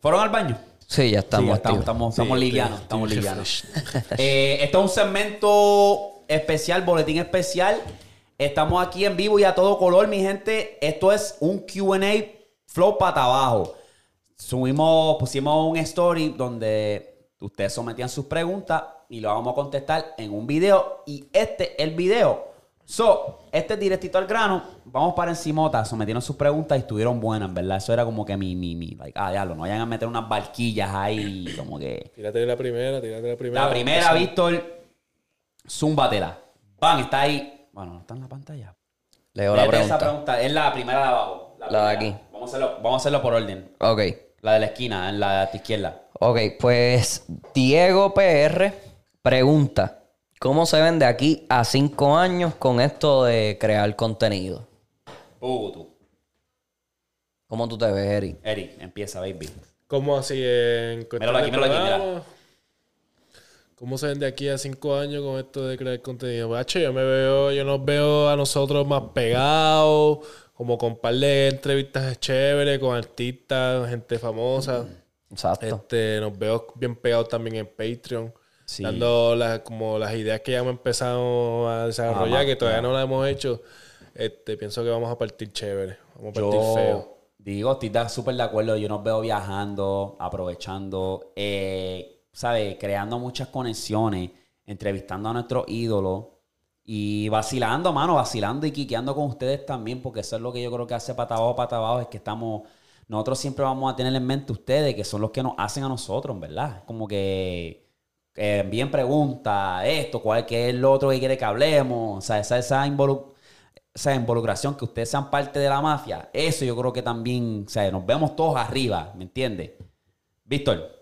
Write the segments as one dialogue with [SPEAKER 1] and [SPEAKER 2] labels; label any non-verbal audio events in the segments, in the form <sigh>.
[SPEAKER 1] ¿Fueron al baño? Sí,
[SPEAKER 2] Sí, ya
[SPEAKER 1] ya
[SPEAKER 2] estamos.
[SPEAKER 1] estamos,
[SPEAKER 2] activos.
[SPEAKER 1] estamos, estamos
[SPEAKER 3] Sí,
[SPEAKER 1] livianos,
[SPEAKER 3] sí,
[SPEAKER 1] estamos
[SPEAKER 3] sí,
[SPEAKER 1] livianos.
[SPEAKER 2] <laughs>
[SPEAKER 1] Eh, este es un segmento especial, boletín especial. Estamos aquí en vivo y a todo color, mi gente. Esto es un Q&A flow pata abajo. Subimos, pusimos un story donde ustedes sometían sus preguntas y lo vamos a contestar en un video. Y este es el video. So, este es directito al grano. Vamos para encimota. Sometieron sus preguntas y estuvieron buenas, ¿verdad? Eso era como que mi, mi, mi, like, ah, diablo, no vayan a meter unas barquillas ahí, como que...
[SPEAKER 4] Tírate la primera, tírate la primera.
[SPEAKER 1] La primera, Víctor, zúmbatela. Van, está ahí. Bueno, no está en la pantalla.
[SPEAKER 2] Leo la
[SPEAKER 1] Léete esa
[SPEAKER 2] pregunta.
[SPEAKER 1] pregunta. Es la primera de abajo.
[SPEAKER 2] La de
[SPEAKER 1] primera.
[SPEAKER 2] aquí.
[SPEAKER 1] Vamos a, hacerlo, vamos a hacerlo por orden.
[SPEAKER 2] Ok.
[SPEAKER 1] La de la esquina, en la de tu izquierda.
[SPEAKER 2] Ok, pues Diego PR pregunta: ¿Cómo se ven de aquí a cinco años con esto de crear contenido?
[SPEAKER 1] Uh, tú.
[SPEAKER 2] ¿Cómo tú te ves, Eric?
[SPEAKER 1] Eric, empieza, baby.
[SPEAKER 4] ¿Cómo así en
[SPEAKER 1] Míralo aquí, míralo aquí, mira.
[SPEAKER 4] programa? ¿Cómo se ven de aquí a cinco años con esto de crear contenido? Macho, yo me veo, yo nos veo a nosotros más pegados, como con par de entrevistas chéveres, con artistas, gente famosa.
[SPEAKER 1] Mm.
[SPEAKER 2] Exacto.
[SPEAKER 4] Este, nos veo bien pegados también en Patreon.
[SPEAKER 1] Sí.
[SPEAKER 4] Dando las, como las ideas que ya hemos empezado a desarrollar,
[SPEAKER 1] Ah,
[SPEAKER 4] que todavía no las hemos hecho. Este, pienso que vamos a partir chévere. Vamos a partir feo.
[SPEAKER 1] Yo digo, estoy da- súper de acuerdo. Yo nos veo viajando, aprovechando, eh, ¿sabes? Creando muchas conexiones, entrevistando a nuestros ídolos y vacilando, mano, vacilando y quiqueando con ustedes también, porque eso es lo que yo creo que hace pata abajo, pata abajo, es que estamos. Nosotros siempre vamos a tener en mente ustedes, que son los que nos hacen a nosotros, ¿verdad? Como que eh, envíen preguntas, esto, cuál que es lo otro que quiere que hablemos, o sea, esa, esa involu- esa involucración, que ustedes sean parte de la mafia, eso yo creo que también, o sea, nos vemos todos arriba, ¿me entiendes? Víctor,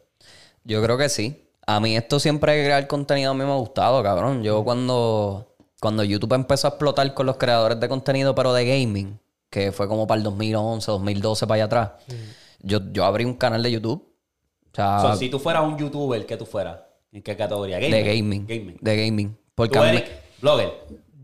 [SPEAKER 2] Yo creo que sí. A mí esto siempre de crear contenido a mí me ha gustado, cabrón. Yo cuando, cuando YouTube empezó a explotar con los creadores de contenido, pero de gaming, que fue como para el 2011, 2012 para allá atrás, yo, yo abrí un canal de YouTube. O sea,
[SPEAKER 1] so, si tú fueras un youtuber, ¿qué tú fueras? ¿En qué categoría?
[SPEAKER 2] Ah. de gaming, De gaming. Porque
[SPEAKER 1] Tú,
[SPEAKER 2] a mí-
[SPEAKER 1] Eric, blogger.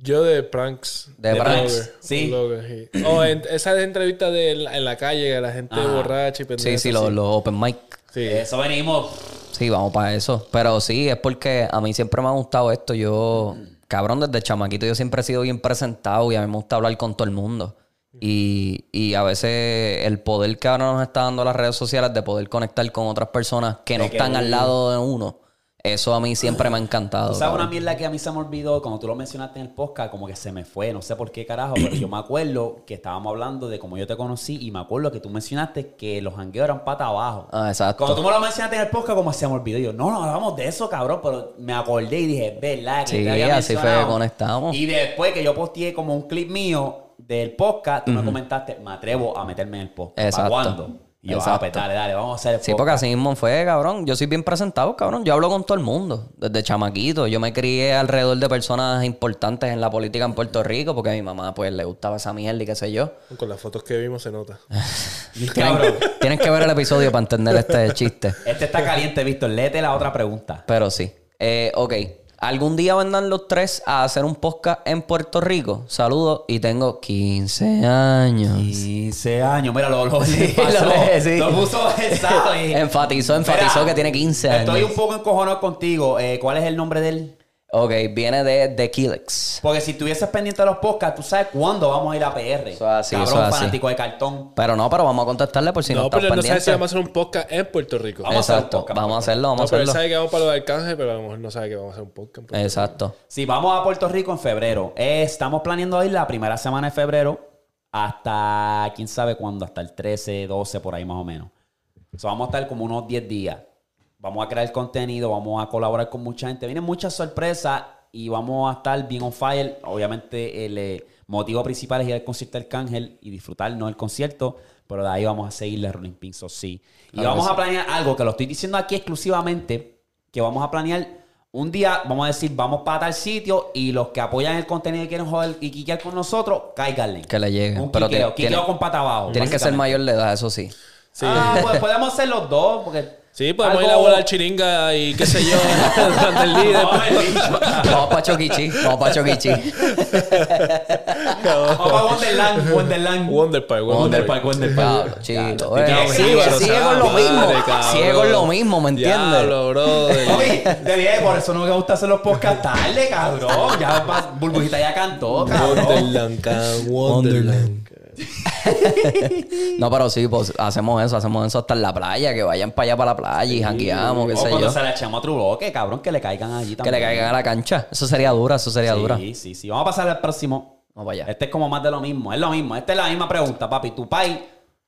[SPEAKER 4] Yo de pranks.
[SPEAKER 2] De pranks,
[SPEAKER 4] blogger,
[SPEAKER 1] sí.
[SPEAKER 4] de blogger, sí. O en- esas entrevistas de la- en la calle, de la gente
[SPEAKER 1] Ajá.
[SPEAKER 4] borracha y pendeja.
[SPEAKER 2] Sí, sí, los los open mic.
[SPEAKER 4] Sí.
[SPEAKER 1] Eso venimos.
[SPEAKER 2] Sí, vamos para eso. Pero sí, es porque a mí siempre me ha gustado esto. Yo, cabrón, desde chamaquito yo siempre he sido bien presentado y a mí me gusta hablar con todo el mundo. Y, y a veces el poder que ahora nos está dando las redes sociales de poder conectar con otras personas que no
[SPEAKER 1] que
[SPEAKER 2] están
[SPEAKER 1] uno-
[SPEAKER 2] al lado de uno, eso a mí siempre me ha encantado.
[SPEAKER 1] Tú sabes una
[SPEAKER 2] cabrón.
[SPEAKER 1] mierda que a mí se me olvidó, cuando tú lo mencionaste en el podcast, como que se me fue, no sé por qué carajo, pero yo me acuerdo que estábamos hablando de cómo yo te conocí y me acuerdo que tú mencionaste que los jangueos eran pata abajo.
[SPEAKER 2] Ah, exacto.
[SPEAKER 1] Cuando tú me lo mencionaste en el podcast, como se me olvidó, yo, no, no hablamos de eso, cabrón, pero me acordé y dije, ¿verdad? Que
[SPEAKER 2] Sí,
[SPEAKER 1] te había
[SPEAKER 2] así fue que
[SPEAKER 1] mencionado".
[SPEAKER 2] conectamos.
[SPEAKER 1] Y después que yo posteé como un clip mío del podcast, tú me comentaste, me atrevo a meterme en el podcast. ¿Para
[SPEAKER 2] Exacto.
[SPEAKER 1] cuándo? Y yo, ah,
[SPEAKER 2] Exacto.
[SPEAKER 1] pues dale, dale, vamos a hacer el
[SPEAKER 2] Sí, porque así mismo fue, cabrón. Yo soy bien presentado, cabrón. Yo hablo con todo el mundo, desde chamaquito. Yo me crié alrededor de personas importantes en la política en Puerto Rico, porque a mi mamá, pues, le gustaba esa mierda y qué sé yo. <laughs>
[SPEAKER 4] Con las fotos que vimos se nota.
[SPEAKER 1] Cabrón,
[SPEAKER 2] Tienes que ver el episodio para entender este chiste.
[SPEAKER 1] este está caliente, Víctor, léete la otra pregunta.
[SPEAKER 2] Pero sí. Eh, ok. ¿Algún día vendrán los tres a hacer un podcast en Puerto Rico? Saludos y tengo 15 años.
[SPEAKER 1] 15 años, mira, lo, lo, le <laughs>
[SPEAKER 2] lo
[SPEAKER 1] pasó,
[SPEAKER 2] leí, sí.
[SPEAKER 1] lo puso pesado. y-
[SPEAKER 2] Enfatizó, enfatizó
[SPEAKER 1] Mira,
[SPEAKER 2] que tiene 15 años.
[SPEAKER 1] Estoy un poco encojonado contigo. Eh, ¿Cuál es el nombre de él?
[SPEAKER 2] Ok, viene de The Killex.
[SPEAKER 1] Porque si estuvieses pendiente de los podcasts, tú sabes cuándo vamos a ir a PR.
[SPEAKER 2] Eso es así,
[SPEAKER 1] Cabrón,
[SPEAKER 2] eso es así.
[SPEAKER 1] fanático de cartón.
[SPEAKER 2] Pero no, pero vamos a contestarle por si no,
[SPEAKER 4] no,
[SPEAKER 2] estás
[SPEAKER 4] pero él no sabe
[SPEAKER 2] pendiente.
[SPEAKER 4] si vamos a hacer un podcast en Puerto Rico.
[SPEAKER 1] Vamos a hacer un
[SPEAKER 2] Exacto.
[SPEAKER 1] podcast,
[SPEAKER 2] vamos a hacerlo, vamos
[SPEAKER 4] no,
[SPEAKER 2] a
[SPEAKER 4] pero él
[SPEAKER 2] hacerlo.
[SPEAKER 4] sabe que vamos para los alcances, pero a lo mejor no sabe que vamos a hacer un podcast. pues. en Puerto Rico.
[SPEAKER 2] Exacto.
[SPEAKER 1] Si vamos a Puerto Rico en febrero, Eh, estamos planeando ir la primera semana de febrero hasta quién sabe cuándo, hasta el 13, 12, por ahí más o menos. O sea, vamos a estar como unos 10 días. Vamos a crear contenido, vamos a colaborar con mucha gente. Vienen muchas sorpresas y vamos a estar bien on fire. Obviamente, el eh, motivo principal es ir al concierto del Cángel y disfrutarnos del concierto. Pero de ahí vamos a seguir la Rolling Pins, o sí. Y vamos a planear algo que lo estoy diciendo aquí exclusivamente, que vamos a planear un día, vamos a decir, vamos para tal sitio y los que apoyan el contenido y quieren joder y quiquear con nosotros, cáiganle.
[SPEAKER 2] Que le lleguen.
[SPEAKER 1] Un
[SPEAKER 2] Pero
[SPEAKER 1] quiqueo,
[SPEAKER 2] tiene-
[SPEAKER 1] quiqueo
[SPEAKER 2] tiene-
[SPEAKER 1] con pata abajo.
[SPEAKER 2] Tienes que ser
[SPEAKER 1] básicamente.
[SPEAKER 2] mayor de edad, eso sí.
[SPEAKER 4] Sí. <laughs>
[SPEAKER 1] Ah, pues podemos ser los dos, porque...
[SPEAKER 4] Sí, podemos ir a
[SPEAKER 1] algo-
[SPEAKER 4] volar chiringa y qué sé yo <laughs> durante el día.
[SPEAKER 1] No, el
[SPEAKER 4] <laughs>
[SPEAKER 1] bicho.
[SPEAKER 2] Vamos para Choquichi, vamos para
[SPEAKER 1] <laughs>
[SPEAKER 2] Choquichi.
[SPEAKER 1] Vamos a Wonderland, Wonderland.
[SPEAKER 4] Wonder Park, Wonder
[SPEAKER 1] Wonder
[SPEAKER 4] Park.
[SPEAKER 1] Park, Wonder Park.
[SPEAKER 2] Diablo, chico.
[SPEAKER 1] te
[SPEAKER 2] eh.
[SPEAKER 1] quedas
[SPEAKER 2] Sigue
[SPEAKER 1] ciego,
[SPEAKER 2] sigue con
[SPEAKER 4] cabrón.
[SPEAKER 2] lo mismo.
[SPEAKER 4] Madre, cabrón.
[SPEAKER 2] Sigue con lo mismo, ¿me entiendes?
[SPEAKER 4] Diablo,
[SPEAKER 1] <laughs>
[SPEAKER 4] brother.
[SPEAKER 1] Papi, debería- por eso no me gusta hacer los podcasts tarde, cabrón. Ya va- Burbujita ya cantó, cabrón.
[SPEAKER 4] Wonderland, cabrón. Wonderland.
[SPEAKER 2] No, pero sí, pues hacemos eso, hacemos eso hasta en la playa, que vayan para allá para la playa y jangueamos, qué
[SPEAKER 1] O
[SPEAKER 2] sé
[SPEAKER 1] cuando
[SPEAKER 2] yo.
[SPEAKER 1] se la echamos a otro bloque, cabrón, que le caigan allí
[SPEAKER 2] Que
[SPEAKER 1] también.
[SPEAKER 2] le caigan a la cancha. Eso sería dura, eso sería dura.
[SPEAKER 1] Sí, sí, sí. Vamos a pasar al próximo.
[SPEAKER 2] Vamos para allá.
[SPEAKER 1] Este es como más de lo mismo. Es lo mismo. Esta es la misma pregunta, papi. Tu país,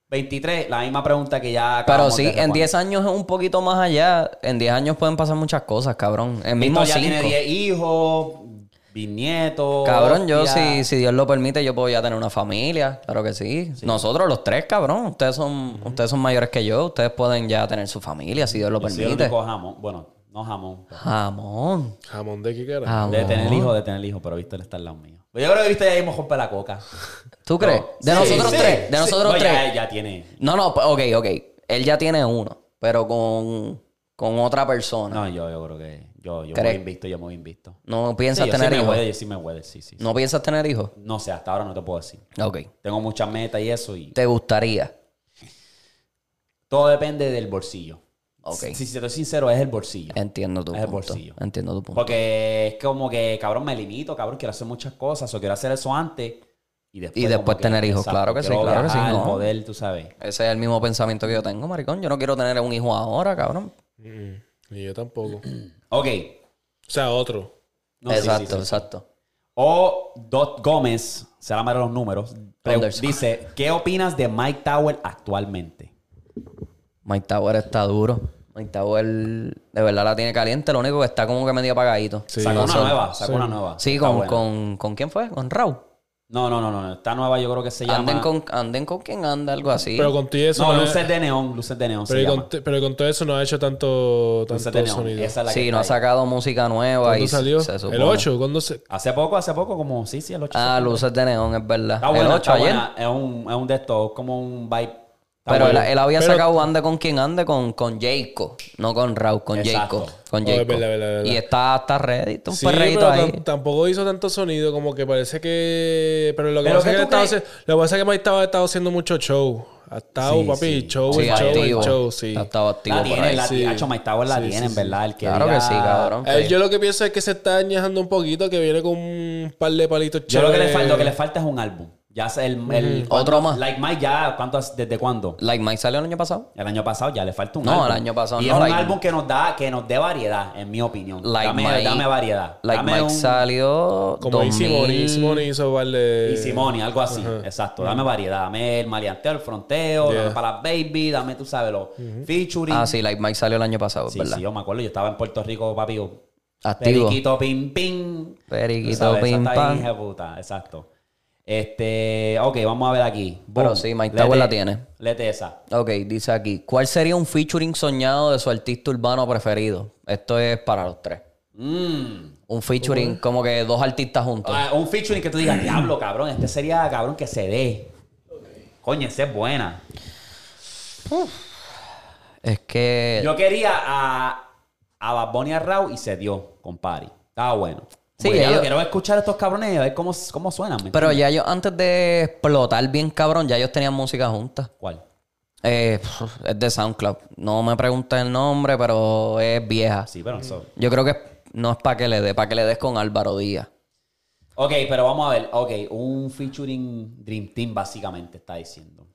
[SPEAKER 1] 23, la misma pregunta que ya
[SPEAKER 2] Pero
[SPEAKER 1] acabamos
[SPEAKER 2] sí,
[SPEAKER 1] de
[SPEAKER 2] en
[SPEAKER 1] recuar-
[SPEAKER 2] 10 años es un poquito más allá. En 10 años pueden pasar muchas cosas, cabrón. En mismo
[SPEAKER 1] Vito ya
[SPEAKER 2] 5.
[SPEAKER 1] tiene 10 hijos, bisnietos.
[SPEAKER 2] Cabrón, yo
[SPEAKER 1] hostias.
[SPEAKER 2] si, si Dios lo permite, yo puedo ya tener una familia. Claro que sí. Nosotros los tres, cabrón. Ustedes son, ustedes son mayores que yo. Ustedes pueden ya tener su familia, si Dios lo
[SPEAKER 1] Pues Yo soy el
[SPEAKER 2] permite.
[SPEAKER 1] único jamón. Bueno, no jamón.
[SPEAKER 2] Jamón.
[SPEAKER 4] Jamón de qué cara.
[SPEAKER 2] Jamón.
[SPEAKER 1] De tener hijos, de tener hijos, pero viste, él está al lado mío. Pero yo creo que viste ya mismo rompe la
[SPEAKER 2] <laughs>
[SPEAKER 1] coca.
[SPEAKER 2] ¿Tú crees? De
[SPEAKER 1] Sí,
[SPEAKER 2] nosotros
[SPEAKER 1] sí,
[SPEAKER 2] tres. De
[SPEAKER 1] sí.
[SPEAKER 2] nosotros
[SPEAKER 1] No,
[SPEAKER 2] tres.
[SPEAKER 1] Ya, ya tiene.
[SPEAKER 2] No, no, pa- ok, ok. Él ya tiene uno, pero con, con otra persona.
[SPEAKER 1] No, yo, yo creo que. Yo, yo me
[SPEAKER 2] ¿Crees?
[SPEAKER 1] voy invisto, yo me voy invisto.
[SPEAKER 2] No,
[SPEAKER 1] Sí, yo
[SPEAKER 2] piensas
[SPEAKER 1] sí
[SPEAKER 2] tener
[SPEAKER 1] me
[SPEAKER 2] hijos.
[SPEAKER 1] voy, yo sí me voy, sí, sí. sí.
[SPEAKER 2] No piensas tener hijos.
[SPEAKER 1] No sé, hasta ahora no te puedo decir.
[SPEAKER 2] Ok.
[SPEAKER 1] Tengo muchas metas y eso y
[SPEAKER 2] ¿Te gustaría?
[SPEAKER 1] todo depende del bolsillo.
[SPEAKER 2] Ok.
[SPEAKER 1] Si, si te soy sincero, es el bolsillo.
[SPEAKER 2] Entiendo tu
[SPEAKER 1] Es el
[SPEAKER 2] punto.
[SPEAKER 1] bolsillo.
[SPEAKER 2] Entiendo tu punto.
[SPEAKER 1] Porque es como que, cabrón, me limito, cabrón, quiero hacer muchas cosas o quiero hacer eso antes y después.
[SPEAKER 2] Y después
[SPEAKER 1] como que-
[SPEAKER 2] tener hijos,
[SPEAKER 1] exacto,
[SPEAKER 2] claro que sí,
[SPEAKER 1] quiero
[SPEAKER 2] claro que sí,
[SPEAKER 1] viajar,
[SPEAKER 2] no.
[SPEAKER 1] poder, tú sabes.
[SPEAKER 2] Ese es el mismo pensamiento que yo tengo, maricón. Yo no quiero tener un hijo ahora, cabrón.
[SPEAKER 4] Mm, Ni yo tampoco.
[SPEAKER 1] Ok.
[SPEAKER 4] O sea, otro.
[SPEAKER 1] No, sí, sí,
[SPEAKER 2] exacto,
[SPEAKER 1] sí, sí.
[SPEAKER 2] exacto.
[SPEAKER 1] O Dot Gómez, se la madre de los números, pre-
[SPEAKER 2] Anderson.
[SPEAKER 1] dice, ¿qué opinas de Mike Tower actualmente?
[SPEAKER 2] Mike Tower está duro. Mike Tower de verdad la tiene caliente. Lo único que está como que medio apagadito.
[SPEAKER 4] Sí.
[SPEAKER 1] sacó una
[SPEAKER 2] Eso-
[SPEAKER 1] nueva, sacó una nueva.
[SPEAKER 2] Sí,
[SPEAKER 1] Está
[SPEAKER 2] con,
[SPEAKER 1] buena.
[SPEAKER 2] con, ¿con quién fue? ¿Con Raúl?
[SPEAKER 1] No, no, no, no, no, esta nueva yo creo que se llama...
[SPEAKER 2] Anden con, anden con quien anda, algo así.
[SPEAKER 4] Pero con todo eso.
[SPEAKER 1] No,
[SPEAKER 4] ha-
[SPEAKER 1] luces de neón, luces de neón
[SPEAKER 4] pero,
[SPEAKER 1] se
[SPEAKER 4] y
[SPEAKER 1] llama.
[SPEAKER 4] con, pero con todo eso no ha hecho tanto,
[SPEAKER 1] Luces
[SPEAKER 4] tanto
[SPEAKER 1] de neón,
[SPEAKER 4] sonido.
[SPEAKER 1] esa es la que
[SPEAKER 2] sí, no
[SPEAKER 1] está
[SPEAKER 2] ha
[SPEAKER 1] ahí.
[SPEAKER 2] sacado música nueva.
[SPEAKER 4] ¿Cuándo
[SPEAKER 2] y se-
[SPEAKER 4] salió?
[SPEAKER 2] se supone.
[SPEAKER 4] el 8. ¿Cuándo se.?
[SPEAKER 1] Hace poco, hace poco, como... Sí, sí, el 8.
[SPEAKER 2] Ah, luces de neón, es verdad.
[SPEAKER 1] Está buena,
[SPEAKER 2] el 8
[SPEAKER 1] está
[SPEAKER 2] ayer.
[SPEAKER 1] buena. Es un, es un de estos, como un vibe. Está
[SPEAKER 2] Pero él,
[SPEAKER 1] buena.
[SPEAKER 2] él había
[SPEAKER 4] Pero-
[SPEAKER 2] sacado Ande con quien ande con, con Jayco, no con Raúl, con
[SPEAKER 1] Exacto.
[SPEAKER 2] Jayco. Con
[SPEAKER 4] Oh, es
[SPEAKER 2] Jayco.
[SPEAKER 4] verdad, verdad, verdad.
[SPEAKER 2] Y está, está ready, está un
[SPEAKER 4] Sí,
[SPEAKER 2] perreíto
[SPEAKER 4] pero
[SPEAKER 2] ahí.
[SPEAKER 4] tam- tampoco hizo tanto sonido, como que parece que. Pero lo que
[SPEAKER 1] Pero
[SPEAKER 4] pasa
[SPEAKER 1] ¿qué
[SPEAKER 4] es que
[SPEAKER 1] tú
[SPEAKER 4] él estaba
[SPEAKER 1] crees?
[SPEAKER 4] haciendo- lo que pasa es que Mike estaba, estaba haciendo mucho show. Ha estado,
[SPEAKER 1] Sí,
[SPEAKER 4] papi,
[SPEAKER 1] sí.
[SPEAKER 4] show,
[SPEAKER 2] Sí,
[SPEAKER 4] el show, el
[SPEAKER 2] activo.
[SPEAKER 4] show, sí.
[SPEAKER 2] Ha estado activo
[SPEAKER 1] La
[SPEAKER 2] por ahí.
[SPEAKER 1] tienen, la
[SPEAKER 4] sí.
[SPEAKER 1] tienen. Hacho, Mike Tower la
[SPEAKER 4] Sí, sí,
[SPEAKER 1] tienen,
[SPEAKER 4] sí.
[SPEAKER 1] ¿verdad? El que
[SPEAKER 2] Claro
[SPEAKER 1] diga-
[SPEAKER 2] que sí, cabrón.
[SPEAKER 4] Eh,
[SPEAKER 2] Sí.
[SPEAKER 4] Yo lo que pienso es que se está añejando un poquito, que viene con un par de palitos
[SPEAKER 1] Yo lo que, le falta, lo que le
[SPEAKER 4] chéveres.
[SPEAKER 1] falta es un álbum. Ya es el... el
[SPEAKER 2] Otro
[SPEAKER 1] <laughs>
[SPEAKER 2] más.
[SPEAKER 1] Like Mike ya, ¿cuántos, ¿desde cuándo?
[SPEAKER 2] Like Mike salió el año pasado.
[SPEAKER 1] El año pasado ya le falta un
[SPEAKER 2] No,
[SPEAKER 1] álbum.
[SPEAKER 2] el año pasado
[SPEAKER 1] Y
[SPEAKER 2] no,
[SPEAKER 1] es un
[SPEAKER 2] like-
[SPEAKER 1] álbum que nos da, que nos dé variedad, en mi opinión.
[SPEAKER 2] Like
[SPEAKER 1] dame,
[SPEAKER 2] Mike-
[SPEAKER 1] dame variedad.
[SPEAKER 2] Like
[SPEAKER 1] dame
[SPEAKER 2] Mike
[SPEAKER 1] un-
[SPEAKER 2] salió.
[SPEAKER 4] Como y
[SPEAKER 2] 2000...
[SPEAKER 4] Simone, Simone hizo un par de.
[SPEAKER 1] Y Simoni, algo así. Exacto. Dame variedad. Dame el maleanteo, el fronteo,
[SPEAKER 4] Yeah.
[SPEAKER 1] dame para las baby, dame, tú sabes, los featuring.
[SPEAKER 2] Ah, sí, Like Mike salió el año pasado, es
[SPEAKER 1] Sí,
[SPEAKER 2] ¿verdad?
[SPEAKER 1] sí, yo me acuerdo. Yo estaba en Puerto Rico, papi. yo,
[SPEAKER 2] Activo.
[SPEAKER 1] Periquito, pim, pim.
[SPEAKER 2] Periquito,
[SPEAKER 1] Tú sabes,
[SPEAKER 2] pim,
[SPEAKER 1] eso está ahí,
[SPEAKER 2] pam.
[SPEAKER 1] hija de puta. Exacto. Este, ok, vamos a ver aquí. Boom.
[SPEAKER 2] Pero sí, Mike
[SPEAKER 1] Lete-
[SPEAKER 2] Tower la tiene.
[SPEAKER 1] Lete esa.
[SPEAKER 2] Ok, dice aquí. ¿Cuál sería un featuring soñado de su artista urbano preferido? Esto es para los tres.
[SPEAKER 1] Mm.
[SPEAKER 2] Un featuring como que dos artistas juntos.
[SPEAKER 1] Ah, un featuring que tú digas, diablo, cabrón. Este sería, cabrón, que se dé. Coño, esa es buena.
[SPEAKER 2] Es que.
[SPEAKER 1] Yo quería a, a Bad Bunny y a Rau y se dio con Pari. Estaba bueno.
[SPEAKER 2] Sí,
[SPEAKER 1] Sí, ya
[SPEAKER 2] ellos-
[SPEAKER 1] lo quiero escuchar a estos cabrones y a ver cómo, cómo suenan. ¿me
[SPEAKER 2] Pero
[SPEAKER 1] entiendes?
[SPEAKER 2] ya ellos, antes de explotar bien cabrón, ya ellos tenían música juntas.
[SPEAKER 1] ¿Cuál?
[SPEAKER 2] Eh, pf, es de SoundCloud. No me preguntes el nombre, pero es vieja.
[SPEAKER 1] Sí, pero eso.
[SPEAKER 2] Yo creo que no es para que le dé, para que le des con Álvaro Díaz.
[SPEAKER 1] Ok, pero vamos a ver. Ok, un featuring Dream Team básicamente está diciendo.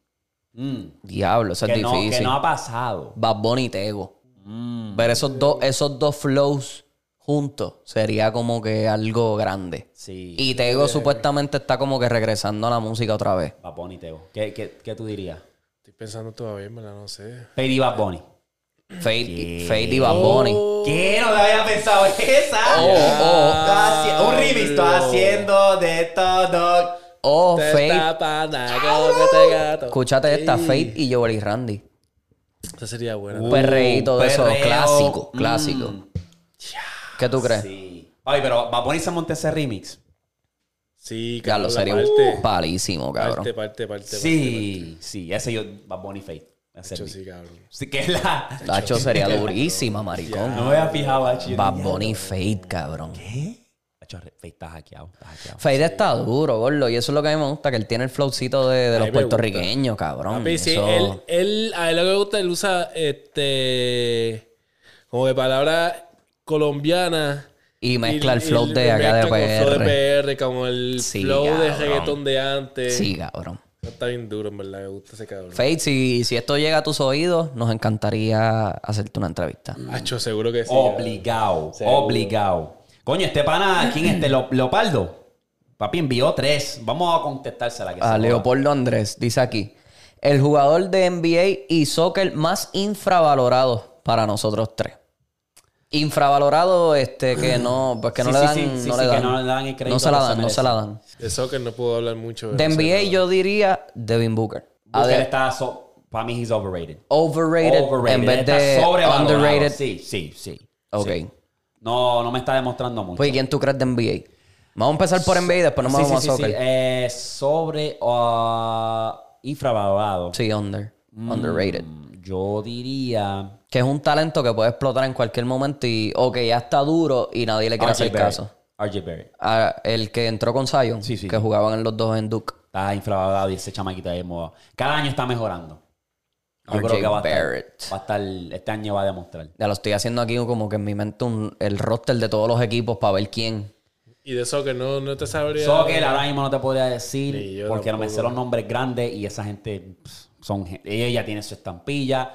[SPEAKER 1] Mm,
[SPEAKER 2] Diablo, eso es
[SPEAKER 1] que, no, que
[SPEAKER 2] difícil. Mm.
[SPEAKER 1] no Mm. ha pasado.
[SPEAKER 2] Bad Bunny y Tego. Ver esos dos, esos dos flows juntos sería como que algo grande.
[SPEAKER 1] Sí.
[SPEAKER 2] Y Tego supuestamente está como que regresando a la música otra vez.
[SPEAKER 1] Bad Bunny, Teo. ¿Qué, qué, qué tú dirías?
[SPEAKER 4] Estoy pensando todavía, me la no sé.
[SPEAKER 1] Pedí Bad Bunny.
[SPEAKER 2] Fade, Fade y Bad Bunny.
[SPEAKER 1] ¿Qué? No te había pensado esa.
[SPEAKER 2] oh.
[SPEAKER 1] Está haci- Un remix está haciendo de todo.
[SPEAKER 2] O
[SPEAKER 4] Te
[SPEAKER 2] Faith.
[SPEAKER 4] tapa, naco, que te gato.
[SPEAKER 2] Oh, Escúchate esta,
[SPEAKER 4] Ey.
[SPEAKER 2] Faith y Joel y Randy.
[SPEAKER 4] Esa sería buena.
[SPEAKER 2] Un perreíto de esos,
[SPEAKER 1] perreo.
[SPEAKER 2] clásico,
[SPEAKER 1] Mm.
[SPEAKER 2] clásico. ¿Qué tú crees?
[SPEAKER 1] Sí. Ay, pero va a ponerse a montar ese remix.
[SPEAKER 4] Sí,
[SPEAKER 2] Ya lo
[SPEAKER 4] cabrón, la
[SPEAKER 2] sería
[SPEAKER 4] parte,
[SPEAKER 2] un palísimo, cabrón.
[SPEAKER 4] parte, parte, parte,
[SPEAKER 1] Sí, sí, ese yo, Bad Bunny Faith. Ese
[SPEAKER 4] parte. Yo
[SPEAKER 1] remix.
[SPEAKER 4] sí, cabrón.
[SPEAKER 1] Sí, que es la.
[SPEAKER 4] <laughs>
[SPEAKER 2] Tacho sería durísima,
[SPEAKER 1] <laughs>
[SPEAKER 2] maricón.
[SPEAKER 1] No me había fijado, Hachi.
[SPEAKER 2] Bad Bunny Fade, cabrón.
[SPEAKER 1] Hacho, Faith está hackeado. Está hackeado.
[SPEAKER 2] Fade está duro, gordo. Y eso es lo que a mí me gusta, que él tiene el flowcito de, de los
[SPEAKER 4] mí me gusta.
[SPEAKER 2] puertorriqueños, cabrón.
[SPEAKER 4] Papi, sí,
[SPEAKER 2] Eso-
[SPEAKER 4] él, él, a él lo que le gusta, él usa este. Como de palabra colombiana.
[SPEAKER 2] Y mezcla el flow
[SPEAKER 4] y
[SPEAKER 2] de acá de
[SPEAKER 4] mezcla con flow
[SPEAKER 2] PR.
[SPEAKER 4] de PR, como el
[SPEAKER 2] Sí,
[SPEAKER 4] flow de
[SPEAKER 2] cabrón.
[SPEAKER 4] reggaetón de antes.
[SPEAKER 2] Sí, cabrón.
[SPEAKER 4] Está bien duro, en verdad. Me gusta ese cabrón.
[SPEAKER 2] Fade, si, si esto llega a tus oídos, nos encantaría hacerte una entrevista.
[SPEAKER 4] Hacho, seguro que sí.
[SPEAKER 1] Obligado, obligado. Coño, este pana, ¿quién es este? Lo- Leopoldo. Papi envió tres. Vamos a contestársela. que se
[SPEAKER 2] A
[SPEAKER 1] joda.
[SPEAKER 2] Ah, Leopoldo Andrés, dice aquí. El jugador de NBA y soccer más infravalorado para nosotros tres. Infravalorado, este, que no, pues que no
[SPEAKER 1] Sí,
[SPEAKER 2] le
[SPEAKER 1] sí,
[SPEAKER 2] dan.
[SPEAKER 1] sí, sí,
[SPEAKER 2] no
[SPEAKER 1] sí, que
[SPEAKER 2] le dan.
[SPEAKER 1] no le dan el crédito
[SPEAKER 2] No se la
[SPEAKER 1] que se
[SPEAKER 2] dan, no se la dan.
[SPEAKER 4] De soccer no puedo hablar mucho.
[SPEAKER 2] De
[SPEAKER 4] pero sé
[SPEAKER 2] NBA
[SPEAKER 4] nada.
[SPEAKER 2] yo diría Devin Booker.
[SPEAKER 1] Booker
[SPEAKER 2] Ade-
[SPEAKER 1] está, so- para mí, he's overrated.
[SPEAKER 2] overrated,
[SPEAKER 1] Overrated.
[SPEAKER 2] en vez
[SPEAKER 1] Está
[SPEAKER 2] de
[SPEAKER 1] sobrevalorado.
[SPEAKER 2] underrated.
[SPEAKER 1] Sí, sí, sí.
[SPEAKER 2] Ok.
[SPEAKER 1] Sí. No, no me está demostrando mucho.
[SPEAKER 2] Pues, ¿y ¿quién tú crees de NBA? Vamos a empezar por NBA y después nos
[SPEAKER 1] Sí, sí,
[SPEAKER 2] vamos
[SPEAKER 1] sí,
[SPEAKER 2] a
[SPEAKER 1] sí.
[SPEAKER 2] soccer. Sí,
[SPEAKER 1] Eh, sobre ah, infravalorado.
[SPEAKER 2] under.
[SPEAKER 1] Mm.
[SPEAKER 2] Underrated.
[SPEAKER 1] Yo diría.
[SPEAKER 2] Que es un talento que puede explotar en cualquier momento y, ok, ya está duro y nadie le quiere hacer caso.
[SPEAKER 1] RJ Ah, Barrett.
[SPEAKER 2] Ah, el que entró con Zion,
[SPEAKER 1] Sí, sí.
[SPEAKER 2] que jugaban en los dos en Duke.
[SPEAKER 1] Está infravalorado y ese chamaquito de moda. Cada año está mejorando. Yo
[SPEAKER 2] RJ
[SPEAKER 1] creo que va a,
[SPEAKER 2] Barrett.
[SPEAKER 1] estar, va a estar. Este año va a demostrar.
[SPEAKER 2] Ya lo estoy haciendo aquí como que en mi mente un- el roster de todos los equipos para ver quién.
[SPEAKER 4] Y de soccer no, no te sabría.
[SPEAKER 1] Soccer ahora mismo no te podría decir
[SPEAKER 4] Ni yo
[SPEAKER 1] porque no me
[SPEAKER 4] tampoco.
[SPEAKER 1] sé los nombres grandes y esa gente pss, son gen- ella ya tiene su estampilla.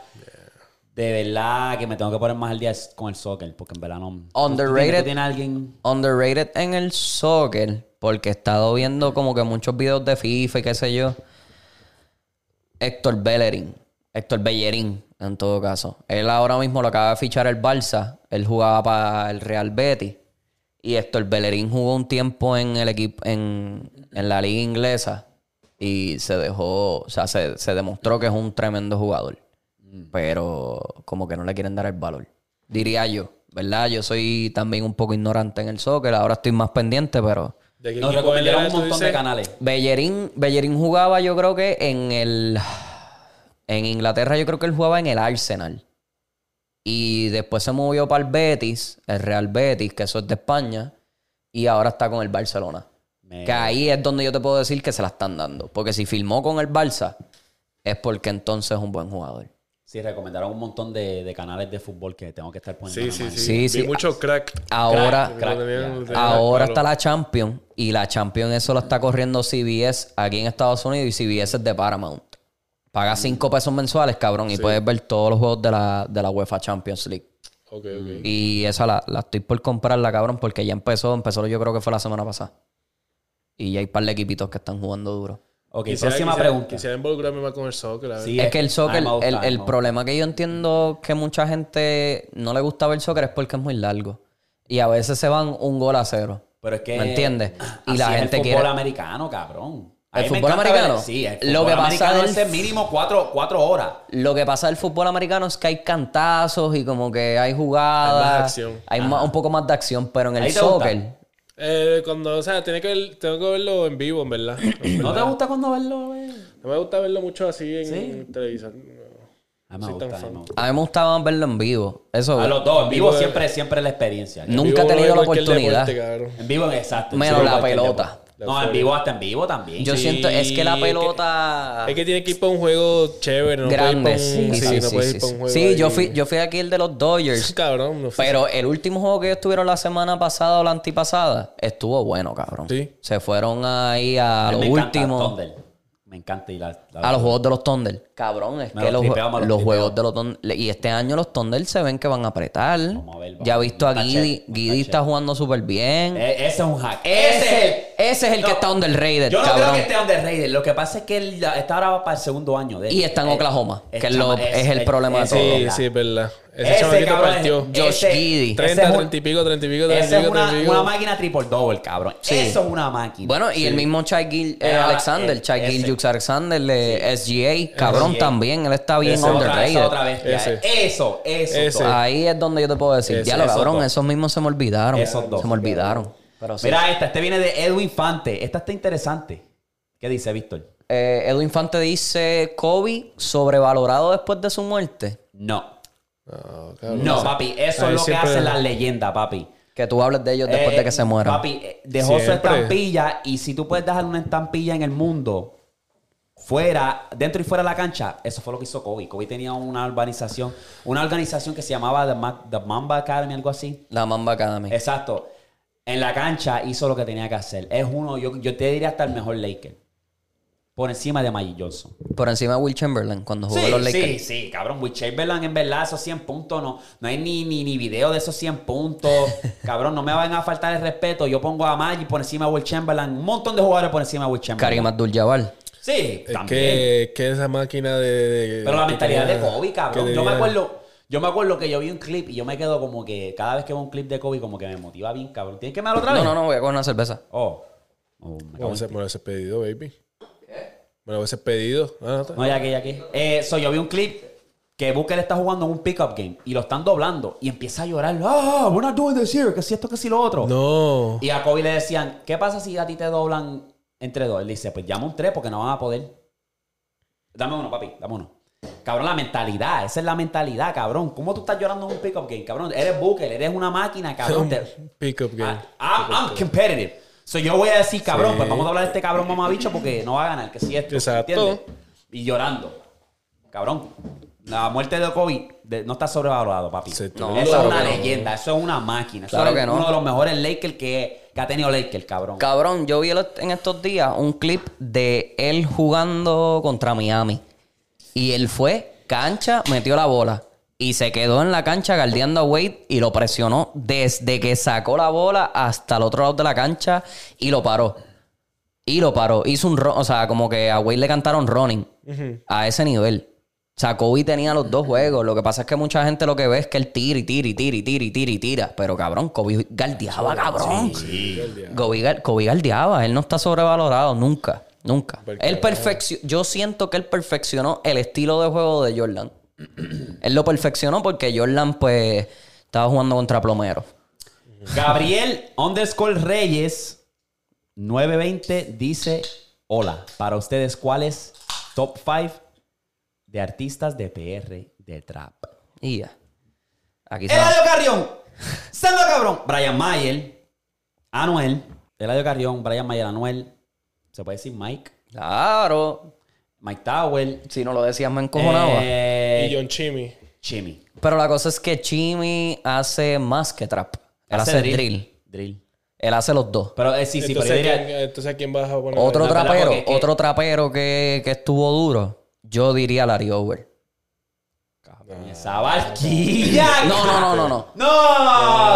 [SPEAKER 1] De verdad que me tengo que poner más al día es- con el soccer porque en verdad no.
[SPEAKER 2] Underrated.
[SPEAKER 1] ¿Tú tienes alguien?
[SPEAKER 2] Underrated en el soccer, porque he estado viendo como que muchos videos de FIFA y qué sé yo. Héctor Bellerín. Héctor Bellerín, en todo caso. Él ahora mismo lo acaba de fichar el Barça. Él jugaba para el Real Betis. Y Héctor Bellerín jugó un tiempo en el equipo, en, en la liga inglesa. Y se dejó, o sea, se, se demostró que es un tremendo jugador. Pero como que no le quieren dar el valor. Diría yo, ¿verdad? Yo soy también un poco ignorante en el soccer. Ahora estoy más pendiente, pero...
[SPEAKER 4] ¿De qué
[SPEAKER 1] Nos
[SPEAKER 4] equipo él era,
[SPEAKER 1] recomendaron un
[SPEAKER 4] tú
[SPEAKER 1] montón de
[SPEAKER 4] dices?
[SPEAKER 1] canales.
[SPEAKER 2] Bellerín, Bellerín jugaba, yo creo que en el. En Inglaterra, yo creo que él jugaba en el Arsenal. Y después se movió para el Betis, el Real Betis, que eso es de España. Y ahora está con el Barcelona.
[SPEAKER 1] Me-
[SPEAKER 2] Que ahí es donde yo te puedo decir que se la están dando. Porque si firmó con el Barça, es porque entonces es un buen jugador.
[SPEAKER 1] Sí, recomendaron un montón de, de canales de fútbol que tengo que estar poniendo. la
[SPEAKER 4] Sí, sí,
[SPEAKER 1] mano.
[SPEAKER 4] sí.
[SPEAKER 2] Sí,
[SPEAKER 4] Vi
[SPEAKER 2] sí.
[SPEAKER 4] mucho crack.
[SPEAKER 2] Ahora,
[SPEAKER 1] Crack,
[SPEAKER 4] Tenían- tenían
[SPEAKER 2] ahora
[SPEAKER 4] el
[SPEAKER 2] está
[SPEAKER 4] palo.
[SPEAKER 2] la Champions. Y la Champions eso lo está corriendo CBS aquí en Estados Unidos. Y CBS es de Paramount. Paga 5 pesos mensuales, cabrón. Y puedes ver todos los juegos de la, de la UEFA Champions League.
[SPEAKER 4] Ok,
[SPEAKER 2] Mm.
[SPEAKER 4] ok.
[SPEAKER 2] Y esa la, la estoy por comprarla, cabrón. Porque ya empezó. Empezó yo creo que fue la semana pasada. Y ya hay un par de equipitos que están jugando duro.
[SPEAKER 1] Ok,
[SPEAKER 4] Quisiera-
[SPEAKER 1] próxima
[SPEAKER 4] quisiera-
[SPEAKER 1] pregunta.
[SPEAKER 4] Quisiera involucrarme más con el soccer. a ver.
[SPEAKER 1] Sí,
[SPEAKER 2] Es que el soccer,
[SPEAKER 1] Ah, me gusta,
[SPEAKER 2] el, el
[SPEAKER 1] me gusta.
[SPEAKER 2] problema que yo entiendo que mucha gente no le gusta ver el soccer es porque es muy largo. Y a veces se van un gol a cero.
[SPEAKER 1] Pero es que.
[SPEAKER 2] ¿Me entiendes? Y
[SPEAKER 1] así
[SPEAKER 2] la
[SPEAKER 1] es
[SPEAKER 2] gente
[SPEAKER 1] el fútbol
[SPEAKER 2] quiere-
[SPEAKER 1] americano, cabrón. A
[SPEAKER 2] ¿El
[SPEAKER 1] mí me
[SPEAKER 2] fútbol
[SPEAKER 1] encanta ver-
[SPEAKER 2] americano?
[SPEAKER 1] sí, el fútbol
[SPEAKER 2] Lo que pasa
[SPEAKER 1] americano
[SPEAKER 2] del-
[SPEAKER 1] es el mínimo cuatro, cuatro horas.
[SPEAKER 2] Lo que pasa del fútbol americano es que hay cantazos y como que hay jugadas.
[SPEAKER 4] Hay
[SPEAKER 2] Hay
[SPEAKER 4] más acción.
[SPEAKER 2] más- un poco más de acción, pero en el
[SPEAKER 1] Ahí te gusta.
[SPEAKER 2] soccer.
[SPEAKER 4] Eh, cuando, o sea, tiene que ver- tengo que verlo en vivo, en
[SPEAKER 2] <clears throat>
[SPEAKER 4] verdad. En
[SPEAKER 1] ¿No
[SPEAKER 4] verdad.
[SPEAKER 1] te gusta cuando verlo? eh?
[SPEAKER 4] No me gusta verlo mucho así en
[SPEAKER 1] Sí.
[SPEAKER 4] televisor.
[SPEAKER 1] A mí me
[SPEAKER 4] Soy tan
[SPEAKER 1] gusta, a mí
[SPEAKER 4] fan.
[SPEAKER 1] me gusta.
[SPEAKER 2] A mí Ah, me gustaba más verlo en vivo. Eso.
[SPEAKER 1] A los dos, en vivo
[SPEAKER 4] Vivo-
[SPEAKER 1] siempre, siempre la experiencia.
[SPEAKER 2] No. Nunca he
[SPEAKER 4] Vivo
[SPEAKER 2] tenido
[SPEAKER 4] no
[SPEAKER 2] la
[SPEAKER 4] es cualquier
[SPEAKER 2] oportunidad.
[SPEAKER 4] deporte, cabrón.
[SPEAKER 1] En vivo, exacto.
[SPEAKER 2] Menos
[SPEAKER 1] Sí,
[SPEAKER 2] la
[SPEAKER 1] cualquier
[SPEAKER 2] pelota.
[SPEAKER 1] deporte. No, en vivo hasta en vivo también.
[SPEAKER 2] yo
[SPEAKER 4] Sí,
[SPEAKER 2] siento, es que la
[SPEAKER 4] que-
[SPEAKER 2] pelota.
[SPEAKER 4] Es que tiene que ir para un juego chévere, no
[SPEAKER 2] Ah. grande.
[SPEAKER 4] puedes ir
[SPEAKER 2] Sí,
[SPEAKER 4] para un,
[SPEAKER 2] sí, sí,
[SPEAKER 4] no puedes
[SPEAKER 2] sí,
[SPEAKER 4] ir para
[SPEAKER 2] sí.
[SPEAKER 4] un juego.
[SPEAKER 2] Sí, yo
[SPEAKER 4] ahí. <laughs>
[SPEAKER 2] fui, yo fui aquí el de los Dodgers.
[SPEAKER 4] Cabrón, no sé.
[SPEAKER 2] Pero el último juego que ellos tuvieron la semana pasada o la antipasada estuvo bueno, cabrón.
[SPEAKER 4] Sí.
[SPEAKER 2] Se fueron ahí a
[SPEAKER 1] A mí
[SPEAKER 2] lo
[SPEAKER 1] me encanta
[SPEAKER 2] último.
[SPEAKER 1] Thunder. Me encanta ir a,
[SPEAKER 2] A los juegos de los Thunder. Cabrón, es
[SPEAKER 1] Me
[SPEAKER 2] que
[SPEAKER 1] los
[SPEAKER 2] los,
[SPEAKER 1] tripeo, me los
[SPEAKER 2] los
[SPEAKER 1] tripeo.
[SPEAKER 2] juegos de los Thun- le- Y este año los Thunder se ven que van a apretar.
[SPEAKER 1] Vamos a ver, vamos
[SPEAKER 2] ya
[SPEAKER 1] a
[SPEAKER 2] he
[SPEAKER 1] ver.
[SPEAKER 2] visto a
[SPEAKER 1] Está
[SPEAKER 2] Guidi.
[SPEAKER 1] chévere, está
[SPEAKER 2] Guidi está
[SPEAKER 1] chévere.
[SPEAKER 2] jugando súper bien.
[SPEAKER 1] E- ese es un hack.
[SPEAKER 2] Ese, ese es el que está underrated,
[SPEAKER 1] Yo no
[SPEAKER 2] cabrón.
[SPEAKER 1] creo que esté underrated. Lo que pasa es que él ya- está ahora para el segundo año de él.
[SPEAKER 2] Y está en
[SPEAKER 1] Eh,
[SPEAKER 2] Oklahoma, que es
[SPEAKER 1] chama-
[SPEAKER 2] lo- es el problema de
[SPEAKER 1] ese-
[SPEAKER 2] todo.
[SPEAKER 4] Sí,
[SPEAKER 1] ese-
[SPEAKER 4] sí, es verdad. Ese,
[SPEAKER 1] Ese
[SPEAKER 4] chamaquito
[SPEAKER 1] cabrón
[SPEAKER 4] partió.
[SPEAKER 1] es-
[SPEAKER 2] Josh
[SPEAKER 1] ese- ese
[SPEAKER 2] Giddey.
[SPEAKER 1] es
[SPEAKER 4] 30,
[SPEAKER 1] un-
[SPEAKER 4] 30 y pico, 30 y pico, 30 y
[SPEAKER 1] Esa es
[SPEAKER 4] pico, 30
[SPEAKER 1] una,
[SPEAKER 4] y pico.
[SPEAKER 1] una máquina triple double, cabrón. Eso es una máquina.
[SPEAKER 2] Bueno, y el mismo Chai Gil, eh,
[SPEAKER 1] Eh,
[SPEAKER 2] Alexander,
[SPEAKER 1] eh,
[SPEAKER 2] Chai Gil
[SPEAKER 1] ese.
[SPEAKER 2] Jukes Alexander, eh, SGA, cabrón
[SPEAKER 1] SGA.
[SPEAKER 2] también, él está bien
[SPEAKER 1] Esa es otra, esa es
[SPEAKER 2] underrated.
[SPEAKER 1] otra bestia. eh.
[SPEAKER 4] Ese.
[SPEAKER 1] Eso, eso.
[SPEAKER 4] Ese.
[SPEAKER 1] todo.
[SPEAKER 2] Ahí es donde yo te puedo decir,
[SPEAKER 4] Ese-
[SPEAKER 2] ya lo
[SPEAKER 1] esos
[SPEAKER 2] cabrón,
[SPEAKER 1] dos.
[SPEAKER 2] esos mismos se me olvidaron.
[SPEAKER 1] Esos dos.
[SPEAKER 2] Se me olvidaron. Pero sí.
[SPEAKER 1] Mira esta, este viene de Edwin Fante. Esta está interesante. ¿Qué dice Víctor?
[SPEAKER 2] Eh, Edu Infante dice, Kobe sobrevalorado después de su muerte.
[SPEAKER 1] No.
[SPEAKER 4] No, cabrón.
[SPEAKER 1] No, papi. Eso
[SPEAKER 4] Ahí
[SPEAKER 1] es lo que
[SPEAKER 4] siempre-
[SPEAKER 1] hacen las leyendas, papi.
[SPEAKER 2] Que tú hables de ellos después
[SPEAKER 1] Eh,
[SPEAKER 2] de que se mueran.
[SPEAKER 1] Papi, eh, dejó su
[SPEAKER 4] Siempre.
[SPEAKER 1] estampilla y si tú puedes dejar una estampilla en el mundo, fuera, dentro y fuera de la cancha, eso fue lo que hizo Kobe. Kobe tenía una urbanización, una organización que se llamaba The, Ma- The Mamba Academy, algo así.
[SPEAKER 2] La Mamba Academy.
[SPEAKER 1] Exacto. En la cancha hizo lo que tenía que hacer. Es uno, yo, yo te diría hasta el mejor Laker. Por encima de Magic Johnson.
[SPEAKER 2] Por encima de Will Chamberlain cuando jugó
[SPEAKER 1] Sí,
[SPEAKER 2] los
[SPEAKER 1] sí,
[SPEAKER 2] Lakers.
[SPEAKER 1] sí, cabrón. Will Chamberlain, en verdad, esos 100 puntos no. No hay ni, ni, ni video de esos 100
[SPEAKER 2] <laughs>
[SPEAKER 1] puntos. cabrón, no me van a faltar el respeto. Yo pongo a Magic por encima de Will Chamberlain. Un montón de jugadores por encima de Will Chamberlain.
[SPEAKER 2] Karim Abdul-Jabbar.
[SPEAKER 1] Sí,
[SPEAKER 4] Es
[SPEAKER 1] también.
[SPEAKER 4] que, es que esa máquina de. de-
[SPEAKER 1] Pero la
[SPEAKER 4] que
[SPEAKER 1] mentalidad de
[SPEAKER 4] tenía-
[SPEAKER 1] Kobe,
[SPEAKER 4] que
[SPEAKER 1] cabrón. Yo me
[SPEAKER 4] tenía-
[SPEAKER 1] acuerdo. Yo me acuerdo que yo vi un clip y yo me quedo como que cada vez que veo un clip de Kobe como que me motiva bien, cabrón. ¿Tienes que me otra vez?
[SPEAKER 2] No, no, no, voy a coger una cerveza.
[SPEAKER 1] Oh. Oh, me cago
[SPEAKER 4] Bueno,
[SPEAKER 1] en
[SPEAKER 4] ese- bueno, ese es pedido, baby. Me lo hubieses pedido. Ah, no, está-
[SPEAKER 1] No, ya aquí, ya aquí. Eh, so, yo vi un clip que Booker está jugando en un pickup game y lo están doblando y empieza a llorar. Ah, we're not doing this here. Que si esto, que si lo otro.
[SPEAKER 4] No.
[SPEAKER 1] Y a Kobe le decían, ¿qué pasa si a ti te doblan entre dos? Él dice, pues llama un tres porque no van a poder. Dame uno, papi, dame uno. Cabrón, la mentalidad, esa es la mentalidad, cabrón. ¿Cómo tú estás llorando en un pickup game, cabrón? Eres Booker, eres una máquina,
[SPEAKER 4] <laughs>
[SPEAKER 1] cabrón. Te-
[SPEAKER 4] Pickup game.
[SPEAKER 1] I- I'm, I'm Ah, competitive. So yo voy a decir, cabrón, pues vamos a hablar de este cabrón mamabicho porque no va a ganar, que si esto.
[SPEAKER 4] Exacto.
[SPEAKER 1] ¿entiendes? Y llorando. Cabrón, la muerte de Kobe de- no está sobrevalorado, papi.
[SPEAKER 4] Sí, tú
[SPEAKER 1] No,
[SPEAKER 4] eres
[SPEAKER 1] eso
[SPEAKER 2] loco,
[SPEAKER 1] es una
[SPEAKER 2] no.
[SPEAKER 1] leyenda, eso es una máquina. Eso
[SPEAKER 2] Claro
[SPEAKER 1] es
[SPEAKER 2] que no.
[SPEAKER 1] uno de los mejores Lakers que, que ha tenido Lakers, cabrón.
[SPEAKER 2] Cabrón, yo vi el ot- en estos días un clip de él jugando contra Miami. Y él fue, cancha, metió la bola. Y se quedó en la cancha guardiando a Wade y lo presionó desde que sacó la bola hasta el otro lado de la cancha y lo paró. Y lo paró. Hizo un ro- O sea, como que a Wade le cantaron running a ese nivel. O sea, Kobe tenía los dos juegos. Lo que pasa es que mucha gente lo que ve es que él tira y tira y tira y tira y tira y tira. Pero cabrón, Kobe guardiaba, cabrón. Kobe, gar- Kobe guardiaba. Él no está sobrevalorado nunca. Nunca. Él perfeccio- Yo siento que él perfeccionó el estilo de juego de Jordan. <clears throat> él lo perfeccionó porque Jordan, pues, estaba jugando contra plomeros.
[SPEAKER 1] Gabriel underscore Reyes 920 dice: Hola, para ustedes, ¿cuál es top 5 de artistas de PR de trap?
[SPEAKER 2] Y ya. Aquí se va.
[SPEAKER 1] Eladio Carrión. Sendo cabrón. Brian Mayer. Anuel. Eladio Carrión. Brian Mayer. Anuel. Se puede decir Mike.
[SPEAKER 2] Claro.
[SPEAKER 1] Mike Tower.
[SPEAKER 2] Si no lo decías, me encojonaba.
[SPEAKER 1] eh,
[SPEAKER 4] Y John Chimmy.
[SPEAKER 1] Jimmy.
[SPEAKER 2] Pero la cosa es que Chimmy hace más que trap. Él hace, drill.
[SPEAKER 1] Drill.
[SPEAKER 2] Él hace los dos.
[SPEAKER 1] Pero eh, sí, sí, pero
[SPEAKER 4] Entonces,
[SPEAKER 1] yo
[SPEAKER 4] ¿a
[SPEAKER 1] diría.
[SPEAKER 4] quién- entonces, ¿a quién vas a poner?
[SPEAKER 2] Otro
[SPEAKER 1] no, pero
[SPEAKER 2] trapero,
[SPEAKER 1] porque es que-
[SPEAKER 2] otro trapero que, que estuvo duro, yo diría Larry Over.
[SPEAKER 1] Esa barquilla.
[SPEAKER 2] No, no, no, no, no.
[SPEAKER 1] No,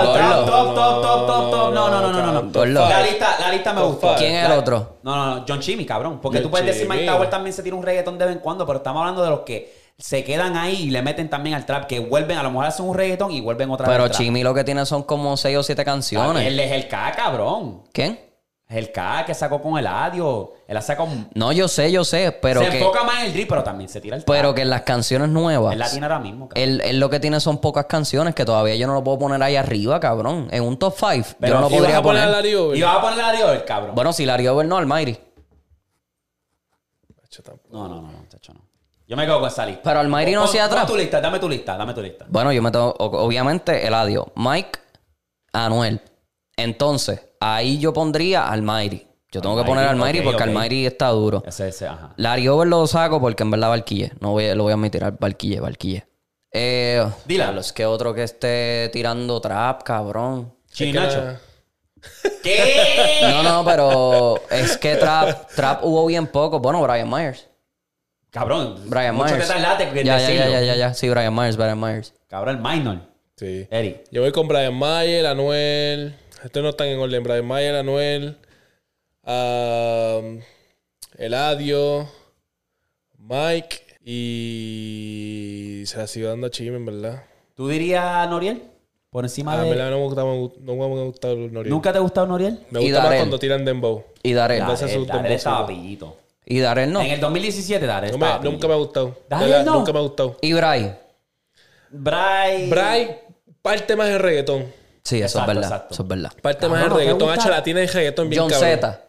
[SPEAKER 2] Gordo.
[SPEAKER 1] top, top, top, top, top, top. No, no, no, no, no. no.
[SPEAKER 2] Gordo.
[SPEAKER 1] La lista, la lista me gustó.
[SPEAKER 2] ¿Quién es el
[SPEAKER 1] La-
[SPEAKER 2] otro?
[SPEAKER 1] No, no, no. John Chimmy, cabrón. Porque
[SPEAKER 4] John
[SPEAKER 1] tú puedes decir Mike
[SPEAKER 4] Chimmy.
[SPEAKER 1] Tower también se tira un reggaetón de vez en cuando, pero estamos hablando de los que se quedan ahí y le meten también al trap, que vuelven, a lo mejor hacen un reggaetón y vuelven otra
[SPEAKER 2] Pero
[SPEAKER 1] vez. al trap.
[SPEAKER 2] Chimmy lo que tiene son como seis o siete canciones.
[SPEAKER 1] Él es el K, cabrón.
[SPEAKER 2] ¿Quién?
[SPEAKER 1] Es el K que sacó con el Adio. Él ha sacado. un-
[SPEAKER 2] No, yo sé, yo sé, pero
[SPEAKER 1] se
[SPEAKER 2] que,
[SPEAKER 1] enfoca más en el drip, pero también se tira el trap.
[SPEAKER 2] pero que en las canciones nuevas.
[SPEAKER 1] Él la tiene ahora mismo, cabrón.
[SPEAKER 2] Él, él lo que tiene son pocas canciones que todavía yo no lo puedo poner ahí arriba, cabrón. En un top 5 yo
[SPEAKER 1] Pero
[SPEAKER 2] no lo
[SPEAKER 1] si vas
[SPEAKER 2] podría
[SPEAKER 4] a poner
[SPEAKER 2] poner.
[SPEAKER 4] a Larry Over.
[SPEAKER 1] Y va a poner el Adio el cabrón.
[SPEAKER 2] Bueno, si Larry Over no, Almighty.
[SPEAKER 4] Macho, tampoco.
[SPEAKER 1] No, no, no, no, chacho, no. Yo me quedo con esa lista.
[SPEAKER 2] Pero Almighty no
[SPEAKER 1] Pon-
[SPEAKER 2] hacía
[SPEAKER 1] pon
[SPEAKER 2] trap.
[SPEAKER 1] tu lista, dame tu lista, dame tu lista.
[SPEAKER 2] Bueno, yo me tengo, o- obviamente, el adiós. Mike, Anuel. Entonces, ahí yo pondría al Mayri. Yo tengo que
[SPEAKER 1] Almighty,
[SPEAKER 2] poner al Mayri
[SPEAKER 1] ok,
[SPEAKER 2] porque
[SPEAKER 1] ok.
[SPEAKER 2] al Mayri está duro.
[SPEAKER 1] Ese, ese, ajá.
[SPEAKER 2] Larry Over lo saco porque en verdad Barquille. No voy, a- lo voy a admitir, al- Barquille, Barquille. Eh,
[SPEAKER 1] Dila.
[SPEAKER 2] diablo, Es que otro que esté tirando trap, cabrón.
[SPEAKER 4] Es
[SPEAKER 1] Chino
[SPEAKER 4] que
[SPEAKER 1] Nacho.
[SPEAKER 4] la-
[SPEAKER 1] ¿Qué?
[SPEAKER 2] <laughs>
[SPEAKER 4] <laughs>
[SPEAKER 2] No, no, pero es que trap, trap hubo bien poco. Bueno, Brian Myers.
[SPEAKER 1] Cabrón.
[SPEAKER 2] Brian
[SPEAKER 1] mucho
[SPEAKER 2] Myers.
[SPEAKER 1] te tardaste en
[SPEAKER 2] ya, ya,
[SPEAKER 1] decirlo.
[SPEAKER 2] ya, ya, ya, ya. Sí, Brian Myers, Brian Myers.
[SPEAKER 1] Cabrón, minor.
[SPEAKER 4] Sí.
[SPEAKER 1] Eric.
[SPEAKER 4] Yo voy con Brian Mayer, Anuel. Estos no están en orden. Brian Mayer, Anuel. am, Eladio. Mike. Y. Se la sigo dando a Chime, en verdad.
[SPEAKER 1] ¿Tú dirías Noriel? Por encima
[SPEAKER 4] Ah, en
[SPEAKER 1] de...
[SPEAKER 4] verdad no me gusta, no me ha gustado Noriel.
[SPEAKER 1] ¿Nunca te ha gustado Noriel?
[SPEAKER 4] Me
[SPEAKER 2] Y
[SPEAKER 4] gusta más
[SPEAKER 2] Darrell.
[SPEAKER 4] cuando tiran Dembow.
[SPEAKER 2] Y Darel.
[SPEAKER 4] Nah. Entonces,
[SPEAKER 1] Darel,
[SPEAKER 4] su
[SPEAKER 1] Darel
[SPEAKER 4] tempo
[SPEAKER 1] estaba
[SPEAKER 4] solo.
[SPEAKER 1] pillito.
[SPEAKER 2] Y Darel no.
[SPEAKER 1] En el 2017, Darel
[SPEAKER 4] No me-
[SPEAKER 1] estaba
[SPEAKER 4] nunca me ha gustado. De
[SPEAKER 1] Darrell
[SPEAKER 4] verdad,
[SPEAKER 1] no.
[SPEAKER 4] Nunca me ha gustado.
[SPEAKER 2] Y Bray.
[SPEAKER 1] Bray...
[SPEAKER 4] Bray parte más en reggaetón.
[SPEAKER 2] Sí, eso
[SPEAKER 1] Exacto,
[SPEAKER 2] es verdad.
[SPEAKER 1] exacto.
[SPEAKER 2] Eso es verdad.
[SPEAKER 4] Parte
[SPEAKER 1] Cabrón,
[SPEAKER 4] más
[SPEAKER 1] no
[SPEAKER 4] en
[SPEAKER 1] te
[SPEAKER 4] reggaetón.
[SPEAKER 1] gusta.
[SPEAKER 4] Hacha la tiene en reggaetón bien
[SPEAKER 2] John
[SPEAKER 4] cabrón.
[SPEAKER 2] Z.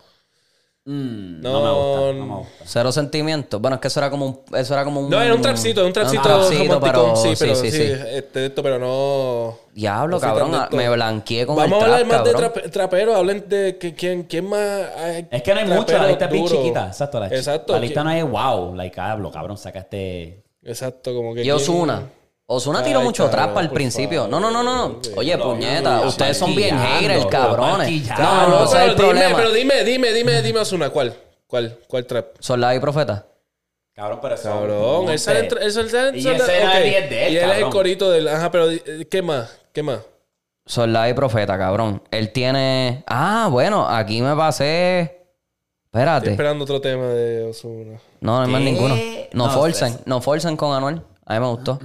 [SPEAKER 1] Mm, no,
[SPEAKER 4] No.
[SPEAKER 1] me gusta, no me gusta.
[SPEAKER 2] Cero sentimientos. Bueno, es que eso era como un. Eso era como un
[SPEAKER 4] No, era un trapcito, era un trapcito romántico.
[SPEAKER 2] Ah, pero,
[SPEAKER 4] sí, pero sí,
[SPEAKER 2] sí.
[SPEAKER 4] Este, esto, pero no.
[SPEAKER 2] Diablo,
[SPEAKER 4] no soy tan
[SPEAKER 2] cabrón.
[SPEAKER 4] de
[SPEAKER 2] ah,
[SPEAKER 4] esto.
[SPEAKER 2] Me blanqueé con
[SPEAKER 4] Vamos
[SPEAKER 2] el
[SPEAKER 4] a
[SPEAKER 2] trap,
[SPEAKER 4] hablar más
[SPEAKER 2] cabrón.
[SPEAKER 4] de trape- traperos, hablen de que, quién, quién más. hay
[SPEAKER 1] Es que no hay mucho, la
[SPEAKER 4] traperos
[SPEAKER 1] lista es bien
[SPEAKER 4] duros?
[SPEAKER 1] chiquita. Exacto, la, chi-
[SPEAKER 4] Exacto,
[SPEAKER 1] la
[SPEAKER 4] ¿quién?
[SPEAKER 1] lista no es wow, like, hablo, cabrón, este- sacaste...
[SPEAKER 4] Exacto, como que.
[SPEAKER 2] Y Osuna. Osuna tiró
[SPEAKER 4] Ay,
[SPEAKER 2] mucho trap
[SPEAKER 4] cabrón,
[SPEAKER 2] al
[SPEAKER 4] por
[SPEAKER 2] principio. No,
[SPEAKER 4] favor,
[SPEAKER 2] no, no, no. no. Oye, puñeta,
[SPEAKER 1] no,
[SPEAKER 2] ustedes son bien
[SPEAKER 1] marquillando,
[SPEAKER 2] haters, cabrones.
[SPEAKER 1] marquillando.
[SPEAKER 2] No, no, no,
[SPEAKER 4] No,
[SPEAKER 2] ese
[SPEAKER 4] pero,
[SPEAKER 2] es el
[SPEAKER 4] dime,
[SPEAKER 2] problema.
[SPEAKER 4] pero dime, dime, dime, dime Osuna, ¿cuál? ¿Cuál? ¿Cuál trap?
[SPEAKER 2] Soldado y profeta.
[SPEAKER 1] Cabrón, pero eso...
[SPEAKER 4] Cabrón, él sale en tra- él sale- sale-
[SPEAKER 1] Y
[SPEAKER 4] sale-
[SPEAKER 1] ese era
[SPEAKER 4] ok.
[SPEAKER 1] el 10 de él,
[SPEAKER 4] Y él es el
[SPEAKER 1] cabrón.
[SPEAKER 4] corito del. Ajá, pero eh, ¿qué más? ¿Qué más?
[SPEAKER 2] Soldado y profeta, cabrón. Él tiene. Ah, bueno, aquí me pasé. Espérate.
[SPEAKER 4] Esperando otro tema de Osuna.
[SPEAKER 2] No, no hay más
[SPEAKER 1] ¿Qué?
[SPEAKER 2] ninguno. No,
[SPEAKER 1] No,
[SPEAKER 2] forcen.
[SPEAKER 1] es-
[SPEAKER 2] No forcen con Anuel. A mí me gustó.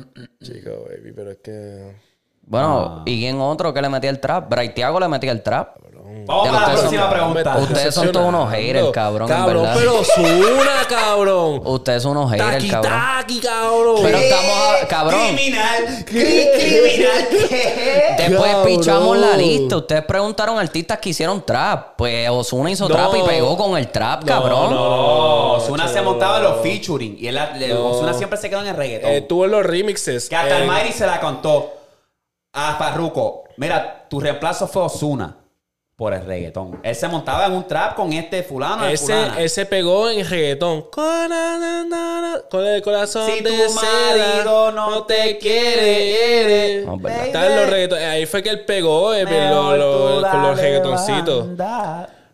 [SPEAKER 4] Chico, baby, pero es que. Ah.
[SPEAKER 2] Bueno, ¿y quién otro que le metía el trap? Braithiago le metía el trap.
[SPEAKER 1] Vamos
[SPEAKER 2] Ya
[SPEAKER 1] a la
[SPEAKER 2] ustedes son-
[SPEAKER 1] próxima pregunta.
[SPEAKER 2] Ustedes son todos unos haters, cabrón, en
[SPEAKER 4] Cabrón,
[SPEAKER 2] verdad.
[SPEAKER 4] pero Osuna, cabrón.
[SPEAKER 2] Ustedes son unos haters,
[SPEAKER 4] Taqui,
[SPEAKER 2] cabrón.
[SPEAKER 4] taqui, cabrón.
[SPEAKER 2] Pero estamos. a- Cabrón.
[SPEAKER 4] <laughs>
[SPEAKER 1] Criminal. cri- Criminal. ¿Qué?
[SPEAKER 2] Después
[SPEAKER 4] Cabrón.
[SPEAKER 2] pichamos la lista. Ustedes preguntaron a artistas que hicieron trap. Pues Osuna hizo
[SPEAKER 4] No.
[SPEAKER 2] trap y pegó con el trap, cabrón.
[SPEAKER 1] No, Ozuna se montaba en los featuring. Y él, el Ozuna siempre se quedó en el reggaetón.
[SPEAKER 4] Eh, tuvo los remixes.
[SPEAKER 1] que hasta
[SPEAKER 4] Eh,
[SPEAKER 1] el Mayri se la contó a Farruko. Mira, tu reemplazo fue Ozuna por el reggaetón. Él se montaba en un trap con este fulano. el fulana.
[SPEAKER 4] Ese, ese pegó en reggaetón. Con el corazón
[SPEAKER 1] Si tu
[SPEAKER 4] de seda,
[SPEAKER 1] marido no te quiere,
[SPEAKER 2] No, es verdad.
[SPEAKER 4] Están los reggaeton- Ahí fue que él pegó eh, lo- lo- con los reggaetoncitos.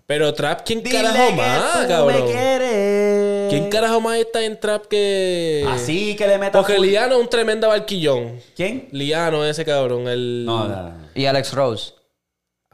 [SPEAKER 4] Pero trap, ¿quién carajo más, cabrón? ¿Quién carajo más está en trap que...?
[SPEAKER 1] Así que le metas.
[SPEAKER 4] Porque
[SPEAKER 1] full-
[SPEAKER 4] Liano es un tremendo barquillón.
[SPEAKER 1] ¿Quién?
[SPEAKER 4] Liano ese cabrón. El...
[SPEAKER 1] No, no, no.
[SPEAKER 2] Y Alex Rose.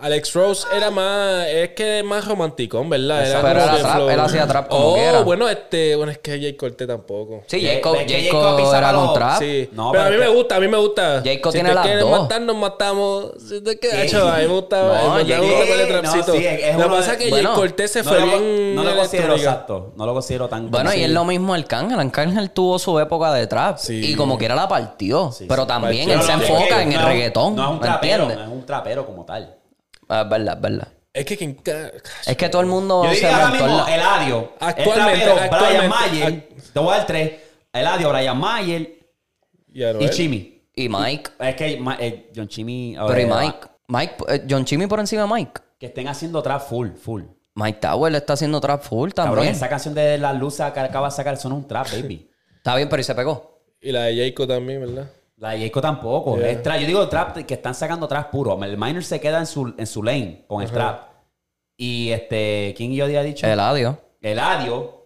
[SPEAKER 4] Alex Rose era más, es que es más romanticón, ¿verdad?
[SPEAKER 2] Exacto. Pero
[SPEAKER 4] como
[SPEAKER 2] era
[SPEAKER 4] que
[SPEAKER 2] trap, él hacía trap como
[SPEAKER 4] oh,
[SPEAKER 2] quiera.
[SPEAKER 4] bueno, este, bueno, es que Jay Corté tampoco.
[SPEAKER 2] Sí,
[SPEAKER 1] Ve-
[SPEAKER 2] Jacob,
[SPEAKER 1] ve que
[SPEAKER 2] Jacob
[SPEAKER 1] Jacob pisaba
[SPEAKER 2] era con
[SPEAKER 1] los-
[SPEAKER 2] trap.
[SPEAKER 4] Sí,
[SPEAKER 1] No,
[SPEAKER 4] pero a
[SPEAKER 1] pero
[SPEAKER 4] mí
[SPEAKER 1] es
[SPEAKER 4] me
[SPEAKER 1] que-
[SPEAKER 4] gusta, a mí me gusta.
[SPEAKER 2] Jacob
[SPEAKER 4] si
[SPEAKER 2] tiene
[SPEAKER 4] te
[SPEAKER 2] las
[SPEAKER 4] quieres
[SPEAKER 2] dos.
[SPEAKER 4] matar, nos matamos. Si te
[SPEAKER 1] Sí.
[SPEAKER 4] quieres, a mí me gusta.
[SPEAKER 2] No,
[SPEAKER 4] a mí me
[SPEAKER 2] Jay-
[SPEAKER 4] gusta ponerle
[SPEAKER 1] No,
[SPEAKER 4] trapcito.
[SPEAKER 1] sí, es- es
[SPEAKER 4] Lo que
[SPEAKER 1] uno
[SPEAKER 4] pasa
[SPEAKER 1] de-
[SPEAKER 4] es que
[SPEAKER 2] bueno,
[SPEAKER 4] Jay Corté se
[SPEAKER 1] No
[SPEAKER 4] fue
[SPEAKER 1] lo-
[SPEAKER 4] bien.
[SPEAKER 1] No lo considero
[SPEAKER 4] electrónica.
[SPEAKER 1] exacto. No lo considero tan.
[SPEAKER 2] Bueno, y
[SPEAKER 1] sí.
[SPEAKER 2] es lo mismo Arcángel. Arcángel tuvo su época de trap.
[SPEAKER 4] Sí.
[SPEAKER 2] Y como quiera la partió. pero también
[SPEAKER 4] partió.
[SPEAKER 2] él se
[SPEAKER 4] No, no,
[SPEAKER 2] enfoca
[SPEAKER 1] es que
[SPEAKER 2] en el
[SPEAKER 1] Pues no es un-
[SPEAKER 2] reggaetón.
[SPEAKER 1] No es un
[SPEAKER 2] ¿me
[SPEAKER 1] trapero, no
[SPEAKER 2] entiendes?
[SPEAKER 1] es un trapero como tal.
[SPEAKER 2] Ah, Es verdad, es verdad.
[SPEAKER 4] Es que quien ca-
[SPEAKER 2] Es que todo el mundo
[SPEAKER 1] Yo
[SPEAKER 2] se
[SPEAKER 1] diría ahora
[SPEAKER 2] montó en
[SPEAKER 1] mismo
[SPEAKER 2] la-
[SPEAKER 1] Eladio.
[SPEAKER 4] Actualmente,
[SPEAKER 1] el trapero, Brian
[SPEAKER 4] actualmente,
[SPEAKER 1] Mayer. Te voy a dar tres. Eladio, Brian Mayer
[SPEAKER 4] Y Anuel.
[SPEAKER 1] y Chimi.
[SPEAKER 2] Y Mike.
[SPEAKER 1] Es que Ma- eh, John Chimi.
[SPEAKER 2] Pero y
[SPEAKER 1] eh,
[SPEAKER 2] Mike. Mike, eh, John Chimmy por encima de Mike.
[SPEAKER 1] Que estén haciendo trap full, full.
[SPEAKER 2] Mike Tower está haciendo trap full también.
[SPEAKER 1] Cabrón, esa canción de las luces que acaba de sacar, eso no es un trap, baby.
[SPEAKER 2] Está bien, pero y se pegó.
[SPEAKER 4] Y la de Jayco también, ¿verdad?
[SPEAKER 1] La de Jayco tampoco.
[SPEAKER 4] Yeah.
[SPEAKER 1] Es trap. Yo digo trap que están sacando trap puro. El minor se queda en su, en su lane con el trap. Y este, ¿quién yo había dicho?
[SPEAKER 2] Eladio.
[SPEAKER 1] Eladio.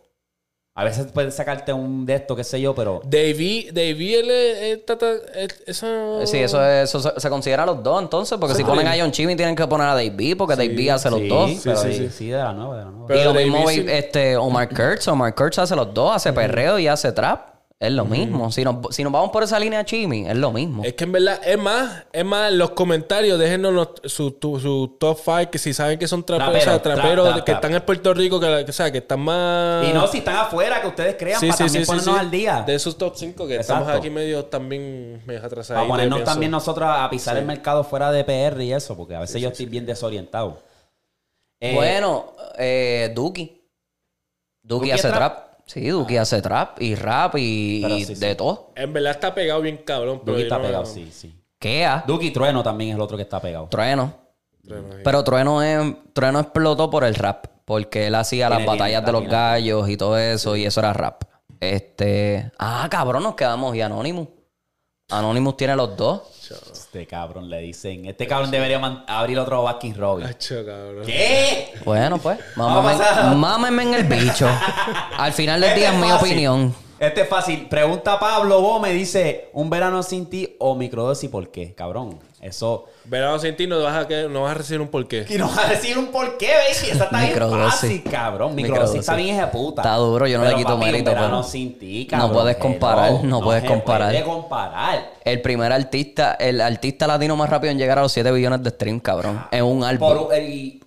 [SPEAKER 1] A veces pueden sacarte un de esto, qué sé yo, pero.
[SPEAKER 4] Davey, Davey, él es- es tata- es- eso...
[SPEAKER 2] Sí,
[SPEAKER 1] Oh.
[SPEAKER 2] eso, es- eso se, se considera los dos entonces, porque si ponen a John Chimmy tienen que poner a Dave B, porque Dave B hace los dos.
[SPEAKER 1] Sí, pero sí, sí, de la nueva, de la nueva.
[SPEAKER 4] Pero
[SPEAKER 2] y lo
[SPEAKER 4] Dave
[SPEAKER 2] mismo
[SPEAKER 4] B sí-
[SPEAKER 2] Dave- este, Omar Kurtz, Omar Kurtz hace los dos,
[SPEAKER 1] Mm.
[SPEAKER 2] hace perreo y hace trap. Es lo mismo. Si nos, si nos vamos por esa línea Chimmy, es lo mismo.
[SPEAKER 4] Es que en verdad, es más, es más, en los comentarios déjenos los- su, tu- su top 5, que si saben que son traperos,
[SPEAKER 1] Trapero,
[SPEAKER 4] o sea,
[SPEAKER 1] trap,
[SPEAKER 4] traperos
[SPEAKER 1] trap,
[SPEAKER 4] que
[SPEAKER 1] trap.
[SPEAKER 4] están en Puerto Rico, que, la- que, o sea, que están más...
[SPEAKER 1] Y no, si están afuera, que ustedes crean para también ponernos al día.
[SPEAKER 4] De esos top 5 que
[SPEAKER 1] Exacto.
[SPEAKER 4] estamos aquí medio también medio atrasados.
[SPEAKER 1] para ponernos también nosotros a pisar el mercado fuera de PR y eso, porque a veces yo estoy bien desorientado. Eh,
[SPEAKER 2] bueno, eh, Duki. Duki
[SPEAKER 1] ¿Duki
[SPEAKER 2] hace
[SPEAKER 1] es
[SPEAKER 2] trap?
[SPEAKER 1] trap? Ah.
[SPEAKER 2] Sí, Duki hace trap y rap y,
[SPEAKER 1] Pero
[SPEAKER 2] y
[SPEAKER 1] sí, sí.
[SPEAKER 2] de todo.
[SPEAKER 4] En verdad está pegado bien cabrón. pero
[SPEAKER 1] Duki está
[SPEAKER 4] yo no-
[SPEAKER 1] pegado, sí, sí.
[SPEAKER 2] Kea,
[SPEAKER 1] Duki Trueno también es el otro que está pegado.
[SPEAKER 2] Trueno.
[SPEAKER 4] Trueno, sí.
[SPEAKER 2] Pero Trueno, es- Trueno explotó por el rap, porque él hacía las
[SPEAKER 1] Tiene
[SPEAKER 2] batallas
[SPEAKER 1] tienda,
[SPEAKER 2] de los
[SPEAKER 1] tiene.
[SPEAKER 2] gallos y todo eso, y eso era rap. Este. Ah, cabrón, nos quedamos. Y Anonymous. Anonymous tiene los dos.
[SPEAKER 1] Este cabrón le dicen. Este cabrón debería man- abrir otro Baskin Robin.
[SPEAKER 4] Acho, cabrón.
[SPEAKER 1] ¿Qué? <laughs>
[SPEAKER 2] Bueno, pues,
[SPEAKER 1] Vamos a
[SPEAKER 2] mámame,
[SPEAKER 1] pasar.
[SPEAKER 2] mámame en el bicho. Al final del
[SPEAKER 1] Este
[SPEAKER 2] día
[SPEAKER 1] es
[SPEAKER 2] es mi
[SPEAKER 1] fácil.
[SPEAKER 2] opinión.
[SPEAKER 1] Este es fácil. Pregunta a Pablo Gómez, dice, ¿un verano sin ti o microdosis por qué? Cabrón, eso...
[SPEAKER 4] Verano sin ti no vas a, que- no vas a recibir un porqué.
[SPEAKER 1] <laughs> Y nos va a decir un porqué, baby. Esa está bien
[SPEAKER 2] Microdosis.
[SPEAKER 1] fácil, cabrón. Microdosis,
[SPEAKER 2] Microdosis.
[SPEAKER 1] está bien hija de puta.
[SPEAKER 2] Está duro, yo no le
[SPEAKER 1] Pero,
[SPEAKER 2] quito
[SPEAKER 1] papi, un
[SPEAKER 2] mérito,
[SPEAKER 1] verano
[SPEAKER 2] pero
[SPEAKER 1] sin ti,
[SPEAKER 2] no
[SPEAKER 1] cabrón.
[SPEAKER 2] puedes comparar, no puedes
[SPEAKER 1] se
[SPEAKER 2] comparar.
[SPEAKER 1] puede comparar.
[SPEAKER 2] El primer artista, el artista latino más rápido en llegar a los 7 billones de stream, cabrón. En un álbum.
[SPEAKER 1] Por el-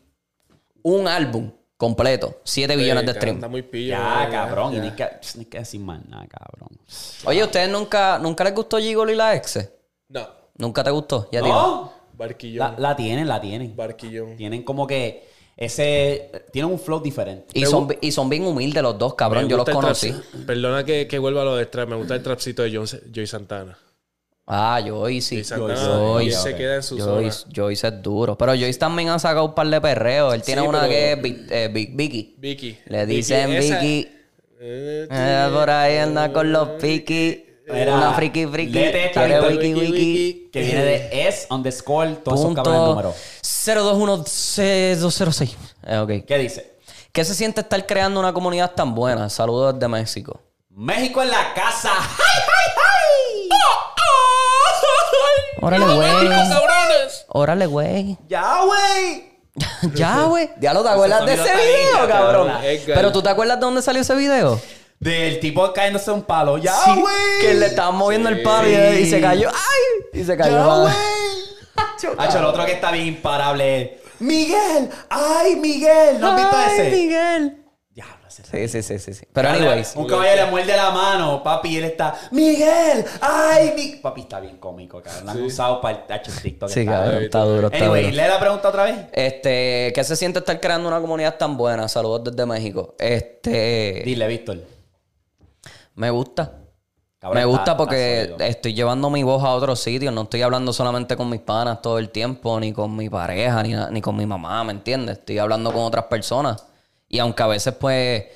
[SPEAKER 2] Un álbum completo. 7 billones de
[SPEAKER 4] Cabrón,
[SPEAKER 2] stream.
[SPEAKER 4] Está muy pillo. eh.
[SPEAKER 1] Ya,
[SPEAKER 4] ¿no?
[SPEAKER 1] cabrón. Y
[SPEAKER 4] Ya.
[SPEAKER 1] ni que, ni que decir más nada, cabrón.
[SPEAKER 2] Oye, ¿ustedes nunca, nunca les gustó Gigolo y la ex?
[SPEAKER 4] No.
[SPEAKER 2] ¿Nunca te gustó? Ya digo.
[SPEAKER 1] No, la,
[SPEAKER 4] Barquillón.
[SPEAKER 1] ¿Oh? la tienen, la tienen.
[SPEAKER 4] Barquillón.
[SPEAKER 1] Tienen como que ese... Tienen un flow diferente.
[SPEAKER 2] Y son, bi- y son bien humildes los dos, cabrón.
[SPEAKER 4] Me
[SPEAKER 2] Yo los
[SPEAKER 4] gusta el
[SPEAKER 2] conocí.
[SPEAKER 4] trap- Perdona que, que vuelva a lo de trap. Me gusta el trapcito de John- Joy Santana.
[SPEAKER 2] Ah, Joyce. sí.
[SPEAKER 4] Joy Santana.
[SPEAKER 2] Joyce.
[SPEAKER 4] y se queda en su zona.
[SPEAKER 2] Joyce, Joyce es duro. Pero Joyce también ha sacado un par de perreos. Él tiene
[SPEAKER 4] Sí,
[SPEAKER 2] una
[SPEAKER 4] pero-
[SPEAKER 2] que es Vic- eh, Vic- Vicky.
[SPEAKER 4] Vicky.
[SPEAKER 2] Le dicen
[SPEAKER 4] esa-
[SPEAKER 2] Vicky.
[SPEAKER 4] Eh,
[SPEAKER 2] Eh, por ahí anda con los piqui.
[SPEAKER 1] Era-
[SPEAKER 4] ah,
[SPEAKER 2] Una friki friki.
[SPEAKER 1] Léete esta,
[SPEAKER 2] Quiere
[SPEAKER 1] Víctor.
[SPEAKER 2] wiki
[SPEAKER 4] Wiki,
[SPEAKER 2] wiki.
[SPEAKER 4] wiki.
[SPEAKER 1] Que viene de S underscore, todos esos cabrones
[SPEAKER 2] Punto
[SPEAKER 1] números.
[SPEAKER 2] 021206. Eh, ok.
[SPEAKER 1] ¿Qué dice?
[SPEAKER 2] ¿Qué se siente estar creando una comunidad tan buena? Saludos desde México.
[SPEAKER 1] México en la casa. ¡Ay, ay, ay!
[SPEAKER 2] <laughs> Órale, güey. Órale, güey.
[SPEAKER 1] ¡Ya, güey!
[SPEAKER 2] ya, güey. Ya lo te acuerdas de
[SPEAKER 1] sonido
[SPEAKER 2] ese
[SPEAKER 1] está ahí,
[SPEAKER 2] video,
[SPEAKER 1] cabrón.
[SPEAKER 2] cabrón.
[SPEAKER 4] Edgar.
[SPEAKER 2] Pero tú te acuerdas de dónde salió ese video?
[SPEAKER 1] Del tipo cayéndose un palo. ¡Ya,
[SPEAKER 2] Sí,
[SPEAKER 1] güey!
[SPEAKER 2] que le estaban moviendo el palo y, y se cayó. ¡Ay! Y se cayó.
[SPEAKER 1] ¡Ya,
[SPEAKER 2] Ah. <laughs>
[SPEAKER 1] güey! Hacho, el otro que está bien imparable es. ¡Miguel! ¡Ay, Miguel! ¿No has visto
[SPEAKER 2] Ay,
[SPEAKER 1] ese?
[SPEAKER 2] Miguel.
[SPEAKER 1] Diablo, ese es-
[SPEAKER 2] Sí, sí, sí, sí, sí. Pero anyways.
[SPEAKER 1] Un caballero le muerde la mano, papi, y él está. ¡Miguel! ¡Ay, mi. Papi, está bien cómico, cabrón. Lo han usado para el tacho el TikTok.
[SPEAKER 2] Sí,
[SPEAKER 1] está
[SPEAKER 2] cabrón.
[SPEAKER 1] duro.
[SPEAKER 2] Está duro, está
[SPEAKER 1] Anyway,
[SPEAKER 2] duro.
[SPEAKER 1] lee la pregunta otra vez.
[SPEAKER 2] Este, ¿qué se siente estar creando una comunidad tan buena? Saludos desde México. Este,
[SPEAKER 1] Dile, Víctor.
[SPEAKER 2] me gusta.
[SPEAKER 1] Cabrón,
[SPEAKER 2] me gusta
[SPEAKER 1] está- está
[SPEAKER 2] porque
[SPEAKER 1] sólido.
[SPEAKER 2] estoy llevando mi voz a otros sitios. No estoy hablando solamente con mis panas todo el tiempo, ni con mi pareja, ni, na- ni con mi mamá, ¿me entiendes? Estoy hablando con otras personas. Y aunque a veces, pues,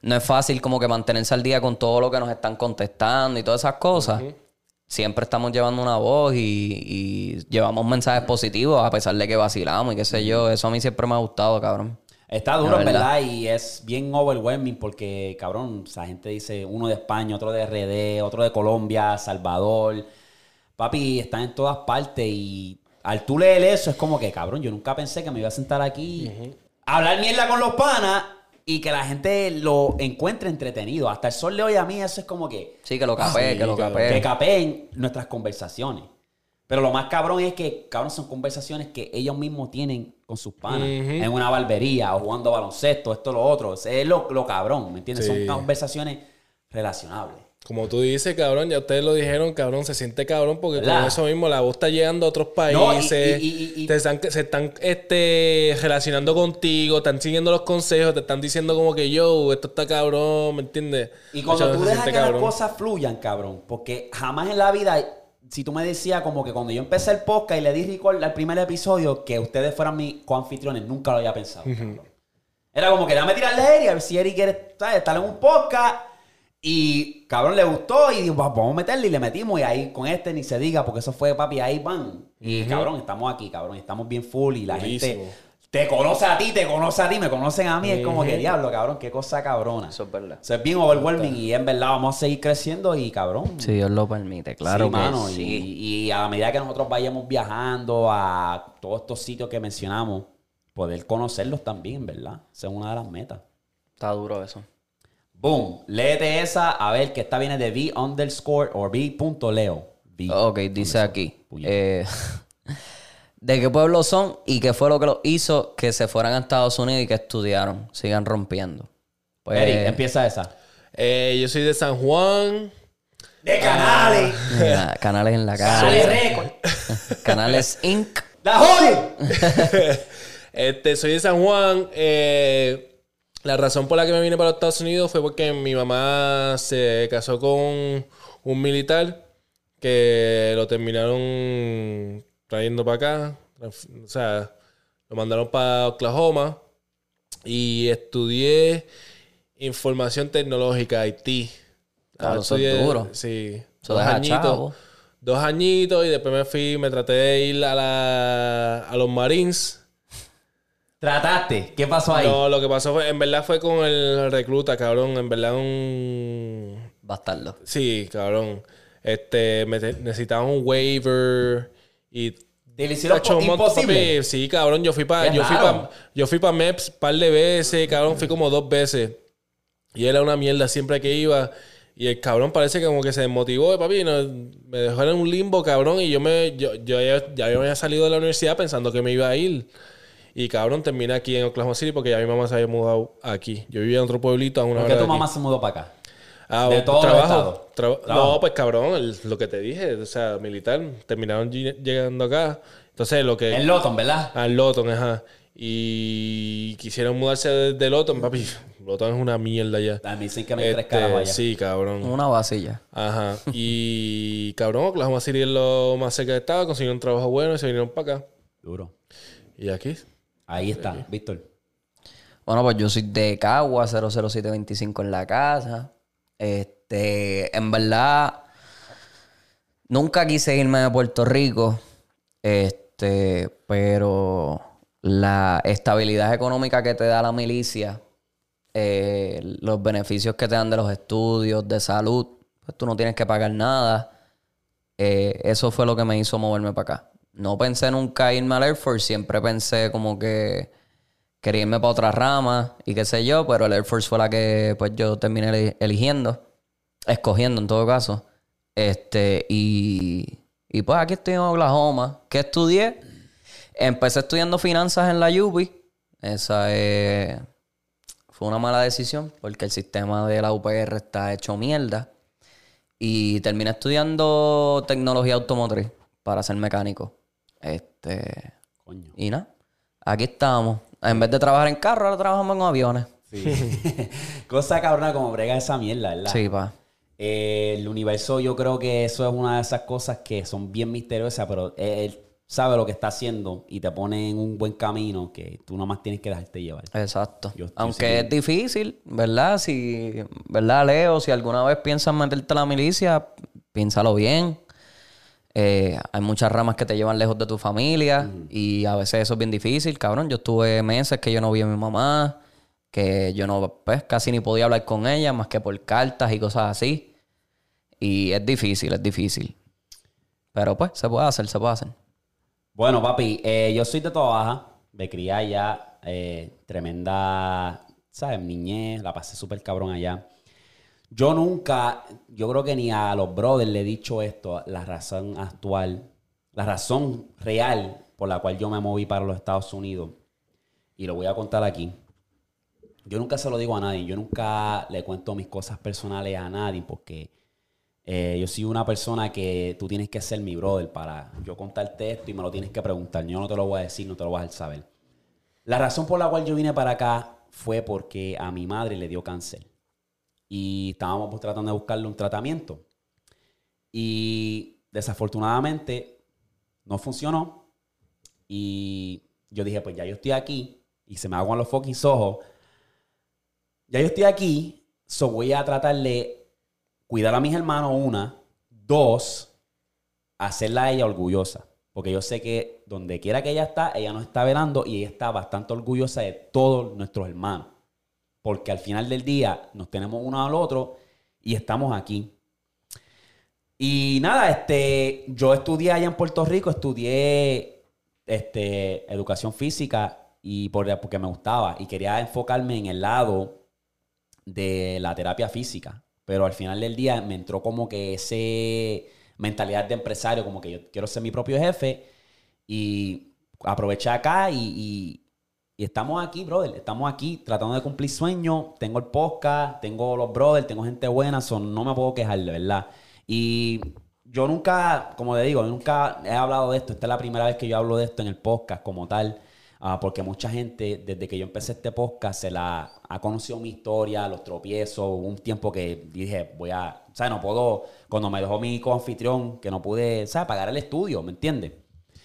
[SPEAKER 2] no es fácil como que mantenerse al día con todo lo que nos están contestando y todas esas cosas. Siempre estamos llevando una voz y, y llevamos mensajes positivos a pesar de que vacilamos y qué sé yo. Eso a mí siempre me ha gustado, cabrón.
[SPEAKER 1] Está duro,
[SPEAKER 2] La
[SPEAKER 1] en
[SPEAKER 2] verdad.
[SPEAKER 1] ¿verdad? Y es bien overwhelming porque, cabrón, esa gente dice uno de España, otro de RD, otro de Colombia, Salvador. Papi, están en todas partes y al tú leer eso es como que, cabrón, yo nunca pensé que me iba a sentar aquí, a hablar mierda con los panas y que la gente lo encuentre entretenido. Hasta el sol de hoy a mí eso es como que...
[SPEAKER 2] Sí, que lo capé,
[SPEAKER 1] Ah, Sí,
[SPEAKER 2] que lo
[SPEAKER 1] cabrón.
[SPEAKER 2] capé.
[SPEAKER 1] Que capeen nuestras conversaciones. Pero lo más cabrón es que, cabrón, son conversaciones que ellos mismos tienen con sus panas. En una barbería o jugando baloncesto, esto, lo otro. Es lo, lo cabrón, ¿me entiendes?
[SPEAKER 4] Sí.
[SPEAKER 1] Son conversaciones relacionables.
[SPEAKER 4] Como tú dices, cabrón, ya ustedes lo dijeron, cabrón, se siente cabrón porque
[SPEAKER 1] ¿Verdad?
[SPEAKER 4] con eso mismo la voz está llegando a otros
[SPEAKER 1] No, y-
[SPEAKER 4] países.
[SPEAKER 1] y- y- y- y-
[SPEAKER 4] te están, se están este, relacionando contigo, están siguiendo los consejos, te están diciendo como que yo, esto está cabrón, ¿me entiendes?
[SPEAKER 1] Y cuando
[SPEAKER 4] Muchas
[SPEAKER 1] tú
[SPEAKER 4] veces
[SPEAKER 1] dejas
[SPEAKER 4] se
[SPEAKER 1] que
[SPEAKER 4] siente
[SPEAKER 1] las cosas fluyan, cabrón, porque jamás en la vida, si tú me decías como que cuando yo empecé el podcast y le di record al primer episodio, que ustedes fueran mis coanfitriones, nunca lo había pensado. cabrón. Era como que déjame tirarle a Eri, a ver si Eri quiere ¿sabes? estar en un podcast. Y cabrón le gustó y dijo, "Va- vamos a meterle y le metimos. Y ahí con este ni se diga, porque eso fue papi, ahí van. Y cabrón, estamos aquí, cabrón, estamos bien full y la
[SPEAKER 4] Buenísimo.
[SPEAKER 1] gente te conoce a ti, te conoce a ti, me conocen a mí. Es como que diablo, cabrón, qué cosa cabrona.
[SPEAKER 2] Eso es verdad.
[SPEAKER 1] Eso es bien overwhelming y en verdad vamos a seguir creciendo y cabrón.
[SPEAKER 2] Si Dios lo permite, claro
[SPEAKER 1] Sí,
[SPEAKER 2] que
[SPEAKER 1] mano, y-
[SPEAKER 2] sí.
[SPEAKER 1] Y, a medida que nosotros vayamos viajando a todos estos sitios que mencionamos, poder conocerlos también, ¿verdad? Esa es una de las metas.
[SPEAKER 2] Está duro eso.
[SPEAKER 1] Boom, léete esa, a ver que esta viene de V underscore o V punto Leo. V.
[SPEAKER 2] Ok, dice aquí.
[SPEAKER 1] puñeta.
[SPEAKER 2] eh, <laughs> ¿De qué pueblo son y qué fue lo que los hizo que se fueran a Estados Unidos y que estudiaron? Sigan rompiendo. Pues,
[SPEAKER 1] Eric, empieza esa.
[SPEAKER 4] Eh, yo soy de San Juan.
[SPEAKER 1] De canales.
[SPEAKER 2] mira, canales en la calle. canales Inc.
[SPEAKER 1] La Holly.
[SPEAKER 4] Este, soy de San Juan. eh, la razón por la que me vine para los Estados Unidos fue porque mi mamá se casó con un militar que lo terminaron trayendo para acá. O sea, lo mandaron para Oklahoma y estudié información tecnológica IT.
[SPEAKER 2] Claro,
[SPEAKER 4] Ah,
[SPEAKER 2] eso es
[SPEAKER 4] estudié-
[SPEAKER 2] duro.
[SPEAKER 4] Sí.
[SPEAKER 2] Eso
[SPEAKER 4] dos
[SPEAKER 2] deja
[SPEAKER 4] añitos.
[SPEAKER 2] chavo.
[SPEAKER 4] Dos añitos y después me fui, me traté de ir a, la- a los Marines.
[SPEAKER 1] Trataste. ¿Qué pasó ahí?
[SPEAKER 4] No, lo que pasó fue, en verdad fue con el recluta, cabrón. En verdad un,
[SPEAKER 2] bastardo.
[SPEAKER 4] Sí, cabrón. Este, me- necesitaban un waiver y...
[SPEAKER 1] Te lo hicieron
[SPEAKER 4] Tacho, un montón-
[SPEAKER 1] imposible.
[SPEAKER 4] papi, Sí, cabrón, yo fui para
[SPEAKER 1] Qué
[SPEAKER 4] yo fui
[SPEAKER 1] raro.
[SPEAKER 4] pa, yo fui pa MEPS un par de veces, cabrón, fui como dos veces. Y era una mierda siempre que iba. Y el cabrón parece que como que se desmotivó, eh, papi. no, me dejó en un limbo, cabrón. Y yo me yo, yo ya, ya yo había salido de la universidad pensando que me iba a ir. Y cabrón, terminé aquí en Oklahoma City porque ya mi mamá se había mudado aquí. Yo vivía en otro pueblito a una
[SPEAKER 1] ¿Por
[SPEAKER 4] hora
[SPEAKER 1] qué
[SPEAKER 4] de
[SPEAKER 1] tu
[SPEAKER 4] aquí.
[SPEAKER 1] mamá se mudó para acá?
[SPEAKER 4] Ah,
[SPEAKER 1] De
[SPEAKER 4] un
[SPEAKER 1] todos los estados.
[SPEAKER 4] trabajo. traba-
[SPEAKER 1] Trabajo.
[SPEAKER 4] No, pues cabrón, el- lo que te dije, o sea, militar, terminaron lleg- llegando acá. Entonces, lo que.
[SPEAKER 1] En Loton, ¿verdad?
[SPEAKER 4] Al Loton, ajá. Y quisieron mudarse de, de Loton, papi. <laughs> Loton es una mierda ya.
[SPEAKER 1] A mí dicen que me hay tres
[SPEAKER 4] Este,
[SPEAKER 1] caras allá.
[SPEAKER 4] sí, cabrón.
[SPEAKER 2] Una vasilla.
[SPEAKER 4] Ajá. Y cabrón, Oklahoma City es lo más cerca que estaba, consiguieron un trabajo bueno y se vinieron para acá.
[SPEAKER 1] Duro.
[SPEAKER 4] Y aquí.
[SPEAKER 1] Ahí está, Víctor.
[SPEAKER 2] Bueno, pues yo soy de Cagua, 00725 en la casa. Este, en verdad, nunca quise irme de Puerto Rico. Este, pero la estabilidad económica que te da la milicia, eh, los beneficios que te dan de los estudios, de salud, pues tú no tienes que pagar nada. Eh, eso fue lo que me hizo moverme para acá. No pensé nunca irme al Air Force, siempre pensé como que quería irme para otra rama y qué sé yo, pero el Air Force fue la que pues yo terminé eli- eligiendo, escogiendo en todo caso. Este, y, y pues aquí estoy en Oklahoma. ¿Qué estudié? Empecé estudiando finanzas en la UBI. Esa es- fue una mala decisión porque el sistema de la UPR está hecho mierda. Y terminé estudiando tecnología automotriz para ser mecánico. Este,
[SPEAKER 1] Coño.
[SPEAKER 2] y nada, aquí estamos. En vez de trabajar en carro, ahora trabajamos en aviones.
[SPEAKER 1] Sí. <laughs> Cosa cabrona como brega esa mierda, ¿verdad?
[SPEAKER 2] Sí, pa.
[SPEAKER 1] Eh, el universo, yo creo que eso es una de esas cosas que son bien misteriosas, pero él sabe lo que está haciendo y te pone en un buen camino que tú nomás tienes que dejarte llevar.
[SPEAKER 2] Exacto.
[SPEAKER 1] Yo estoy
[SPEAKER 2] Aunque es difícil, ¿verdad? Si, ¿verdad, Leo? Si alguna vez piensas meterte a la milicia, piénsalo bien. Eh, hay muchas ramas que te llevan lejos de tu familia y a veces eso es bien difícil, cabrón. Yo estuve meses que yo no vi a mi mamá, que yo no, pues casi ni podía hablar con ella más que por cartas y cosas así. Y es difícil, es difícil. Pero pues se puede hacer, se puede hacer.
[SPEAKER 1] Bueno, papi, eh, yo soy de toda baja, me crié allá, eh, tremenda, ¿sabes? Niñez, la pasé súper cabrón allá. Yo nunca, yo creo que ni a los brothers le he dicho esto, la razón actual, la razón real por la cual yo me moví para los Estados Unidos. Y lo voy a contar aquí. Yo nunca se lo digo a nadie, yo nunca le cuento mis cosas personales a nadie porque eh, yo soy una persona que tú tienes que ser mi brother para yo contarte esto y me lo tienes que preguntar. Yo no te lo voy a decir, no te lo vas a saber. La razón por la cual yo vine para acá fue porque a mi madre le dio cáncer. Y estábamos pues, tratando de buscarle un tratamiento. Y desafortunadamente no funcionó. Y yo dije, pues ya yo estoy aquí. Y se me aguan los fucking ojos. Ya yo estoy aquí. So voy a tratar de cuidar a mis hermanos, una. Dos, hacerla a ella orgullosa. Porque yo sé que donde quiera que ella está, ella nos está velando y ella está bastante orgullosa de todos nuestros hermanos. Porque al final del día nos tenemos uno al otro y estamos aquí. Y nada, este, yo estudié allá en Puerto Rico, estudié este, educación física y por, porque me gustaba y quería enfocarme en el lado de la terapia física. Pero al final del día me entró como que ese mentalidad de empresario, como que yo quiero ser mi propio jefe y aproveché acá y, y- y estamos aquí, brother. Estamos aquí tratando de cumplir sueños. Tengo el podcast, tengo los brothers, tengo gente buena, son no me puedo quejar, de verdad. Y yo nunca, como te digo, nunca he hablado de esto. Esta es la primera vez que yo hablo de esto en el podcast como tal. Ah, porque mucha gente, desde que yo empecé este podcast, se la ha conocido mi historia, los tropiezos. Hubo un tiempo que dije, voy a, o sea, no puedo, cuando me dejó mi coanfitrión, que no pude, o sea, pagar el estudio, ¿me entiendes?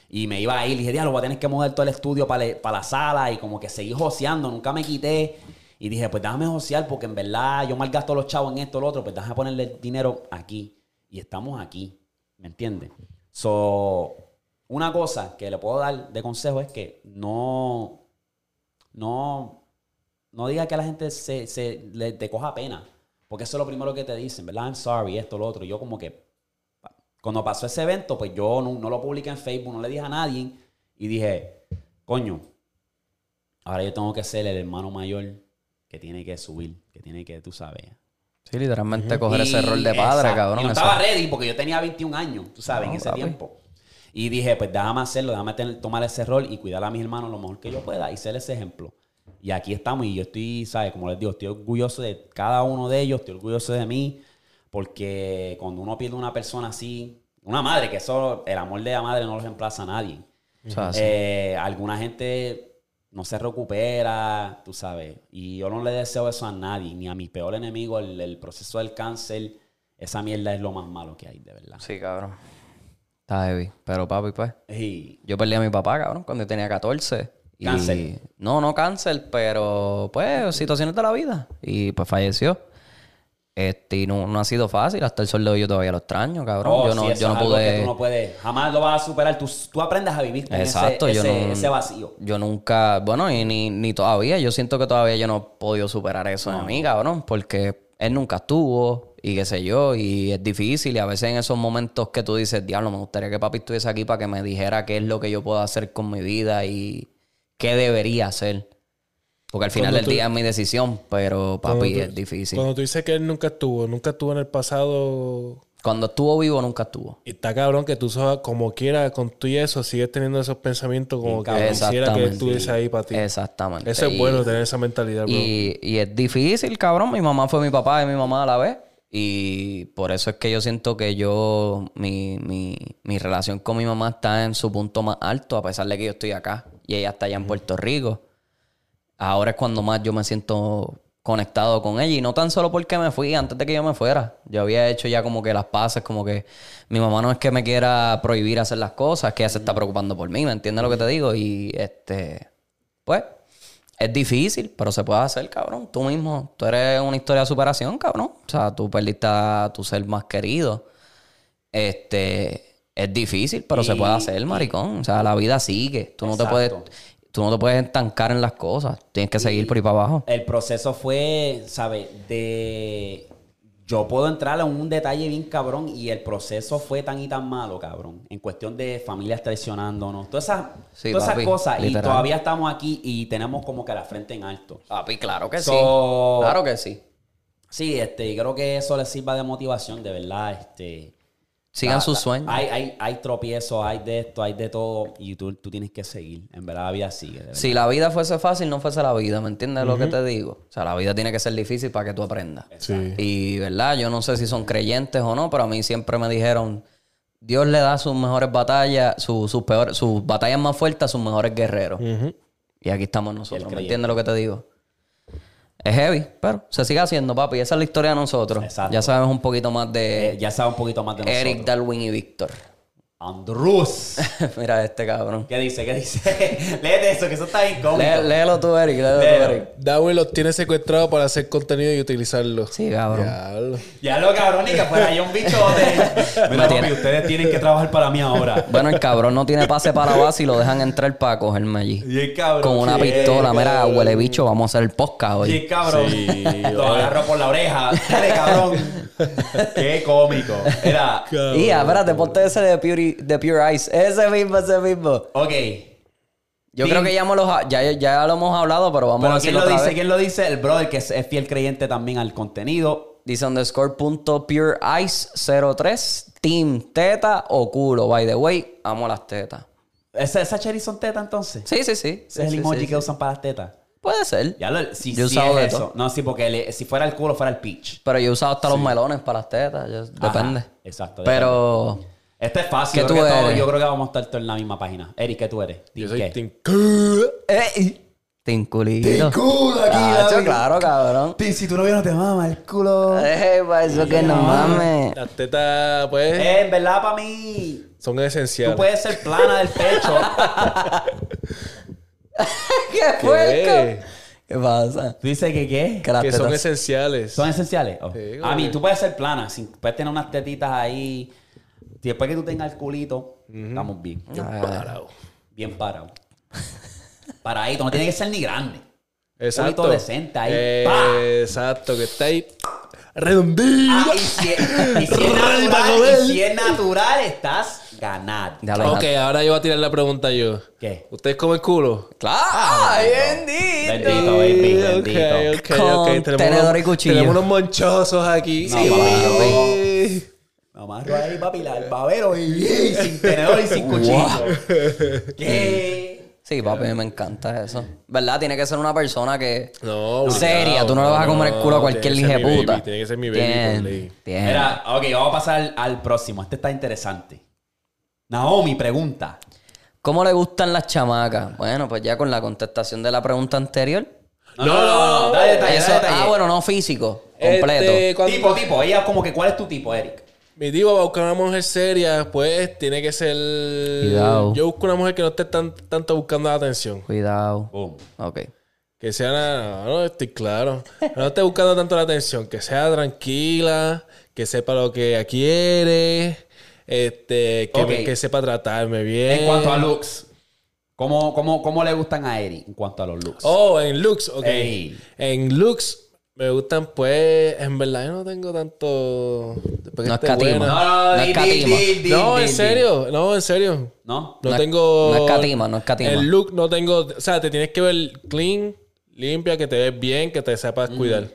[SPEAKER 1] Y me iba a ir, dije, diablo, voy a tener que mover todo el estudio para la sala y como que seguí joseando, nunca me quité. Y dije, pues déjame josear porque en verdad yo malgasto los chavos en esto, lo otro, pues déjame ponerle el dinero aquí. Y estamos aquí, ¿me entiendes? So, una cosa que le puedo dar de consejo es que no, no, no diga que a la gente se, se- le, te coja pena. Porque eso es lo primero que te dicen, ¿verdad? I'm sorry, esto, lo otro. Yo como que, pa- cuando pasó ese evento, pues yo no, no lo publiqué en Facebook, no le dije a nadie. Y dije, coño, ahora yo tengo que ser el hermano mayor que tiene que subir, que tiene que, tú sabes,
[SPEAKER 2] Sí, literalmente coger ese
[SPEAKER 1] y-
[SPEAKER 2] rol de padre,
[SPEAKER 1] exacto.
[SPEAKER 2] cabrón.
[SPEAKER 1] Y no
[SPEAKER 2] eso-
[SPEAKER 1] estaba ready porque yo tenía 21 años, tú sabes,
[SPEAKER 2] No,
[SPEAKER 1] en ese
[SPEAKER 2] papi.
[SPEAKER 1] tiempo. Y dije, pues déjame hacerlo, déjame tener- tomar ese rol y cuidar a mis hermanos lo mejor que yo pueda y ser ese ejemplo. Y aquí estamos y yo estoy, ¿sabes? Como les digo, estoy orgulloso de cada uno de ellos, estoy orgulloso de mí, porque cuando uno pierde una persona así, una madre, que eso, el amor de la madre no lo reemplaza a nadie.
[SPEAKER 2] o sea, sí.
[SPEAKER 1] Eh, alguna gente no se recupera, tú sabes. Y yo no le deseo eso a nadie, ni a mi peor enemigo. El, el proceso del cáncer, esa mierda es lo más malo que hay, de verdad.
[SPEAKER 2] Sí, cabrón. Está heavy. Pero papi, pues.
[SPEAKER 1] Y
[SPEAKER 2] Yo perdí a mi papá, cabrón, cuando yo tenía 14. Y-
[SPEAKER 1] Cáncer.
[SPEAKER 2] No, no cáncer, pero pues situaciones de la vida. Y pues falleció. Este, y no, no ha sido fácil. Hasta el sol de hoy yo todavía lo extraño, cabrón.
[SPEAKER 1] Oh,
[SPEAKER 2] yo
[SPEAKER 1] sí,
[SPEAKER 2] no,
[SPEAKER 1] eso
[SPEAKER 2] yo
[SPEAKER 1] es
[SPEAKER 2] no
[SPEAKER 1] algo que
[SPEAKER 2] pude.
[SPEAKER 1] tú no puedes, jamás lo vas a superar. Tú, tú aprendes a vivir con ese-
[SPEAKER 2] Exacto,
[SPEAKER 1] ese,
[SPEAKER 2] yo no-
[SPEAKER 1] ese vacío.
[SPEAKER 2] Yo nunca, bueno, y ni, ni todavía, yo siento que todavía yo no he podido superar eso en mí, cabrón, porque él nunca estuvo y qué sé yo, y es difícil y a veces en esos momentos que tú dices, diablo, me gustaría que papi estuviese aquí para que me dijera qué es lo que yo puedo hacer con mi vida y qué debería hacer. Porque al final
[SPEAKER 4] Cuando
[SPEAKER 2] del
[SPEAKER 4] tú-
[SPEAKER 2] día es mi decisión, pero
[SPEAKER 4] Cuando
[SPEAKER 2] papi
[SPEAKER 4] tú-
[SPEAKER 2] es difícil. Cuando...
[SPEAKER 4] Cuando tú dices que él nunca estuvo, nunca estuvo en el pasado.
[SPEAKER 2] estuvo vivo, nunca estuvo.
[SPEAKER 4] Y está cabrón que tú so- como quiera, con tú y eso, sigues teniendo esos pensamientos como que
[SPEAKER 1] cabrón.
[SPEAKER 4] quisiera que él estuviese ahí para ti.
[SPEAKER 2] Exactamente.
[SPEAKER 4] Eso es
[SPEAKER 2] Y-
[SPEAKER 4] bueno, tener esa mentalidad, bro.
[SPEAKER 2] Y, y es difícil, cabrón. Mi mamá fue mi papá y mi mamá a la vez. Y por eso es que yo siento que yo, mi, mi, mi relación con mi mamá está en su punto más alto, a pesar de que yo estoy acá y ella está allá en Puerto Rico. Ahora es cuando más yo me siento conectado con ella. Y no tan solo porque me fui, antes de que yo me fuera. Yo había hecho ya como que las paces, como que mi mamá no es que me quiera prohibir hacer las cosas, es que ella se está preocupando por mí, ¿me entiendes lo que te digo? Y este, pues, es difícil, pero se puede hacer, cabrón. Tú mismo, tú eres una historia de superación, cabrón. O sea, tú perdiste a tu ser más querido. Este, es difícil, pero se
[SPEAKER 1] Y-
[SPEAKER 2] puede hacer, maricón. O sea, la vida sigue. Tú no te puedes,
[SPEAKER 1] Exacto.
[SPEAKER 2] tú no te puedes estancar en las cosas. Tienes que seguir por ahí para abajo.
[SPEAKER 1] El proceso fue, ¿sabes? De. Yo puedo entrar a un detalle bien cabrón y el proceso fue tan y tan malo, cabrón. En cuestión de familias traicionándonos, todas esas,
[SPEAKER 2] Sí,
[SPEAKER 1] todas
[SPEAKER 2] papi,
[SPEAKER 1] esas cosas.
[SPEAKER 2] literal.
[SPEAKER 1] Y todavía estamos aquí y tenemos como que la frente en alto.
[SPEAKER 2] Papi, claro que
[SPEAKER 1] So-
[SPEAKER 2] sí. Claro que sí.
[SPEAKER 1] Sí, este, y creo que eso les sirva de motivación, de verdad. Este,
[SPEAKER 2] Sigan
[SPEAKER 1] la-
[SPEAKER 2] sus
[SPEAKER 1] la-
[SPEAKER 2] sueños.
[SPEAKER 1] Hay, hay, hay tropiezos, hay de esto, hay de todo. Y tú, tú tienes que seguir. En verdad, la vida sigue. de verdad.
[SPEAKER 2] Si la vida fuese fácil, no fuese la vida, ¿me entiendes lo que te digo? O sea, la vida tiene que ser difícil para que tú aprendas.
[SPEAKER 4] Sí.
[SPEAKER 2] Y, ¿verdad? Yo no sé si son creyentes o no, pero a mí siempre me dijeron, Dios le da sus mejores batallas, su- sus, peores, sus batallas más fuertes a sus mejores guerreros. Y aquí estamos nosotros, ¿me entiendes lo que te digo? Es heavy, pero se sigue haciendo, papi. Esa es la historia de nosotros.
[SPEAKER 1] Exacto.
[SPEAKER 2] Ya sabemos un poquito más de
[SPEAKER 1] Eh, ya sabes un poquito más de nosotros.
[SPEAKER 2] Eric, Darwin y Víctor. <laughs>
[SPEAKER 1] Andrus.
[SPEAKER 2] Mira este cabrón.
[SPEAKER 1] ¿Qué dice? ¿Qué dice? <laughs> Léete eso, que eso está bien cómico.
[SPEAKER 2] Lé- léelo tú, Eric, léelo tú,
[SPEAKER 1] Léelo.
[SPEAKER 2] Eric.
[SPEAKER 4] Darwin los tiene secuestrados para hacer contenido y utilizarlo.
[SPEAKER 2] Sí, cabrón.
[SPEAKER 4] Diablo.
[SPEAKER 1] Ya lo cabrón, y que fuera yo un
[SPEAKER 2] <laughs>
[SPEAKER 1] bichote. Mira, papi, ustedes tienen que trabajar para mí ahora.
[SPEAKER 2] Bueno, el cabrón no tiene pase para la base y lo dejan entrar para cogerme allí.
[SPEAKER 1] Y el cabrón.
[SPEAKER 2] Con una
[SPEAKER 1] sí,
[SPEAKER 2] pistola. Mira, huele bicho, vamos a hacer el podcast
[SPEAKER 1] Y
[SPEAKER 2] hoy.
[SPEAKER 1] el cabrón. lo agarro por la oreja. Dale, cabrón. Qué cómico. Era.
[SPEAKER 2] Y ah, espérate, ponte ese de Pure, de Pure Ice. Ese mismo, ese mismo.
[SPEAKER 1] Ok.
[SPEAKER 2] Yo
[SPEAKER 1] Sí.
[SPEAKER 2] creo que ya, hemos los- ya, ya lo hemos hablado, pero vamos a
[SPEAKER 1] Pero ¿quién
[SPEAKER 2] decirlo
[SPEAKER 1] lo
[SPEAKER 2] otra
[SPEAKER 1] dice?
[SPEAKER 2] vez.
[SPEAKER 1] ¿Quién lo dice? El brother que es, es fiel creyente también al contenido.
[SPEAKER 2] Dice underscore punto Pure Ice 03 Team Teta o culo. By the way, amo las tetas.
[SPEAKER 1] ¿Esa, esa cherry son tetas entonces?
[SPEAKER 2] Sí, sí, sí.
[SPEAKER 1] Ese es el
[SPEAKER 2] Sí, sí,
[SPEAKER 1] emoji
[SPEAKER 2] sí,
[SPEAKER 1] que
[SPEAKER 2] sí.
[SPEAKER 1] usan para las tetas.
[SPEAKER 2] Puede ser.
[SPEAKER 1] Ya lo, si,
[SPEAKER 2] Yo he
[SPEAKER 1] si
[SPEAKER 2] usado
[SPEAKER 1] es
[SPEAKER 2] de
[SPEAKER 1] eso.
[SPEAKER 2] todo.
[SPEAKER 1] No, sí, porque le- si fuera el culo, fuera el peach.
[SPEAKER 2] Pero yo he usado hasta los melones para las tetas. yo-
[SPEAKER 1] Ajá,
[SPEAKER 2] depende.
[SPEAKER 1] exacto.
[SPEAKER 2] Pero...
[SPEAKER 1] Este es fácil.
[SPEAKER 2] ¿Qué
[SPEAKER 1] yo creo
[SPEAKER 2] tú
[SPEAKER 1] que todo-
[SPEAKER 2] eres?
[SPEAKER 1] yo creo que vamos a estar todos en la misma página. Eric, ¿qué tú eres?
[SPEAKER 4] Yo
[SPEAKER 1] ¿Team
[SPEAKER 4] soy
[SPEAKER 1] qué?
[SPEAKER 4] Team
[SPEAKER 2] ¡Ey! Tinculito.
[SPEAKER 1] culo aquí,
[SPEAKER 2] Tacho,
[SPEAKER 1] David.
[SPEAKER 2] claro, cabrón.
[SPEAKER 1] Team, si tu novio no te mama el culo. Eh,
[SPEAKER 2] Ey, para eso que no mames.
[SPEAKER 4] Las tetas, pues,
[SPEAKER 2] Eh,
[SPEAKER 1] en verdad, para mí.
[SPEAKER 4] son
[SPEAKER 1] Tú
[SPEAKER 4] esenciales.
[SPEAKER 1] puedes ser plana del
[SPEAKER 2] <laughs>
[SPEAKER 1] pecho.
[SPEAKER 2] ¿Qué
[SPEAKER 4] <laughs> ¿Qué?
[SPEAKER 2] fue? ¿Qué pasa?
[SPEAKER 1] ¿Tú dices que qué?
[SPEAKER 2] Que las
[SPEAKER 4] Que son
[SPEAKER 2] tetas-
[SPEAKER 4] esenciales.
[SPEAKER 1] ¿Son esenciales? Oh.
[SPEAKER 4] Sí,
[SPEAKER 1] a
[SPEAKER 4] como
[SPEAKER 1] mí,
[SPEAKER 4] que-
[SPEAKER 1] tú puedes ser plana. sin- puedes tener unas tetitas ahí. Y después que tú tengas el culito, estamos bien.
[SPEAKER 2] Ah,
[SPEAKER 4] Parado.
[SPEAKER 1] Bien parado. Paradito. No tiene que ser ni grande.
[SPEAKER 4] Exacto.
[SPEAKER 1] culito decente ahí.
[SPEAKER 4] Eh,
[SPEAKER 1] ¡Pa!
[SPEAKER 4] Exacto, que está ahí. redondita.
[SPEAKER 2] <laughs>
[SPEAKER 1] Ah, y si, y si es
[SPEAKER 4] Ready para
[SPEAKER 1] natural,
[SPEAKER 4] comer.
[SPEAKER 1] y si es natural, estás ganado.
[SPEAKER 2] Ya lo
[SPEAKER 4] Ok, ahora yo voy a tirar la pregunta yo.
[SPEAKER 1] ¿Qué?
[SPEAKER 4] ¿Ustedes comen culo?
[SPEAKER 2] Claro, ay, bendito.
[SPEAKER 1] Bendito, baby,
[SPEAKER 4] Ok,
[SPEAKER 1] bendito.
[SPEAKER 4] ok, ok.
[SPEAKER 2] Con tenedor y cuchillo.
[SPEAKER 4] Tenemos unos monchosos aquí.
[SPEAKER 1] No,
[SPEAKER 4] Sí.
[SPEAKER 1] papi, Me amarro ahí, papi, la- el babero y, y sin tenedor y sin cuchillo.
[SPEAKER 4] <laughs> Eh.
[SPEAKER 1] ¿Qué?
[SPEAKER 2] Sí, papi, me encanta eso. ¿Verdad? Tiene que ser una persona que.
[SPEAKER 4] No, obligado.
[SPEAKER 2] Seria, tú no le vas a comer el culo a
[SPEAKER 4] No,
[SPEAKER 2] cualquier
[SPEAKER 4] tiene que ser mi
[SPEAKER 2] lijeputa.
[SPEAKER 4] baby, Tiene que ser mi baby.
[SPEAKER 2] Bien,
[SPEAKER 4] con ley.
[SPEAKER 2] bien.
[SPEAKER 1] Mira, ok, vamos a pasar al, al próximo. Este está interesante. Naomi pregunta.
[SPEAKER 2] ¿Cómo le gustan las chamacas? Bueno, pues ya con la contestación de la pregunta anterior.
[SPEAKER 1] No, no, no, no, dale detalle,
[SPEAKER 2] Eso-
[SPEAKER 1] dale detalle.
[SPEAKER 2] ah, bueno, no físico,
[SPEAKER 4] Este,
[SPEAKER 2] completo.
[SPEAKER 4] cuando-
[SPEAKER 1] Tipo, tipo, ella como que, ¿cuál es tu tipo, Eric?
[SPEAKER 4] Mi tío va a buscar una mujer seria, pues tiene que ser.
[SPEAKER 2] Cuidado.
[SPEAKER 4] Yo busco una mujer que no esté tan, tanto buscando la atención.
[SPEAKER 2] Cuidado.
[SPEAKER 1] Boom.
[SPEAKER 2] Ok.
[SPEAKER 4] Que sea. No, no, estoy claro. No esté buscando tanto la atención. Que sea tranquila, que sepa lo que quiere. Este, que,
[SPEAKER 1] Ok.
[SPEAKER 4] me- que sepa tratarme bien.
[SPEAKER 1] En cuanto a looks, ¿cómo, cómo, cómo le gustan a Eric en cuanto a los looks?
[SPEAKER 4] Oh, en looks, ok.
[SPEAKER 1] Ey.
[SPEAKER 4] En looks me gustan, pues. En verdad, yo no tengo tanto. porque
[SPEAKER 2] No
[SPEAKER 4] esté
[SPEAKER 2] escatima.
[SPEAKER 4] buena.
[SPEAKER 1] No, no,
[SPEAKER 2] No
[SPEAKER 1] no, di, di,
[SPEAKER 2] escatima.
[SPEAKER 1] di, di,
[SPEAKER 4] No,
[SPEAKER 1] di,
[SPEAKER 4] en
[SPEAKER 1] di.
[SPEAKER 4] serio. No, en serio.
[SPEAKER 1] ¿No?
[SPEAKER 4] No,
[SPEAKER 2] No es-
[SPEAKER 4] tengo.
[SPEAKER 2] no escatima, no escatima.
[SPEAKER 4] El look no tengo. O sea, te tienes que ver clean, limpia, que te ves bien, que te sepas cuidar.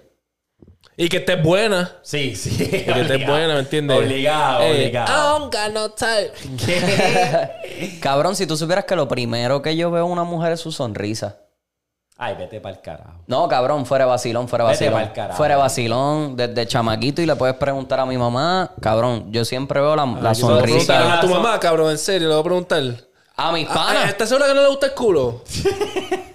[SPEAKER 4] Y que estés buena.
[SPEAKER 1] Sí, sí.
[SPEAKER 4] Y que estés buena, ¿me entiendes?
[SPEAKER 1] Obligado,
[SPEAKER 4] Eh,
[SPEAKER 1] obligado.
[SPEAKER 4] I don't got no time.
[SPEAKER 2] Cabrón, si tú supieras que lo primero que yo veo en una mujer es su sonrisa.
[SPEAKER 1] <laughs> Ay, vete para el carajo.
[SPEAKER 2] No, cabrón, fuera de vacilón, fuera de
[SPEAKER 1] Vete
[SPEAKER 2] vacilón.
[SPEAKER 1] pa'l carajo.
[SPEAKER 2] Fuera de vacilón, desde chamaquito y le puedes preguntar a mi mamá, cabrón, yo siempre veo la, la
[SPEAKER 4] Yo le voy a preguntar
[SPEAKER 2] sonrisa.
[SPEAKER 4] a tu mamá, cabrón, en serio, le voy a preguntar.
[SPEAKER 2] A mis
[SPEAKER 4] Ah,
[SPEAKER 2] panas.
[SPEAKER 4] ¿Estás segura que no le gusta el
[SPEAKER 1] <laughs>
[SPEAKER 4] culo?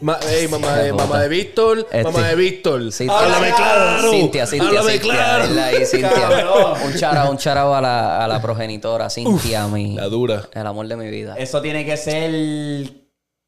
[SPEAKER 4] Ma- ey, mamá, de, mamá de Víctor,
[SPEAKER 2] Este.
[SPEAKER 4] mamá de Víctor.
[SPEAKER 2] Sí,
[SPEAKER 4] Háblame
[SPEAKER 2] Cintia.
[SPEAKER 4] claro.
[SPEAKER 2] Cintia, Cintia,
[SPEAKER 4] Háblame
[SPEAKER 2] Cintia.
[SPEAKER 4] claro.
[SPEAKER 2] Dile ahí, Cintia.
[SPEAKER 1] Cabrón.
[SPEAKER 2] Un charao, un charao a la, a la progenitora, Cintia, mi,
[SPEAKER 4] La dura.
[SPEAKER 2] el amor de mi vida.
[SPEAKER 1] Eso tiene que ser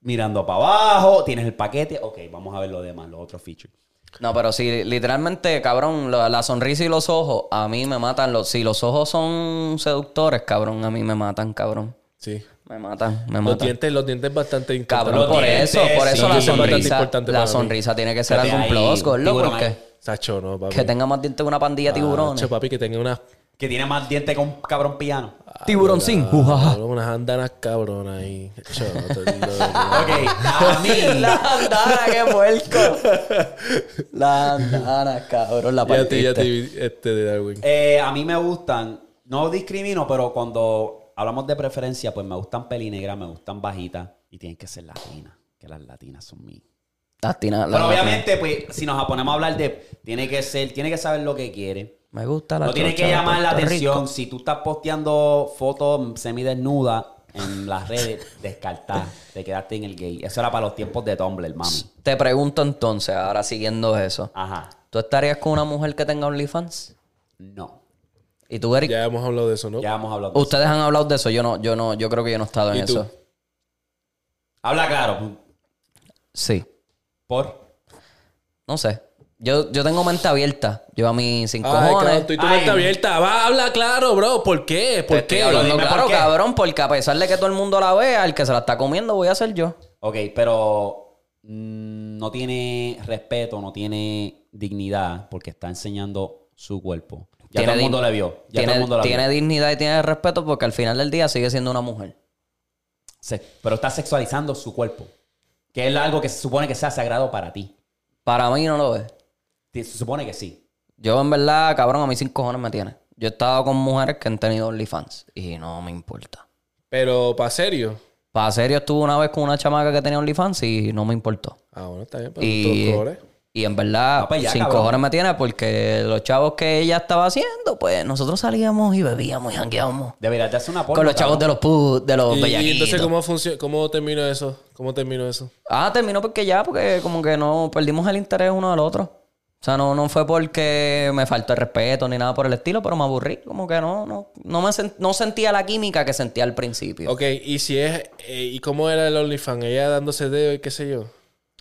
[SPEAKER 1] mirando para abajo, tienes el paquete. Ok, vamos a ver lo demás, los otros features.
[SPEAKER 2] No, pero si literalmente, cabrón, la, la sonrisa y los ojos, a mí me matan. Los, si los ojos son seductores, cabrón, a mí me matan, cabrón.
[SPEAKER 4] Sí.
[SPEAKER 2] Me matan, me
[SPEAKER 4] Los
[SPEAKER 2] matan.
[SPEAKER 4] dientes, los dientes bastante importantes.
[SPEAKER 2] Cabrón,
[SPEAKER 1] Los
[SPEAKER 2] por
[SPEAKER 1] dientes,
[SPEAKER 2] eso, por
[SPEAKER 1] sí.
[SPEAKER 2] eso la
[SPEAKER 1] Los dientes son bastante
[SPEAKER 2] sonrisa,
[SPEAKER 4] importantes
[SPEAKER 2] la
[SPEAKER 4] para mí.
[SPEAKER 2] sonrisa tiene que ser
[SPEAKER 1] Fíjate
[SPEAKER 2] algún
[SPEAKER 1] ahí,
[SPEAKER 2] plus, gordo,
[SPEAKER 1] tiburón
[SPEAKER 2] porque
[SPEAKER 1] ahí.
[SPEAKER 4] Sacho, no, eh. papi.
[SPEAKER 2] que tenga más dientes que una pandilla de tiburones.
[SPEAKER 4] Sacho, papi, que tenga unas
[SPEAKER 1] Que tiene más dientes que un cabrón piano.
[SPEAKER 2] Tiburón sin
[SPEAKER 4] Cabrón, Unas andanas cabronas ahí. Yo, no te- no, no.
[SPEAKER 2] <laughs>
[SPEAKER 4] <laughs>
[SPEAKER 1] Ok, a mí.
[SPEAKER 2] La andana, qué puerco. La andana, cabrón, la
[SPEAKER 4] Ya te, ya te
[SPEAKER 2] partiste.
[SPEAKER 4] vi este de Darwin.
[SPEAKER 1] Eh, a mí me gustan, no discrimino, pero cuando hablamos de preferencia, pues me gustan pelinegras, me gustan bajitas y tienen que ser latinas, que las latinas son mías.
[SPEAKER 2] Las tina- las
[SPEAKER 1] Pero
[SPEAKER 2] latinas.
[SPEAKER 1] obviamente, pues, si nos ponemos a hablar de, tiene que ser, tiene que saber lo que quiere.
[SPEAKER 2] Me gusta la
[SPEAKER 1] no tiene que
[SPEAKER 2] chocha de
[SPEAKER 1] llamar la
[SPEAKER 2] Puerto Rico.
[SPEAKER 1] atención. Si tú estás posteando fotos semidesnudas en las redes, <laughs> descartar, te quedaste en el gay. Eso era para los tiempos de Tumblr, mami.
[SPEAKER 2] Te pregunto entonces, ahora siguiendo eso.
[SPEAKER 1] Ajá.
[SPEAKER 2] ¿Tú estarías con una mujer que tenga OnlyFans?
[SPEAKER 1] No.
[SPEAKER 2] ¿Y tú, Eric?
[SPEAKER 4] Ya hemos hablado de eso, ¿no?
[SPEAKER 1] Ya hemos hablado. de eso.
[SPEAKER 2] Ustedes han hablado de eso. Yo no, yo no, yo creo que yo no he estado en
[SPEAKER 4] ¿Y tú?
[SPEAKER 2] eso.
[SPEAKER 1] Habla claro.
[SPEAKER 2] Sí.
[SPEAKER 1] Por.
[SPEAKER 2] No sé. Yo, yo tengo mente abierta. Yo a mis
[SPEAKER 1] Ah,
[SPEAKER 2] cinco
[SPEAKER 4] Ay, cabrón,
[SPEAKER 2] cojones.
[SPEAKER 4] tú y tu
[SPEAKER 1] Ay.
[SPEAKER 4] mente abierta. Va, habla claro, bro. ¿Por qué?
[SPEAKER 2] Te
[SPEAKER 4] ¿Por
[SPEAKER 2] estoy
[SPEAKER 4] qué?
[SPEAKER 2] hablando
[SPEAKER 1] Dime
[SPEAKER 2] claro,
[SPEAKER 1] por qué.
[SPEAKER 2] cabrón, porque a pesar de que todo el mundo la vea, el que se la está comiendo voy a ser yo.
[SPEAKER 1] Ok, pero mm, no tiene respeto, no tiene dignidad porque está enseñando su cuerpo. Ya
[SPEAKER 2] Tiene
[SPEAKER 1] todo el
[SPEAKER 2] di-
[SPEAKER 1] mundo la vio. Ya
[SPEAKER 2] tiene
[SPEAKER 1] todo el mundo la
[SPEAKER 2] tiene
[SPEAKER 1] vio.
[SPEAKER 2] dignidad y tiene respeto porque al final del día sigue siendo una mujer.
[SPEAKER 1] Se- pero está sexualizando su cuerpo. Que es algo que se supone que sea sagrado para ti.
[SPEAKER 2] Para mí no lo es.
[SPEAKER 1] Se supone que sí.
[SPEAKER 2] Yo en verdad, cabrón, a mí cinco cojones me tiene. Yo he estado con mujeres que han tenido OnlyFans y no me importa.
[SPEAKER 4] Pero, ¿para serio?
[SPEAKER 2] Para serio, estuve una vez con una chamaca que tenía OnlyFans y no me importó.
[SPEAKER 4] Ah, bueno, está bien. Pero
[SPEAKER 2] Y,
[SPEAKER 4] tú colores.
[SPEAKER 2] y en verdad,
[SPEAKER 1] Ah, pues ya,
[SPEAKER 2] cinco
[SPEAKER 1] cabrón.
[SPEAKER 2] cojones me tiene porque los chavos que ella estaba haciendo, pues nosotros salíamos y bebíamos y jangueábamos.
[SPEAKER 1] Deberías de hacer una porno.
[SPEAKER 2] Con los chavos
[SPEAKER 1] cabrón.
[SPEAKER 2] de los pu- de los
[SPEAKER 4] Y, y
[SPEAKER 2] bellaquitos.
[SPEAKER 4] entonces, ¿cómo, funciona, ¿cómo termino eso? ¿Cómo termino eso?
[SPEAKER 2] Ah, terminó porque ya, porque como que no perdimos el interés uno del otro. O sea, no, no fue porque me faltó el respeto ni nada por el estilo, pero me aburrí. Como que no, no, no me sen- no sentía la química que sentía al principio.
[SPEAKER 4] Ok, y si es. eh, ¿Y cómo era el OnlyFans? Ella dándose dedo y qué sé yo. O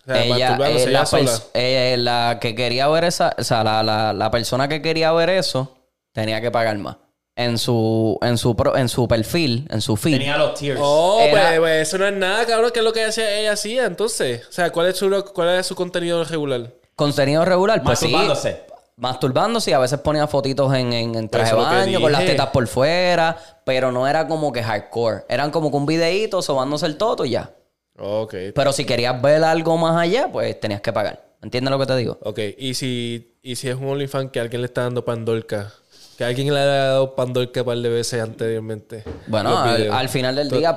[SPEAKER 4] sea,
[SPEAKER 2] Ella,
[SPEAKER 4] masturbándose
[SPEAKER 2] eh,
[SPEAKER 4] ella
[SPEAKER 2] la,
[SPEAKER 4] sola.
[SPEAKER 2] pers- eh, la que quería ver esa, o sea, la, la- la persona que quería ver eso tenía que pagar más. En su, en su pro- en su perfil, en su feed.
[SPEAKER 1] Tenía los tears.
[SPEAKER 4] Oh,
[SPEAKER 2] Era-
[SPEAKER 4] pues, pues, eso no es nada, cabrón. ¿Qué es lo que hacía- ella hacía entonces? O sea, ¿cuál es su, cuál era su contenido regular?
[SPEAKER 2] Contenido regular, pues sí.
[SPEAKER 1] masturbándose.
[SPEAKER 2] masturbándose y a veces ponía fotitos en, en, en traje de
[SPEAKER 4] Eso es lo que
[SPEAKER 2] baño, con las
[SPEAKER 4] dije.
[SPEAKER 2] tetas por fuera, pero no era como que hardcore. Eran como que un videíto sobándose el toto y ya.
[SPEAKER 4] Ok.
[SPEAKER 2] Pero si querías ver algo más allá, pues tenías que pagar. ¿Entiendes lo que te digo?
[SPEAKER 4] Ok. ¿Y si, y si es un OnlyFans que alguien le está dando pandorca? Que alguien le ha dado pandorca un par de veces anteriormente.
[SPEAKER 2] Bueno,
[SPEAKER 4] Los
[SPEAKER 2] al,
[SPEAKER 4] videos.
[SPEAKER 2] al final del día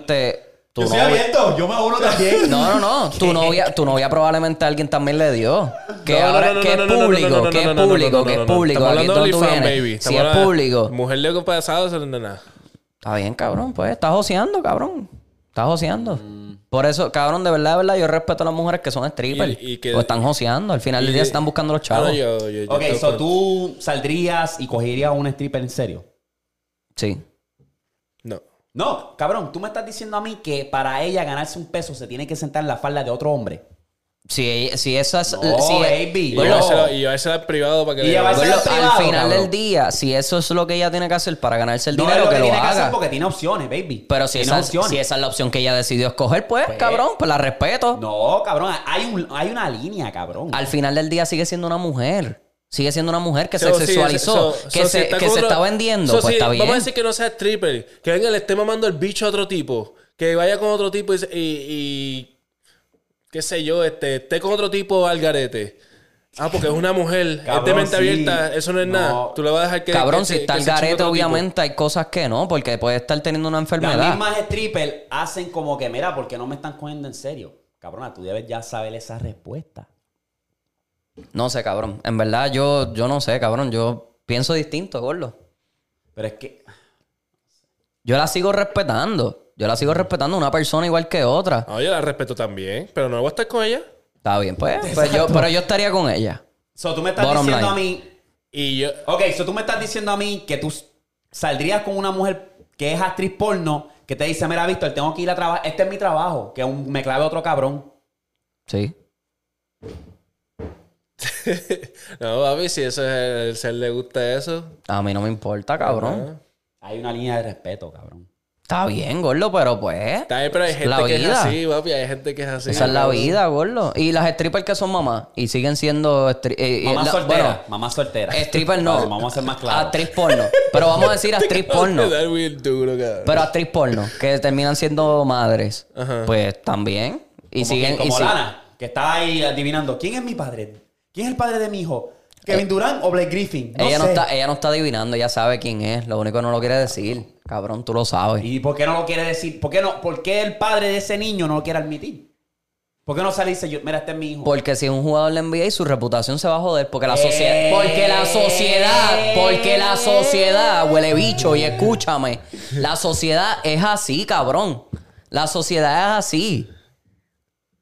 [SPEAKER 2] probablemente tu
[SPEAKER 5] Yo soy
[SPEAKER 2] novia...
[SPEAKER 5] abierto, yo me abro también.
[SPEAKER 2] <laughs> No, no, no. Tu novia, tu novia probablemente alguien también le dio. Que
[SPEAKER 4] No, no,
[SPEAKER 2] ahora,
[SPEAKER 4] no, no,
[SPEAKER 2] que es
[SPEAKER 4] no, no, no, no, no,
[SPEAKER 2] público,
[SPEAKER 4] no,
[SPEAKER 2] que es
[SPEAKER 4] no, no, no, no,
[SPEAKER 2] público,
[SPEAKER 4] no,
[SPEAKER 2] que es
[SPEAKER 4] no, no.
[SPEAKER 2] público.
[SPEAKER 4] Estamos
[SPEAKER 2] aquí
[SPEAKER 4] hablando de
[SPEAKER 2] donde tú
[SPEAKER 4] OnlyFans,
[SPEAKER 2] vienes.
[SPEAKER 4] baby.
[SPEAKER 2] Si
[SPEAKER 4] Estamos
[SPEAKER 2] es
[SPEAKER 4] hablando de-
[SPEAKER 2] público.
[SPEAKER 4] Mujer de compasado, eso no es nada.
[SPEAKER 2] Está bien, cabrón, pues. Estás joseando, cabrón. Estás joseando. Por eso, cabrón, de verdad, de verdad, yo respeto a las mujeres que son strippers.
[SPEAKER 4] Y- y que-
[SPEAKER 2] o están joseando. Al final del día están buscando los
[SPEAKER 4] Ah,
[SPEAKER 2] chavos.
[SPEAKER 4] no, yo- yo- yo
[SPEAKER 1] Ok,
[SPEAKER 4] estoy
[SPEAKER 1] so
[SPEAKER 4] con-
[SPEAKER 1] tú saldrías y cogerías un stripper en serio.
[SPEAKER 2] Sí.
[SPEAKER 4] No.
[SPEAKER 1] No, cabrón, tú me estás diciendo a mí que para ella ganarse un peso se tiene que sentar en la falda de otro hombre.
[SPEAKER 2] Si, ella- si esas.
[SPEAKER 1] No,
[SPEAKER 2] si- e-
[SPEAKER 1] baby,
[SPEAKER 4] Y
[SPEAKER 2] Gordo,
[SPEAKER 1] no.
[SPEAKER 4] llevársela- y llevársela al privado para que
[SPEAKER 1] Y
[SPEAKER 4] le
[SPEAKER 1] llevarse-
[SPEAKER 2] gordo,
[SPEAKER 1] Eso es privado,
[SPEAKER 2] al final
[SPEAKER 1] cabrón.
[SPEAKER 2] del día, si eso es lo que ella tiene que hacer para ganarse el
[SPEAKER 1] No es
[SPEAKER 2] dinero,
[SPEAKER 1] lo que,
[SPEAKER 2] que, lo
[SPEAKER 1] tiene que hacer
[SPEAKER 2] haga.
[SPEAKER 1] porque tiene opciones, baby.
[SPEAKER 2] Pero si
[SPEAKER 1] Tiene
[SPEAKER 2] esa,
[SPEAKER 1] opciones.
[SPEAKER 2] si esa es la opción que ella decidió escoger, pues, cabrón, pues la respeto.
[SPEAKER 1] No, cabrón, hay, un, hay una línea, cabrón.
[SPEAKER 2] Al final del día sigue siendo una mujer. Sigue siendo una mujer que
[SPEAKER 4] So,
[SPEAKER 2] se
[SPEAKER 4] sí,
[SPEAKER 2] sexualizó,
[SPEAKER 4] so-
[SPEAKER 2] que,
[SPEAKER 4] so, si
[SPEAKER 2] se,
[SPEAKER 4] está
[SPEAKER 2] que
[SPEAKER 4] con
[SPEAKER 2] se
[SPEAKER 4] otro-
[SPEAKER 2] está vendiendo.
[SPEAKER 4] so,
[SPEAKER 2] pues
[SPEAKER 4] si-
[SPEAKER 2] está bien.
[SPEAKER 4] Vamos a decir que no sea stripper, que venga le esté mamando el bicho a otro tipo, que vaya con otro tipo y, se- y- y- qué sé yo, este, esté con otro tipo al garete. Ah, porque es una mujer, es de
[SPEAKER 1] Cabrón,
[SPEAKER 4] mente
[SPEAKER 1] sí.
[SPEAKER 4] abierta, eso no es
[SPEAKER 1] No.
[SPEAKER 4] nada. Tú le vas a dejar que
[SPEAKER 2] Cabrón,
[SPEAKER 4] que
[SPEAKER 2] si
[SPEAKER 4] se-
[SPEAKER 2] está
[SPEAKER 4] que
[SPEAKER 2] el
[SPEAKER 4] se chingue
[SPEAKER 2] garete,
[SPEAKER 4] otro tipo.
[SPEAKER 2] obviamente hay cosas que no, porque puede estar teniendo una
[SPEAKER 1] Las
[SPEAKER 2] enfermedad.
[SPEAKER 1] mismas strippers hacen como que, mira, ¿por qué no me están cogiendo en serio? Cabrona, tú debes ya saber esa respuesta.
[SPEAKER 2] No sé, cabrón. En verdad, yo, yo no sé, cabrón. Yo pienso distinto, gordo.
[SPEAKER 1] Pero es que,
[SPEAKER 2] Yo la sigo respetando. Yo la sigo respetando una persona igual que otra.
[SPEAKER 4] No, yo la respeto también, pero no voy a estar con ella.
[SPEAKER 2] Está bien, pues. pues yo, pero yo estaría con ella.
[SPEAKER 1] so tú me estás
[SPEAKER 2] Bottom
[SPEAKER 1] diciendo
[SPEAKER 2] line.
[SPEAKER 1] a mí,
[SPEAKER 4] Y yo,
[SPEAKER 1] ok, so tú me estás diciendo a mí que tú s- saldrías con una mujer que es actriz porno, que te dice, mira, Víctor, tengo que ir a trabajar, este es mi trabajo, que un- me clave otro cabrón.
[SPEAKER 2] Sí.
[SPEAKER 4] no, papi, si eso es, el, si a él le gusta eso,
[SPEAKER 2] A mí no me importa, cabrón.
[SPEAKER 1] Hay una línea de respeto, cabrón.
[SPEAKER 2] Está bien, gordo, pero pues.
[SPEAKER 4] Está bien, pero hay gente
[SPEAKER 2] La
[SPEAKER 4] que es
[SPEAKER 2] vida.
[SPEAKER 4] así, papi. Hay gente que es así.
[SPEAKER 2] Esa es la
[SPEAKER 4] cabrón.
[SPEAKER 2] vida, gordo. Y las strippers que son mamás y siguen siendo. stri- eh, eh,
[SPEAKER 1] Mamá
[SPEAKER 2] la-
[SPEAKER 1] soltera,
[SPEAKER 2] bueno,
[SPEAKER 1] mamá soltera.
[SPEAKER 2] stripper
[SPEAKER 4] <laughs>
[SPEAKER 2] no.
[SPEAKER 1] Vale, vamos a ser más claros.
[SPEAKER 2] Actriz porno. Pero vamos a decir actriz porno.
[SPEAKER 4] Dar bien duro, cabrón.
[SPEAKER 2] Pero actriz porno, que terminan siendo madres,
[SPEAKER 4] Ajá.
[SPEAKER 2] pues también. Y
[SPEAKER 1] Como,
[SPEAKER 2] siguen.
[SPEAKER 1] que- como
[SPEAKER 2] y sig-
[SPEAKER 1] Lana, que está ahí adivinando, ¿quién es mi padre? ¿Quién es el padre de mi hijo? ¿Kevin Durant o Blake Griffin? No
[SPEAKER 2] Eh, ella, no
[SPEAKER 1] sé.
[SPEAKER 2] está, eh. ella no está adivinando, ella sabe quién es. Lo único que no lo quiere decir. Cabrón, tú lo sabes.
[SPEAKER 1] ¿Y por qué no lo quiere decir? ¿Por qué, no, ¿Por qué el padre de ese niño no lo quiere admitir? ¿Por qué no sale y dice, yo- mira, este es mi hijo?
[SPEAKER 2] Porque si es un jugador le NBA, su reputación se va a joder. Porque la
[SPEAKER 1] Eh.
[SPEAKER 2] sociedad. Porque la sociedad. Porque la sociedad. Huele bicho y escúchame. La sociedad es así, cabrón. La sociedad es así.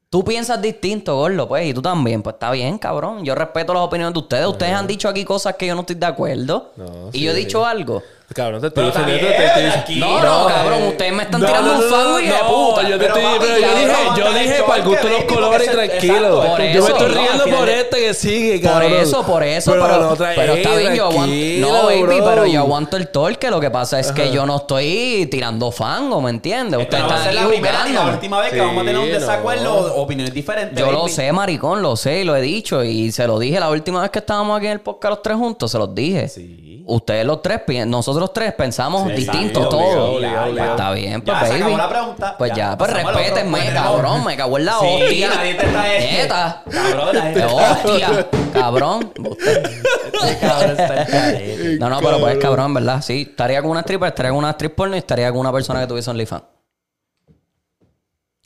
[SPEAKER 2] Tú piensas distinto, Gordo, pues, y tú también. Pues está bien, cabrón. Yo respeto las opiniones de ustedes. Ustedes han dicho aquí cosas que yo no estoy de acuerdo.
[SPEAKER 4] Eh. No,
[SPEAKER 2] y
[SPEAKER 4] sí,
[SPEAKER 2] yo he
[SPEAKER 4] sí.
[SPEAKER 2] dicho algo.
[SPEAKER 4] Cabrón, te estoy
[SPEAKER 1] Pero está
[SPEAKER 4] defendiendo. Te
[SPEAKER 1] bien,
[SPEAKER 4] estoy
[SPEAKER 1] aquí.
[SPEAKER 2] No, no, cabrón, ustedes me están tirando un fango y de
[SPEAKER 4] no,
[SPEAKER 2] puta.
[SPEAKER 4] Yo te
[SPEAKER 1] Pero,
[SPEAKER 4] estoy,
[SPEAKER 1] papi,
[SPEAKER 4] pero yo
[SPEAKER 1] cabrón,
[SPEAKER 4] dije, yo
[SPEAKER 1] aguanta el
[SPEAKER 4] dije,
[SPEAKER 1] show,
[SPEAKER 4] para el gusto
[SPEAKER 1] que
[SPEAKER 4] los
[SPEAKER 1] ven, porque
[SPEAKER 4] colores,
[SPEAKER 1] se-
[SPEAKER 4] tranquilo.
[SPEAKER 1] exacto,
[SPEAKER 2] por
[SPEAKER 4] yo
[SPEAKER 2] eso,
[SPEAKER 4] me estoy
[SPEAKER 2] no,
[SPEAKER 4] riendo
[SPEAKER 2] al final
[SPEAKER 4] por
[SPEAKER 2] de-
[SPEAKER 4] este que sigue,
[SPEAKER 2] Por
[SPEAKER 4] cabrón.
[SPEAKER 2] eso, por eso, pero,
[SPEAKER 4] no trae-
[SPEAKER 2] pero está bien, yo aguanto.
[SPEAKER 4] tranquilo,
[SPEAKER 2] No, baby,
[SPEAKER 4] bro.
[SPEAKER 2] pero yo aguanto el torque. Lo que pasa es que yo no estoy tirando fango, ¿me entiendes?
[SPEAKER 1] Esta
[SPEAKER 2] Ustedes
[SPEAKER 1] no va a
[SPEAKER 2] están
[SPEAKER 1] ser
[SPEAKER 2] ahí
[SPEAKER 1] la primera ni la
[SPEAKER 2] jugando.
[SPEAKER 1] última vez que
[SPEAKER 4] Sí,
[SPEAKER 1] vamos a tener un
[SPEAKER 4] no.
[SPEAKER 1] desacuerdo, opiniones diferentes.
[SPEAKER 2] Yo lo
[SPEAKER 1] baby.
[SPEAKER 2] sé, maricón, lo sé y lo he dicho. Y se lo dije la última vez que estábamos aquí en el podcast los tres juntos, se los dije.
[SPEAKER 1] Sí.
[SPEAKER 2] Ustedes los tres, pi- nosotros tres pensamos distinto
[SPEAKER 1] exacto,
[SPEAKER 2] todo.
[SPEAKER 1] obligado, obligado,
[SPEAKER 2] Pues
[SPEAKER 1] obligado.
[SPEAKER 2] Está
[SPEAKER 1] Ya,
[SPEAKER 2] bien, pues,
[SPEAKER 1] se acabó
[SPEAKER 2] baby.
[SPEAKER 1] la pregunta.
[SPEAKER 2] Pues
[SPEAKER 1] Ya,
[SPEAKER 2] ya, pues
[SPEAKER 1] pasamos al otro, pues,
[SPEAKER 2] respétenme,
[SPEAKER 1] de
[SPEAKER 2] cabrón.
[SPEAKER 1] nuevo.
[SPEAKER 2] Me cago en la
[SPEAKER 1] Sí,
[SPEAKER 2] hostia.
[SPEAKER 1] nadie te está- <laughs>
[SPEAKER 2] Nieta.
[SPEAKER 1] Cabrón, nadie te
[SPEAKER 2] Eh,
[SPEAKER 1] está-
[SPEAKER 2] Hostia, cabrón.
[SPEAKER 4] <laughs>
[SPEAKER 1] Este cabrón está en carete.
[SPEAKER 2] No, no, pero pues cabrón, en ¿verdad? Sí, estaría con una stripper, estaría con una actriz porno y estaría con una persona que tuviese OnlyFans.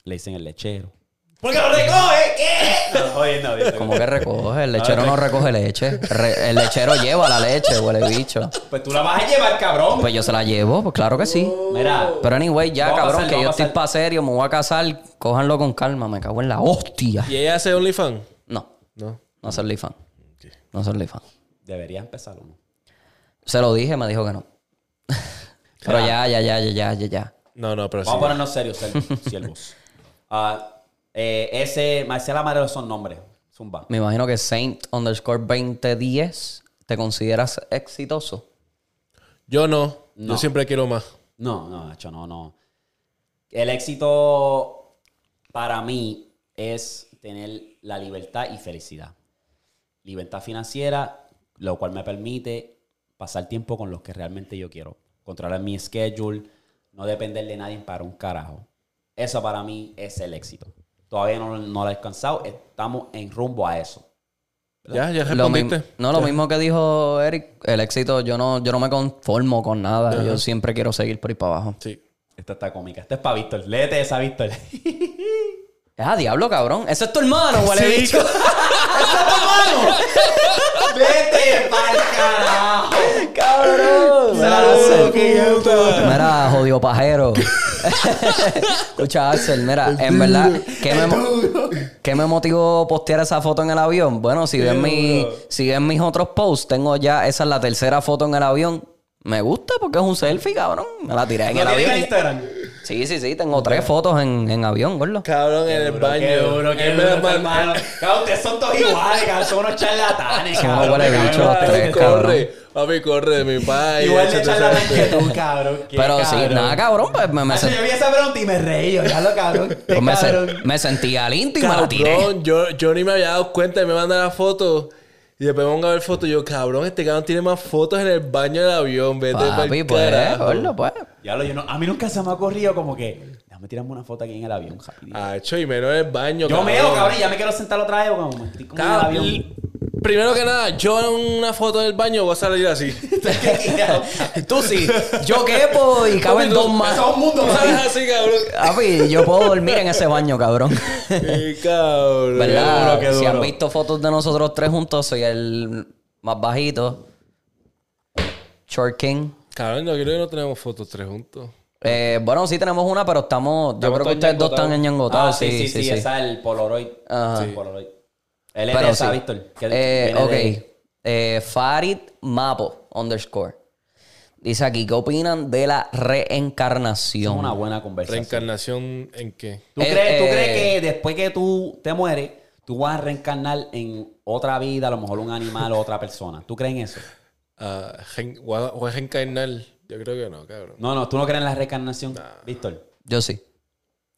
[SPEAKER 1] Le dicen el lechero. Porque lo recoge, ¿qué? No, oye, no, dice-
[SPEAKER 2] Como que recoge, el lechero no recoge leche. Re- el lechero lleva la leche, huele bicho.
[SPEAKER 1] Pues tú la vas a llevar, cabrón.
[SPEAKER 2] Pues yo se la llevo, pues claro que sí.
[SPEAKER 1] Mira,
[SPEAKER 2] Pero anyway, ya
[SPEAKER 1] Vamos a
[SPEAKER 2] cabrón,
[SPEAKER 1] pasar,
[SPEAKER 2] que yo
[SPEAKER 1] vamos a pasar.
[SPEAKER 2] estoy pa' serio, me voy a casar, cójanlo con calma, me cago en la hostia.
[SPEAKER 4] ¿Y ella hace OnlyFans?
[SPEAKER 2] No,
[SPEAKER 4] No.
[SPEAKER 2] no soy OnlyFans. No soy OnlyFans.
[SPEAKER 1] debería empezar uno.
[SPEAKER 2] Se lo dije, me dijo que no. <laughs> Pero ya, ya, ya, ya, ya, ya, ya.
[SPEAKER 4] No, no, pero sí.
[SPEAKER 1] Vamos a ponernos serios, siervos. siervos. Ah, eh, ese, Marcela Marero son nombres. Zumba.
[SPEAKER 2] Me imagino que Saint underscore 2010 te consideras exitoso.
[SPEAKER 4] Yo no. Yo
[SPEAKER 1] No.
[SPEAKER 4] siempre quiero más.
[SPEAKER 1] No, no, Nacho, no, no. El éxito para mí es tener la libertad y felicidad. Libertad financiera, lo cual me permite pasar tiempo con los que realmente yo quiero. Controlar mi schedule, no depender de nadie para un carajo. Eso para mí es el éxito. Todavía no, no lo he alcanzado, estamos en rumbo a eso.
[SPEAKER 4] Ya, ya
[SPEAKER 2] Lo mi-
[SPEAKER 4] respondiste.
[SPEAKER 2] no, lo mismo que dijo Eric, el éxito, yo no, yo no me conformo con nada. Yo siempre quiero seguir por ahí para abajo.
[SPEAKER 4] Sí.
[SPEAKER 1] Esta está cómica. Esta es para Víctor. Léete esa, Víctor. <laughs>
[SPEAKER 2] Ah, diablo, cabrón. Ese es tu hermano, huele
[SPEAKER 4] Sí. <laughs>
[SPEAKER 2] bicho.
[SPEAKER 1] ¡Vete pa'l carajo!
[SPEAKER 2] cabrón. Mira,
[SPEAKER 4] Saludos,
[SPEAKER 2] Axel.
[SPEAKER 4] qué puta.
[SPEAKER 2] Mira, jodido pajero. <laughs> Escucha, Axel, mira, en verdad, ¿qué me, mo- ¿qué me motivó postear esa foto en el avión? Bueno, si ven, mi, si ven mis otros posts, tengo ya, esa es la tercera foto en el avión. Me gusta porque es un selfie, cabrón. Me la tiré en el
[SPEAKER 1] ¿No tiene
[SPEAKER 2] avión.
[SPEAKER 1] Instagram?
[SPEAKER 2] Sí, sí, sí, tengo tres fotos en, en avión, gordo.
[SPEAKER 4] Cabrón, en el baño.
[SPEAKER 1] Qué duro, qué
[SPEAKER 4] Él me
[SPEAKER 1] duro,
[SPEAKER 4] la mandó.
[SPEAKER 1] hermano. Cabrón, ustedes son todos iguales, cabrón. Son unos charlatanes,
[SPEAKER 2] Son
[SPEAKER 1] cabrón.
[SPEAKER 2] huele
[SPEAKER 1] cabrón.
[SPEAKER 2] bicho los tres, cabrón.
[SPEAKER 4] Corre, papi, corre de mi país.
[SPEAKER 1] Igual de
[SPEAKER 4] échate esa-
[SPEAKER 1] charlatán que tú, cabrón. Qué
[SPEAKER 2] Pero sí,
[SPEAKER 1] cabrón.
[SPEAKER 2] nada, cabrón, pues me, me
[SPEAKER 1] Hacho,
[SPEAKER 2] sen-
[SPEAKER 1] Yo vi esa pregunta y me reí. Yo ya lo cabrón. Qué
[SPEAKER 2] pues me sen-
[SPEAKER 1] cabrón.
[SPEAKER 2] me sentí al íntimo y me la tiré.
[SPEAKER 4] Cabrón, yo, yo ni me había dado cuenta y me manda la foto. Y después me pongo a ver fotos. y Yo, cabrón, este cabrón tiene más fotos en el baño del avión. Vete
[SPEAKER 2] Papi,
[SPEAKER 4] pa'l
[SPEAKER 2] pues,
[SPEAKER 4] carajo.
[SPEAKER 2] gordo, pues.
[SPEAKER 1] Ya lo, yo no- a mí nunca se me ha ocurrido como que... Déjame tirarme una foto aquí en el avión, rapidito.
[SPEAKER 4] Ah, cho, y menos en el baño.
[SPEAKER 1] Yo meo, cabrón, y ya me quiero sentar otra vez. Como, me estoy como en el
[SPEAKER 4] Cabrón,
[SPEAKER 1] avión.
[SPEAKER 4] Primero que nada, yo en una foto del baño voy a salir así.
[SPEAKER 2] <laughs>
[SPEAKER 4] <laughs>
[SPEAKER 2] Tú sí, yo quepo y caben dos más.
[SPEAKER 1] Eso es un <laughs> mundo
[SPEAKER 4] Tú
[SPEAKER 1] más.
[SPEAKER 4] sales así, cabrón.
[SPEAKER 2] Papi, yo puedo dormir en ese baño, cabrón.
[SPEAKER 4] Eh, cabrón.
[SPEAKER 2] <laughs> ¿Verdad?
[SPEAKER 1] duro, qué
[SPEAKER 2] Si
[SPEAKER 1] duro.
[SPEAKER 2] han visto fotos de nosotros tres juntos, soy el más bajito. Short King.
[SPEAKER 4] Cabrón, no creo que no tenemos fotos tres juntos.
[SPEAKER 2] Eh, bueno, sí tenemos una, pero estamos. Yo creo que
[SPEAKER 4] todos
[SPEAKER 2] ustedes dos están
[SPEAKER 4] ñangotados.
[SPEAKER 2] enyangotados.
[SPEAKER 1] Ah, sí, sí, sí,
[SPEAKER 2] sí.
[SPEAKER 1] Esa es el Polaroid.
[SPEAKER 2] Ajá.
[SPEAKER 1] Sí. Polaroid. Él es
[SPEAKER 2] Pero
[SPEAKER 1] de esa,
[SPEAKER 2] sí.
[SPEAKER 1] Víctor. que
[SPEAKER 2] Eh,
[SPEAKER 1] viene
[SPEAKER 2] ok.
[SPEAKER 1] de-
[SPEAKER 2] Eh, Farid Mapo underscore. Dice aquí, ¿qué opinan de la
[SPEAKER 1] Es
[SPEAKER 2] reencarnación?
[SPEAKER 1] una buena conversación.
[SPEAKER 4] ¿Reencarnación en qué?
[SPEAKER 1] ¿Tú,
[SPEAKER 2] Eh,
[SPEAKER 1] crees, tú
[SPEAKER 2] eh,
[SPEAKER 1] crees que después que tú te mueres, tú vas a reencarnar en otra vida, a lo mejor un animal o otra persona? ¿Tú crees en eso?
[SPEAKER 4] Ah, gen- o a- o a reencarnar. Yo creo que no, cabrón.
[SPEAKER 1] No, no, tú no crees en la reencarnación, Víctor.
[SPEAKER 2] Yo sí.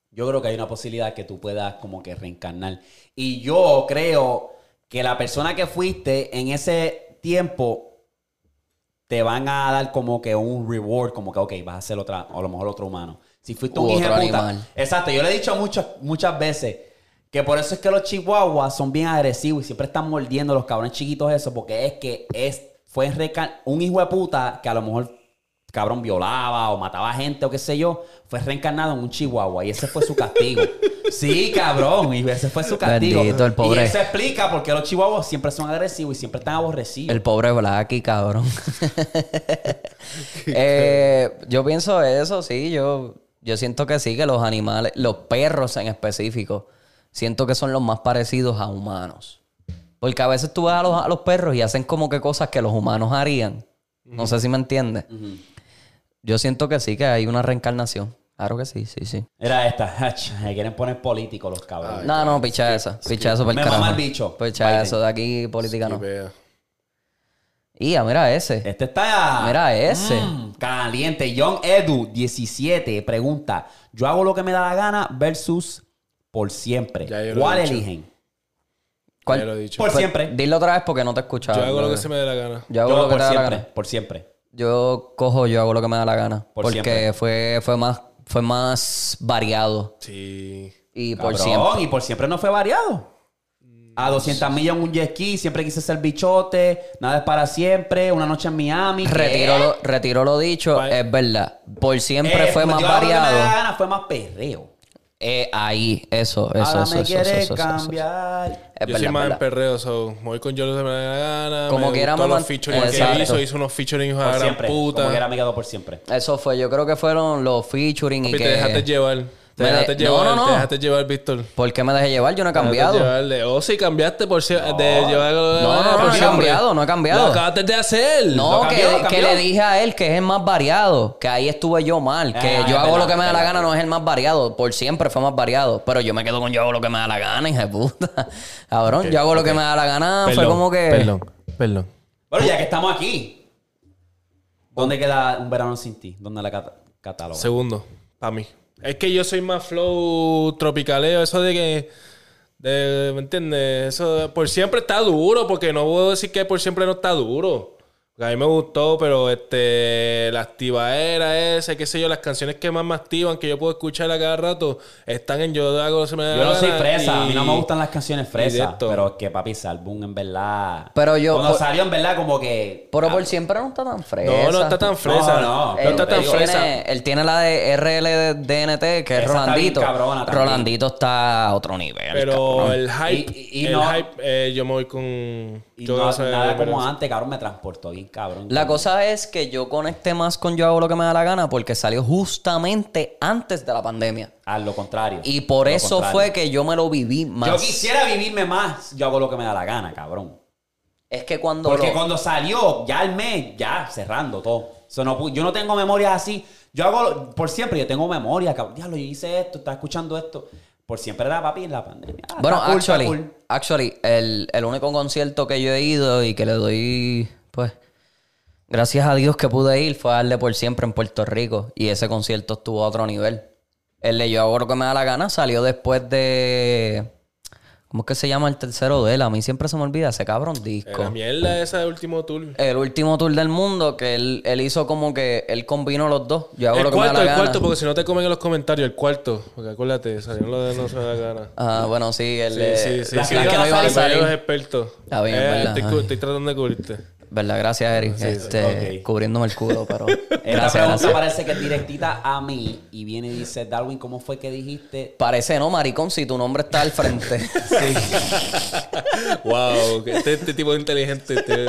[SPEAKER 1] Yo creo que hay una posibilidad que tú puedas como que reencarnar. Y yo creo que la persona que fuiste en ese tiempo te van a dar como que un reward, como que, ok, vas a ser otra, o a lo mejor otro humano. Si fuiste
[SPEAKER 2] U
[SPEAKER 1] un
[SPEAKER 2] otro
[SPEAKER 1] hijo de
[SPEAKER 2] animal.
[SPEAKER 1] puta. Exacto, yo le he dicho muchas, muchas veces que por eso es que los chihuahuas son bien agresivos y siempre están mordiendo a los cabrones chiquitos eso, porque es que es, fue reencar- un hijo de puta que a lo mejor cabrón violaba o mataba gente o qué sé yo, fue reencarnado en un chihuahua y ese fue su
[SPEAKER 2] <laughs>
[SPEAKER 1] castigo. sí, cabrón, y ese fue su castigo.
[SPEAKER 2] Bendito el pobre.
[SPEAKER 1] Y eso explica por qué los chihuahuas siempre son agresivos y siempre están aborrecidos.
[SPEAKER 2] El pobre Blacky,
[SPEAKER 1] <laughs>
[SPEAKER 2] cabrón. <laughs> Eh, yo pienso eso, sí. Yo, yo siento que sí, que los animales, los perros en específico, siento que son los más parecidos a humanos. Porque a veces tú ves a los, a los perros y hacen como que cosas que los humanos harían. No sé si me entiendes. Yo siento que sí, que hay una reencarnación. Claro que sí, sí, sí.
[SPEAKER 1] Era esta, Ach, me quieren poner políticos los cabrones.
[SPEAKER 2] no, no, picha esa. Picha eso por
[SPEAKER 1] Me mama
[SPEAKER 2] carajo.
[SPEAKER 1] el bicho.
[SPEAKER 2] Picha
[SPEAKER 1] Biden.
[SPEAKER 2] eso, de aquí política
[SPEAKER 4] Ni
[SPEAKER 2] no.
[SPEAKER 4] vea.
[SPEAKER 2] Ia, mira ese.
[SPEAKER 1] Este está.
[SPEAKER 2] Mira ese.
[SPEAKER 1] Mm, caliente. John Edu, 17, pregunta: Yo hago lo que me da la gana versus por siempre.
[SPEAKER 4] Ya yo lo he
[SPEAKER 1] ¿Cuál
[SPEAKER 4] dicho.
[SPEAKER 1] eligen?
[SPEAKER 2] ¿Cuál?
[SPEAKER 4] Ya lo he dicho.
[SPEAKER 1] Por siempre.
[SPEAKER 2] Dilo otra vez porque no te he escuchado.
[SPEAKER 4] Yo hago lo que se me dé la gana.
[SPEAKER 2] Yo Pues, hago
[SPEAKER 1] Yo
[SPEAKER 2] lo que
[SPEAKER 1] por
[SPEAKER 2] te da la
[SPEAKER 1] siempre.
[SPEAKER 2] gana.
[SPEAKER 1] Por siempre.
[SPEAKER 2] Yo cojo, yo hago lo que me da la gana.
[SPEAKER 1] Por
[SPEAKER 2] porque
[SPEAKER 1] siempre.
[SPEAKER 2] fue, fue más, fue más variado.
[SPEAKER 4] Sí.
[SPEAKER 2] Y por
[SPEAKER 1] Cabrón,
[SPEAKER 2] siempre.
[SPEAKER 1] Y por siempre no fue variado.
[SPEAKER 4] Mm.
[SPEAKER 1] A 200 millas en un jet ski, siempre quise ser bichote, nada es para siempre, una noche en Miami. ¿qué? Pues,
[SPEAKER 2] Retiro lo, retiro lo dicho, es verdad. Por siempre
[SPEAKER 1] Eh,
[SPEAKER 2] fue
[SPEAKER 1] yo
[SPEAKER 2] más
[SPEAKER 1] hago lo que me da la
[SPEAKER 2] variado.
[SPEAKER 1] gana, fue más perreo.
[SPEAKER 2] Eh, ahí, eso,
[SPEAKER 1] Ahora
[SPEAKER 2] eso, eso,
[SPEAKER 1] me
[SPEAKER 2] eso, eso,
[SPEAKER 1] quieres
[SPEAKER 2] eso, eso, eso.
[SPEAKER 1] cambiar.
[SPEAKER 4] yo
[SPEAKER 2] Es
[SPEAKER 4] soy
[SPEAKER 2] verdad,
[SPEAKER 4] más
[SPEAKER 2] es
[SPEAKER 4] en
[SPEAKER 2] verdad.
[SPEAKER 4] perreo, so, me voy con yo lo que me dé la gana.
[SPEAKER 2] Como
[SPEAKER 4] me
[SPEAKER 2] quiera,
[SPEAKER 4] gustó
[SPEAKER 2] mamá-
[SPEAKER 4] los featuring
[SPEAKER 2] Exacto.
[SPEAKER 4] que hizo, hizo unos featuring hijo de
[SPEAKER 1] Por
[SPEAKER 4] la gran
[SPEAKER 1] siempre. Como que era
[SPEAKER 4] puta.
[SPEAKER 1] amigado por siempre.
[SPEAKER 2] Eso fue, yo creo que fueron los featuring y
[SPEAKER 4] Papi,
[SPEAKER 2] que...
[SPEAKER 4] te dejaste llevar. Te
[SPEAKER 2] Me de-
[SPEAKER 4] dejaste
[SPEAKER 2] No,
[SPEAKER 4] llevar,
[SPEAKER 2] no, no.
[SPEAKER 4] te dejaste llevar, Víctor.
[SPEAKER 2] ¿Por qué me dejé llevar? Yo no he cambiado.
[SPEAKER 4] O si "Oh, cambiaste por si, de llevar
[SPEAKER 2] No, no, no, no he cambiado, no he cambiado.
[SPEAKER 4] Lo acabaste de hacer.
[SPEAKER 2] No,
[SPEAKER 1] Lo
[SPEAKER 2] que,
[SPEAKER 1] cambió, lo
[SPEAKER 2] que
[SPEAKER 1] cambió.
[SPEAKER 2] le dije a él que es el más variado, que ahí estuve yo mal, que
[SPEAKER 1] Ah,
[SPEAKER 2] yo
[SPEAKER 1] es
[SPEAKER 2] hago lo
[SPEAKER 1] verdad,
[SPEAKER 2] que me da la
[SPEAKER 1] verdad.
[SPEAKER 2] gana, no es el más variado, por siempre fue más variado, pero yo me quedo con yo hago lo que me da la gana, hija de puta. <laughs> Cabrón, yo hago lo que me da la gana, fue como que...
[SPEAKER 4] Perdón, perdón.
[SPEAKER 1] Bueno, ya que estamos aquí. ¿Dónde queda un verano sin ti? ¿Dónde la cata- cataloga?
[SPEAKER 4] Segundo, para mí. Es que yo soy más flow tropicaleo, eso de que De- ¿Me entiendes? Eso por siempre está duro, porque no puedo decir que por siempre no está duro. Porque A mí me gustó, pero este la activadera esa, qué sé yo, las canciones que más me activan, que yo puedo escuchar a cada rato, están en Yo hago lo que se me da
[SPEAKER 1] Yo no
[SPEAKER 4] la
[SPEAKER 1] soy
[SPEAKER 4] gana
[SPEAKER 1] fresa, a mí no me
[SPEAKER 4] y-
[SPEAKER 1] gustan las canciones fresas.
[SPEAKER 4] directo.
[SPEAKER 1] Pero es que papi, ese álbum en verdad.
[SPEAKER 2] Pero yo-
[SPEAKER 1] Cuando
[SPEAKER 2] por-
[SPEAKER 1] salió en verdad, como que. ah,
[SPEAKER 2] Pero por siempre no está tan fresco.
[SPEAKER 4] No, no está tan fresa.
[SPEAKER 1] No, no,
[SPEAKER 4] No,
[SPEAKER 1] pero
[SPEAKER 4] está
[SPEAKER 1] te
[SPEAKER 4] tan
[SPEAKER 1] digo,
[SPEAKER 4] fresa.
[SPEAKER 2] Él tiene la de RLDNT, que
[SPEAKER 1] Esa
[SPEAKER 2] es
[SPEAKER 1] está
[SPEAKER 2] Rolandito.
[SPEAKER 1] bien cabrona también.
[SPEAKER 2] Rolandito está a otro nivel.
[SPEAKER 4] Pero
[SPEAKER 2] cabrón.
[SPEAKER 4] el hype,
[SPEAKER 1] Y- y
[SPEAKER 4] el
[SPEAKER 1] no-
[SPEAKER 4] hype, eh, yo me voy con.
[SPEAKER 1] Y
[SPEAKER 4] yo
[SPEAKER 1] no,
[SPEAKER 4] no sé,
[SPEAKER 1] nada
[SPEAKER 4] pero-
[SPEAKER 1] como antes, cabrón, me transportó bien, cabrón.
[SPEAKER 2] La cosa es que yo conecté más con Yo hago lo que me da la gana porque salió justamente antes de la pandemia.
[SPEAKER 1] A lo contrario.
[SPEAKER 2] Y por
[SPEAKER 1] Lo
[SPEAKER 2] eso
[SPEAKER 1] contrario.
[SPEAKER 2] fue que yo me lo viví más.
[SPEAKER 1] Yo quisiera vivirme más. Yo hago lo que me da la gana, cabrón.
[SPEAKER 2] Es que cuando.
[SPEAKER 1] Porque
[SPEAKER 2] lo-
[SPEAKER 1] cuando salió, ya el mes, ya cerrando todo. Eso no pu- yo no tengo memorias así. Yo hago, lo- por siempre, yo tengo memoria, cabrón. Diablo, yo hice esto, estaba escuchando esto. Por siempre era papi en la pandemia. Ah,
[SPEAKER 2] Bueno,
[SPEAKER 1] está cool, está
[SPEAKER 2] actually,
[SPEAKER 1] cool.
[SPEAKER 2] actually el, el único concierto que yo he ido y que le doy, pues, gracias a Dios que pude ir fue a darle por siempre en Puerto Rico. Y ese concierto estuvo a otro nivel. El de Yo hago lo que me da la gana salió después de... ¿Cómo es que se llama el tercero de él? A mí siempre se me olvida ese cabrón disco.
[SPEAKER 4] La mierda esa de último tour.
[SPEAKER 2] El último tour del mundo que él, él hizo como que él combinó los dos. Yo hago
[SPEAKER 4] El
[SPEAKER 2] lo que me
[SPEAKER 4] cuarto,
[SPEAKER 2] da
[SPEAKER 4] el
[SPEAKER 2] la gana.
[SPEAKER 4] cuarto, porque si no te comen en los comentarios, el cuarto. Porque acuérdate, salieron los de no se me da gana.
[SPEAKER 2] Ah, bueno, sí, el de-
[SPEAKER 4] sí, sí,
[SPEAKER 2] las
[SPEAKER 4] sí.
[SPEAKER 2] que no iban a
[SPEAKER 4] Pero
[SPEAKER 2] salir.
[SPEAKER 4] los expertos.
[SPEAKER 2] Está bien,
[SPEAKER 4] Eh,
[SPEAKER 2] es verdad,
[SPEAKER 4] estoy, cu-
[SPEAKER 2] ay.
[SPEAKER 4] estoy tratando de cubrirte.
[SPEAKER 2] ¿Verdad? Gracias, Eric. este,
[SPEAKER 1] ok.
[SPEAKER 2] Cubriéndome el culo,
[SPEAKER 1] <laughs>
[SPEAKER 2] pero.
[SPEAKER 1] Esta
[SPEAKER 2] gracias,
[SPEAKER 1] pregunta
[SPEAKER 2] gracias.
[SPEAKER 1] parece que es directita a mí y viene y dice, Darwin, ¿cómo fue que dijiste?
[SPEAKER 2] <laughs> Parece, ¿no, maricón? Si tu nombre está al
[SPEAKER 1] <laughs>
[SPEAKER 2] frente. <laughs>
[SPEAKER 4] Wow, que este, este tipo de inteligente. este-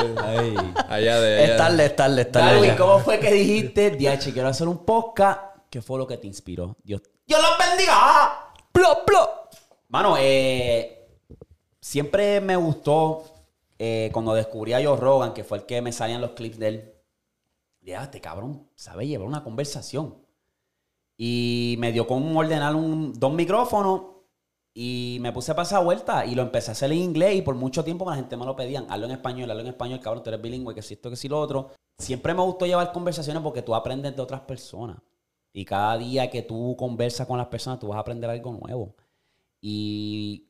[SPEAKER 4] allá de allá.
[SPEAKER 2] es tarde, es tarde, es tarde.
[SPEAKER 1] Darwin,
[SPEAKER 2] ya.
[SPEAKER 1] ¿cómo fue que dijiste? Diache, quiero hacer un podcast. ¿Qué fue lo que te inspiró? Dios, Dios los bendiga. Plop, plop. Mano, eh, siempre me gustó eh, cuando descubrí a Joe Rogan, que fue el que me salían los clips de él. Dije, "Ah, este cabrón sabe llevar una conversación. Y me dio con ordenar un, dos micrófonos y me puse a pasar vuelta y lo empecé a hacer en inglés y por mucho tiempo la gente me lo pedían. Hazlo en español, hazlo en español, cabrón, tú eres bilingüe, que si esto, que si lo otro. Siempre me gustó llevar conversaciones porque tú aprendes de otras personas. Y cada día que tú conversas con las personas, tú vas a aprender algo nuevo. Y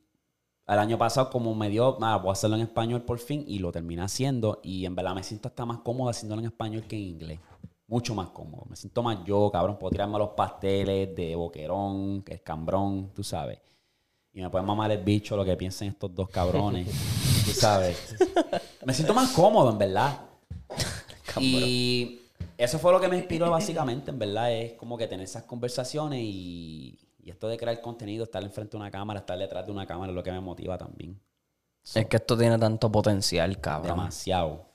[SPEAKER 1] el año pasado, como me dio, nada, voy a hacerlo en español por fin y lo terminé haciendo. Y en verdad me siento hasta más cómodo haciéndolo en español que en inglés. Mucho más cómodo. Me siento más yo, cabrón. Puedo tirarme los pasteles de boquerón, que es cambrón, tú sabes. Y me pueden mamar el bicho lo que piensen estos dos cabrones. tú sabes. Me siento más cómodo, en verdad. Y eso fue lo que me inspiró básicamente, en verdad, es como que tener esas conversaciones y, y esto de crear contenido, estar enfrente de una cámara, estar detrás de una cámara, es lo que me motiva también.
[SPEAKER 2] Es que esto tiene tanto potencial, cabrón.
[SPEAKER 1] Demasiado.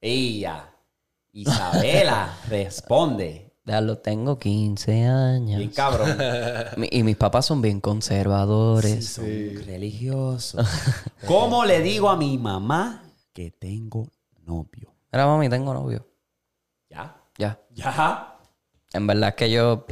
[SPEAKER 1] Ella,
[SPEAKER 2] <laughs>
[SPEAKER 1] Isabela, responde.
[SPEAKER 2] Déjalo, tengo 15
[SPEAKER 1] Bien
[SPEAKER 2] años.
[SPEAKER 1] cabrón.
[SPEAKER 2] Mi- y mis papás son bien
[SPEAKER 1] Sí,
[SPEAKER 2] conservadores.
[SPEAKER 1] son religiosos. ¿Cómo le digo a mi mamá que tengo novio?
[SPEAKER 2] <laughs> Mira, mami, tengo novio.
[SPEAKER 1] ¿Ya?
[SPEAKER 2] Ya.
[SPEAKER 1] ¿Ya?
[SPEAKER 2] En verdad es que yo.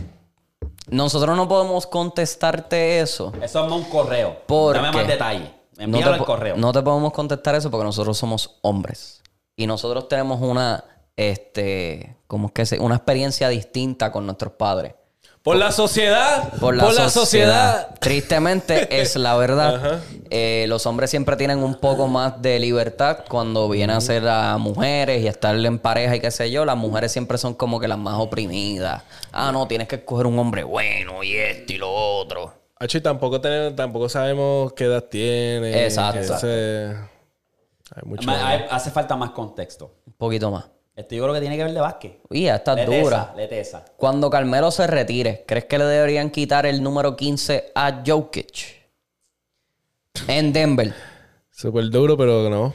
[SPEAKER 2] Nosotros no podemos contestarte eso.
[SPEAKER 1] Eso es un correo.
[SPEAKER 2] ¿Por
[SPEAKER 1] Dame
[SPEAKER 2] qué?
[SPEAKER 1] más detalle.
[SPEAKER 2] No
[SPEAKER 1] Envíalo
[SPEAKER 2] te,
[SPEAKER 1] al
[SPEAKER 2] po-
[SPEAKER 1] correo.
[SPEAKER 2] no te podemos contestar eso porque nosotros somos hombres. Y nosotros tenemos una, este, ¿cómo es que se? Una experiencia distinta con nuestros padres.
[SPEAKER 4] Por la sociedad. Por la, sociedad.
[SPEAKER 2] Tristemente es la verdad. Eh, los hombres siempre tienen un poco más de libertad cuando viene a ser a mujeres y a estar en pareja y qué sé yo. Las mujeres siempre son como que las más oprimidas. Ah, no, tienes que escoger un hombre bueno y esto y lo otro.
[SPEAKER 4] Hacho, y tampoco, tenemos, tampoco sabemos qué edad tiene.
[SPEAKER 2] Exacto.
[SPEAKER 4] que se- Hay mucho.
[SPEAKER 1] Ma- hay- hace falta más contexto.
[SPEAKER 2] Un poquito más.
[SPEAKER 1] Esto yo creo que tiene que ver de básquet.
[SPEAKER 2] Y esta es
[SPEAKER 1] Letesa,
[SPEAKER 2] dura.
[SPEAKER 1] Letesa.
[SPEAKER 2] Cuando Carmelo se retire, ¿crees que le deberían quitar el número 15 a Jokic? En Denver.
[SPEAKER 4] Súper duro, pero no.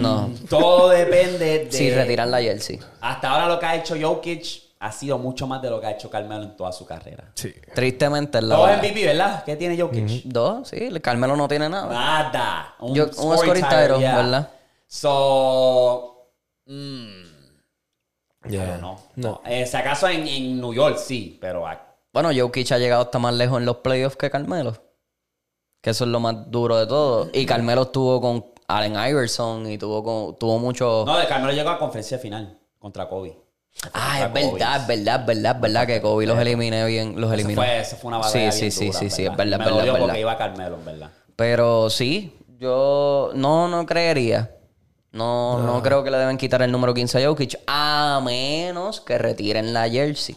[SPEAKER 2] No.
[SPEAKER 1] Todo
[SPEAKER 2] <laughs>
[SPEAKER 1] depende de.
[SPEAKER 2] Si retiran la jersey.
[SPEAKER 1] Hasta ahora lo que ha hecho Jokic ha sido mucho más de lo que ha hecho Carmelo en toda su carrera.
[SPEAKER 4] Sí.
[SPEAKER 2] Tristemente es la
[SPEAKER 1] Todo
[SPEAKER 2] verdad.
[SPEAKER 1] MVP, ¿verdad? ¿Qué tiene Jokic?
[SPEAKER 2] Dos, sí. el Carmelo no tiene nada.
[SPEAKER 1] Nada. Un,
[SPEAKER 2] Yo- un escorintero, ¿verdad?
[SPEAKER 1] So. mm,
[SPEAKER 4] Yeah.
[SPEAKER 1] No. no. Eh, si acaso en, en New York sí, pero a-
[SPEAKER 2] Bueno, Jokic ha llegado hasta más lejos en los playoffs que Carmelo. Que eso es lo más duro de todo. Y Carmelo estuvo con Allen Iverson y tuvo, con, tuvo mucho...
[SPEAKER 1] No, de Carmelo llegó a conferencia final contra Kobe.
[SPEAKER 2] Ah, es
[SPEAKER 1] Kobe. Eh,
[SPEAKER 2] verdad, es verdad, es verdad, es verdad que Kobe los eliminé bien, los
[SPEAKER 1] Eso
[SPEAKER 2] eliminó.
[SPEAKER 1] fue, eso fue una
[SPEAKER 2] Sí,
[SPEAKER 1] batalla.
[SPEAKER 2] sí,
[SPEAKER 1] bien
[SPEAKER 2] sí,
[SPEAKER 1] dura,
[SPEAKER 2] sí, sí, es verdad,
[SPEAKER 1] Me
[SPEAKER 2] es verdad,
[SPEAKER 1] dolió
[SPEAKER 2] es
[SPEAKER 1] porque
[SPEAKER 2] verdad.
[SPEAKER 1] iba Carmelo, en verdad.
[SPEAKER 2] Pero sí, yo no, no creería. No, no creo que le deben quitar el número 15 a Jokic, a menos que retiren la jersey.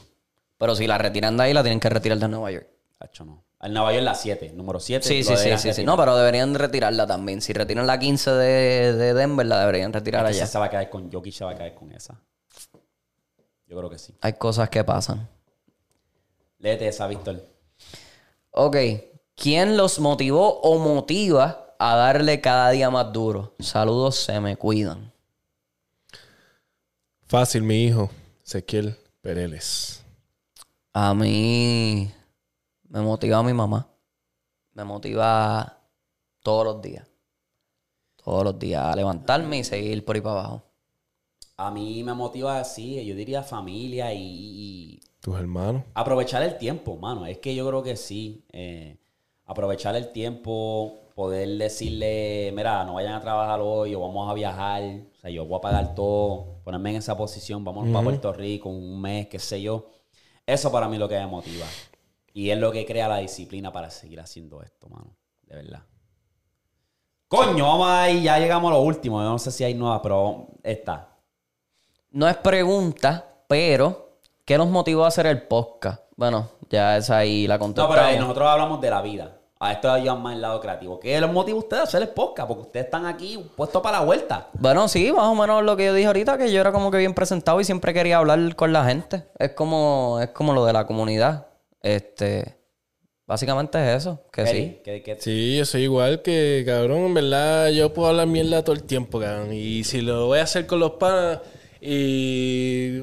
[SPEAKER 2] Pero si la retiran de ahí, la tienen que retirar de Nueva York.
[SPEAKER 1] Hacho, no. El Nueva York, la 7, número 7.
[SPEAKER 2] Sí, sí, sí, sí, sí. No, pero deberían retirarla también. Si retiran la 15 de, de Denver, la deberían retirar allá.
[SPEAKER 1] se va a caer con Jokic, se va a caer con esa. Yo creo que sí.
[SPEAKER 2] Hay cosas que pasan.
[SPEAKER 1] Léete esa, Víctor.
[SPEAKER 2] Ok, ¿quién los motivó o motiva a darle cada día más duro? Saludos, se me cuidan.
[SPEAKER 4] Fácil, mi hijo. Ezequiel Pereles.
[SPEAKER 2] A mí me motiva mi mamá. Me motiva todos los días. Todos los días a levantarme y seguir por ahí para abajo.
[SPEAKER 1] A mí me motiva así, yo diría familia y- y- y
[SPEAKER 4] Tus hermanos.
[SPEAKER 1] Aprovechar el tiempo, mano. Es que yo creo que sí. eh, aprovechar el tiempo, poder decirle, mira, no vayan a trabajar hoy o vamos a viajar. O sea, yo voy a pagar todo, ponerme en esa posición, vamos para Puerto Rico un mes, qué sé yo. Eso para mí es lo que me motiva. Y es lo que crea la disciplina para seguir haciendo esto, mano. De verdad. Coño, vamos ahí, ya llegamos a lo último. Yo no sé si hay nueva, pero esta.
[SPEAKER 2] No es pregunta, pero ¿qué nos motivó a hacer el podcast? Bueno, ya es ahí la
[SPEAKER 1] No,
[SPEAKER 2] contestamos.
[SPEAKER 1] pero eh, nosotros hablamos de la vida. A esto yo más el lado creativo. ¿Qué los motiva a ustedes a hacer el podcast? Porque ustedes están aquí puestos para la vuelta.
[SPEAKER 2] Bueno, sí, más o menos lo que yo dije ahorita, que yo era como que bien presentado y siempre quería hablar con la gente. Es como, es como lo de la comunidad. Este, básicamente es eso, que sí.
[SPEAKER 1] Eri, ¿qué- qué-
[SPEAKER 4] Sí, yo soy igual que, cabrón, en verdad yo puedo hablar mierda todo el tiempo, cabrón. Y si lo voy a hacer con los panas y...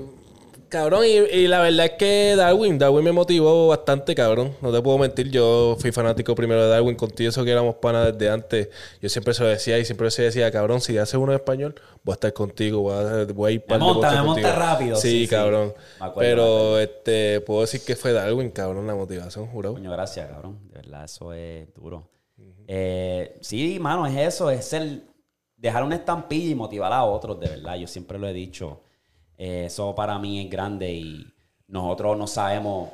[SPEAKER 4] Cabrón, y, y la verdad es que Darwin, Darwin me motivó bastante, cabrón. No te puedo mentir, yo fui fanático primero de Darwin, contigo eso que éramos panas desde antes. Yo siempre se lo decía y siempre se decía, cabrón, si haces uno en español, voy a estar contigo, voy a, voy a ir par de
[SPEAKER 1] monta,
[SPEAKER 4] cosas
[SPEAKER 1] me monta
[SPEAKER 4] contigo.
[SPEAKER 1] rápido.
[SPEAKER 4] Sí,
[SPEAKER 1] Sí, sí.
[SPEAKER 4] cabrón.
[SPEAKER 1] Me acuerdo,
[SPEAKER 4] Pero este puedo decir que fue Darwin, cabrón, la motivación, juro.
[SPEAKER 1] Coño, gracias, cabrón. De verdad, eso es duro. Eh, sí, mano, es eso. Es el dejar una estampilla y motivar a otros, de verdad. Yo siempre lo he dicho. Eh, eso para mí es grande y nosotros no sabemos,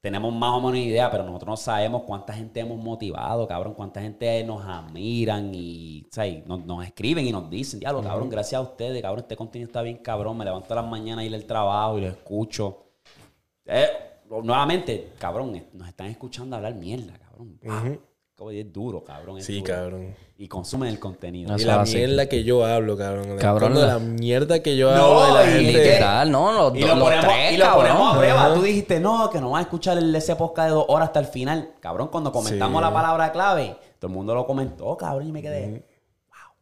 [SPEAKER 1] tenemos más o menos idea, pero nosotros no sabemos cuánta gente hemos motivado, cabrón. Cuánta gente nos admiran y, o sea, y nos, nos escriben y nos dicen, diablo, cabrón, gracias a ustedes, cabrón, este contenido está bien, cabrón. Me levanto a las mañanas a ir al trabajo y lo escucho. Eh, nuevamente, cabrón, eh, nos están escuchando hablar mierda, cabrón. Wow. Como es duro, cabrón. es
[SPEAKER 4] Sí,
[SPEAKER 1] duro.
[SPEAKER 4] cabrón.
[SPEAKER 1] Y consumen el contenido.
[SPEAKER 2] No
[SPEAKER 4] Y
[SPEAKER 2] Eso
[SPEAKER 4] la
[SPEAKER 2] es así.
[SPEAKER 4] mierda que yo hablo, cabrón.
[SPEAKER 2] Cabrón,
[SPEAKER 4] Cuando
[SPEAKER 2] la-
[SPEAKER 4] la... mierda que yo
[SPEAKER 1] No,
[SPEAKER 4] hablo de la
[SPEAKER 1] y
[SPEAKER 4] gente.
[SPEAKER 2] Literal, no, los,
[SPEAKER 1] Este, Y
[SPEAKER 2] do-
[SPEAKER 1] lo,
[SPEAKER 2] los
[SPEAKER 1] ponemos,
[SPEAKER 2] tres,
[SPEAKER 1] y lo ponemos a
[SPEAKER 2] cabrón.
[SPEAKER 1] prueba. Tú dijiste, no, que no vas a escuchar el, ese podcast de dos horas hasta el final. Cabrón, cuando comentamos
[SPEAKER 4] Sí.
[SPEAKER 1] la palabra clave, todo el mundo lo comentó, cabrón, y me quedé.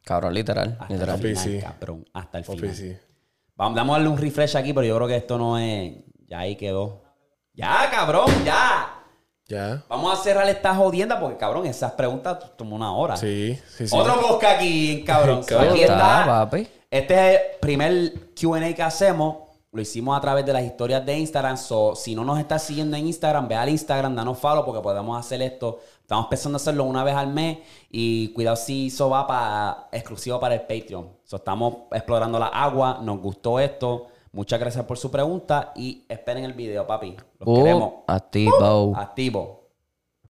[SPEAKER 2] Cabrón, literal,
[SPEAKER 1] Hasta
[SPEAKER 2] literal.
[SPEAKER 1] el final,
[SPEAKER 4] sí.
[SPEAKER 1] cabrón. Hasta el
[SPEAKER 4] Papi,
[SPEAKER 1] final.
[SPEAKER 4] sí.
[SPEAKER 1] Vamos, vamos a darle un refresh aquí, pero yo creo que esto no es. Ya ahí quedó. Ya, cabrón, ya.
[SPEAKER 4] Ya.
[SPEAKER 1] Vamos a cerrar esta jodienda porque, cabrón, esas preguntas tomó una hora.
[SPEAKER 4] Sí, sí, sí.
[SPEAKER 1] Otro podcast aquí, cabrón.
[SPEAKER 4] Ay, cabrón.
[SPEAKER 1] Aquí
[SPEAKER 2] Está,
[SPEAKER 1] está.
[SPEAKER 2] papi.
[SPEAKER 1] Este es el primer QA que hacemos. Lo hicimos a través de las historias de Instagram. So, si no nos estás siguiendo en Instagram, ve al Instagram, danos follow porque podemos hacer esto. Estamos pensando hacerlo una vez al mes. Y cuidado si eso va para exclusivo para el Patreon. So, estamos explorando la agua. Nos gustó esto. Muchas gracias por su pregunta. Y esperen el video, papi. Los
[SPEAKER 2] Uh,
[SPEAKER 1] queremos.
[SPEAKER 2] activo.
[SPEAKER 1] Activo.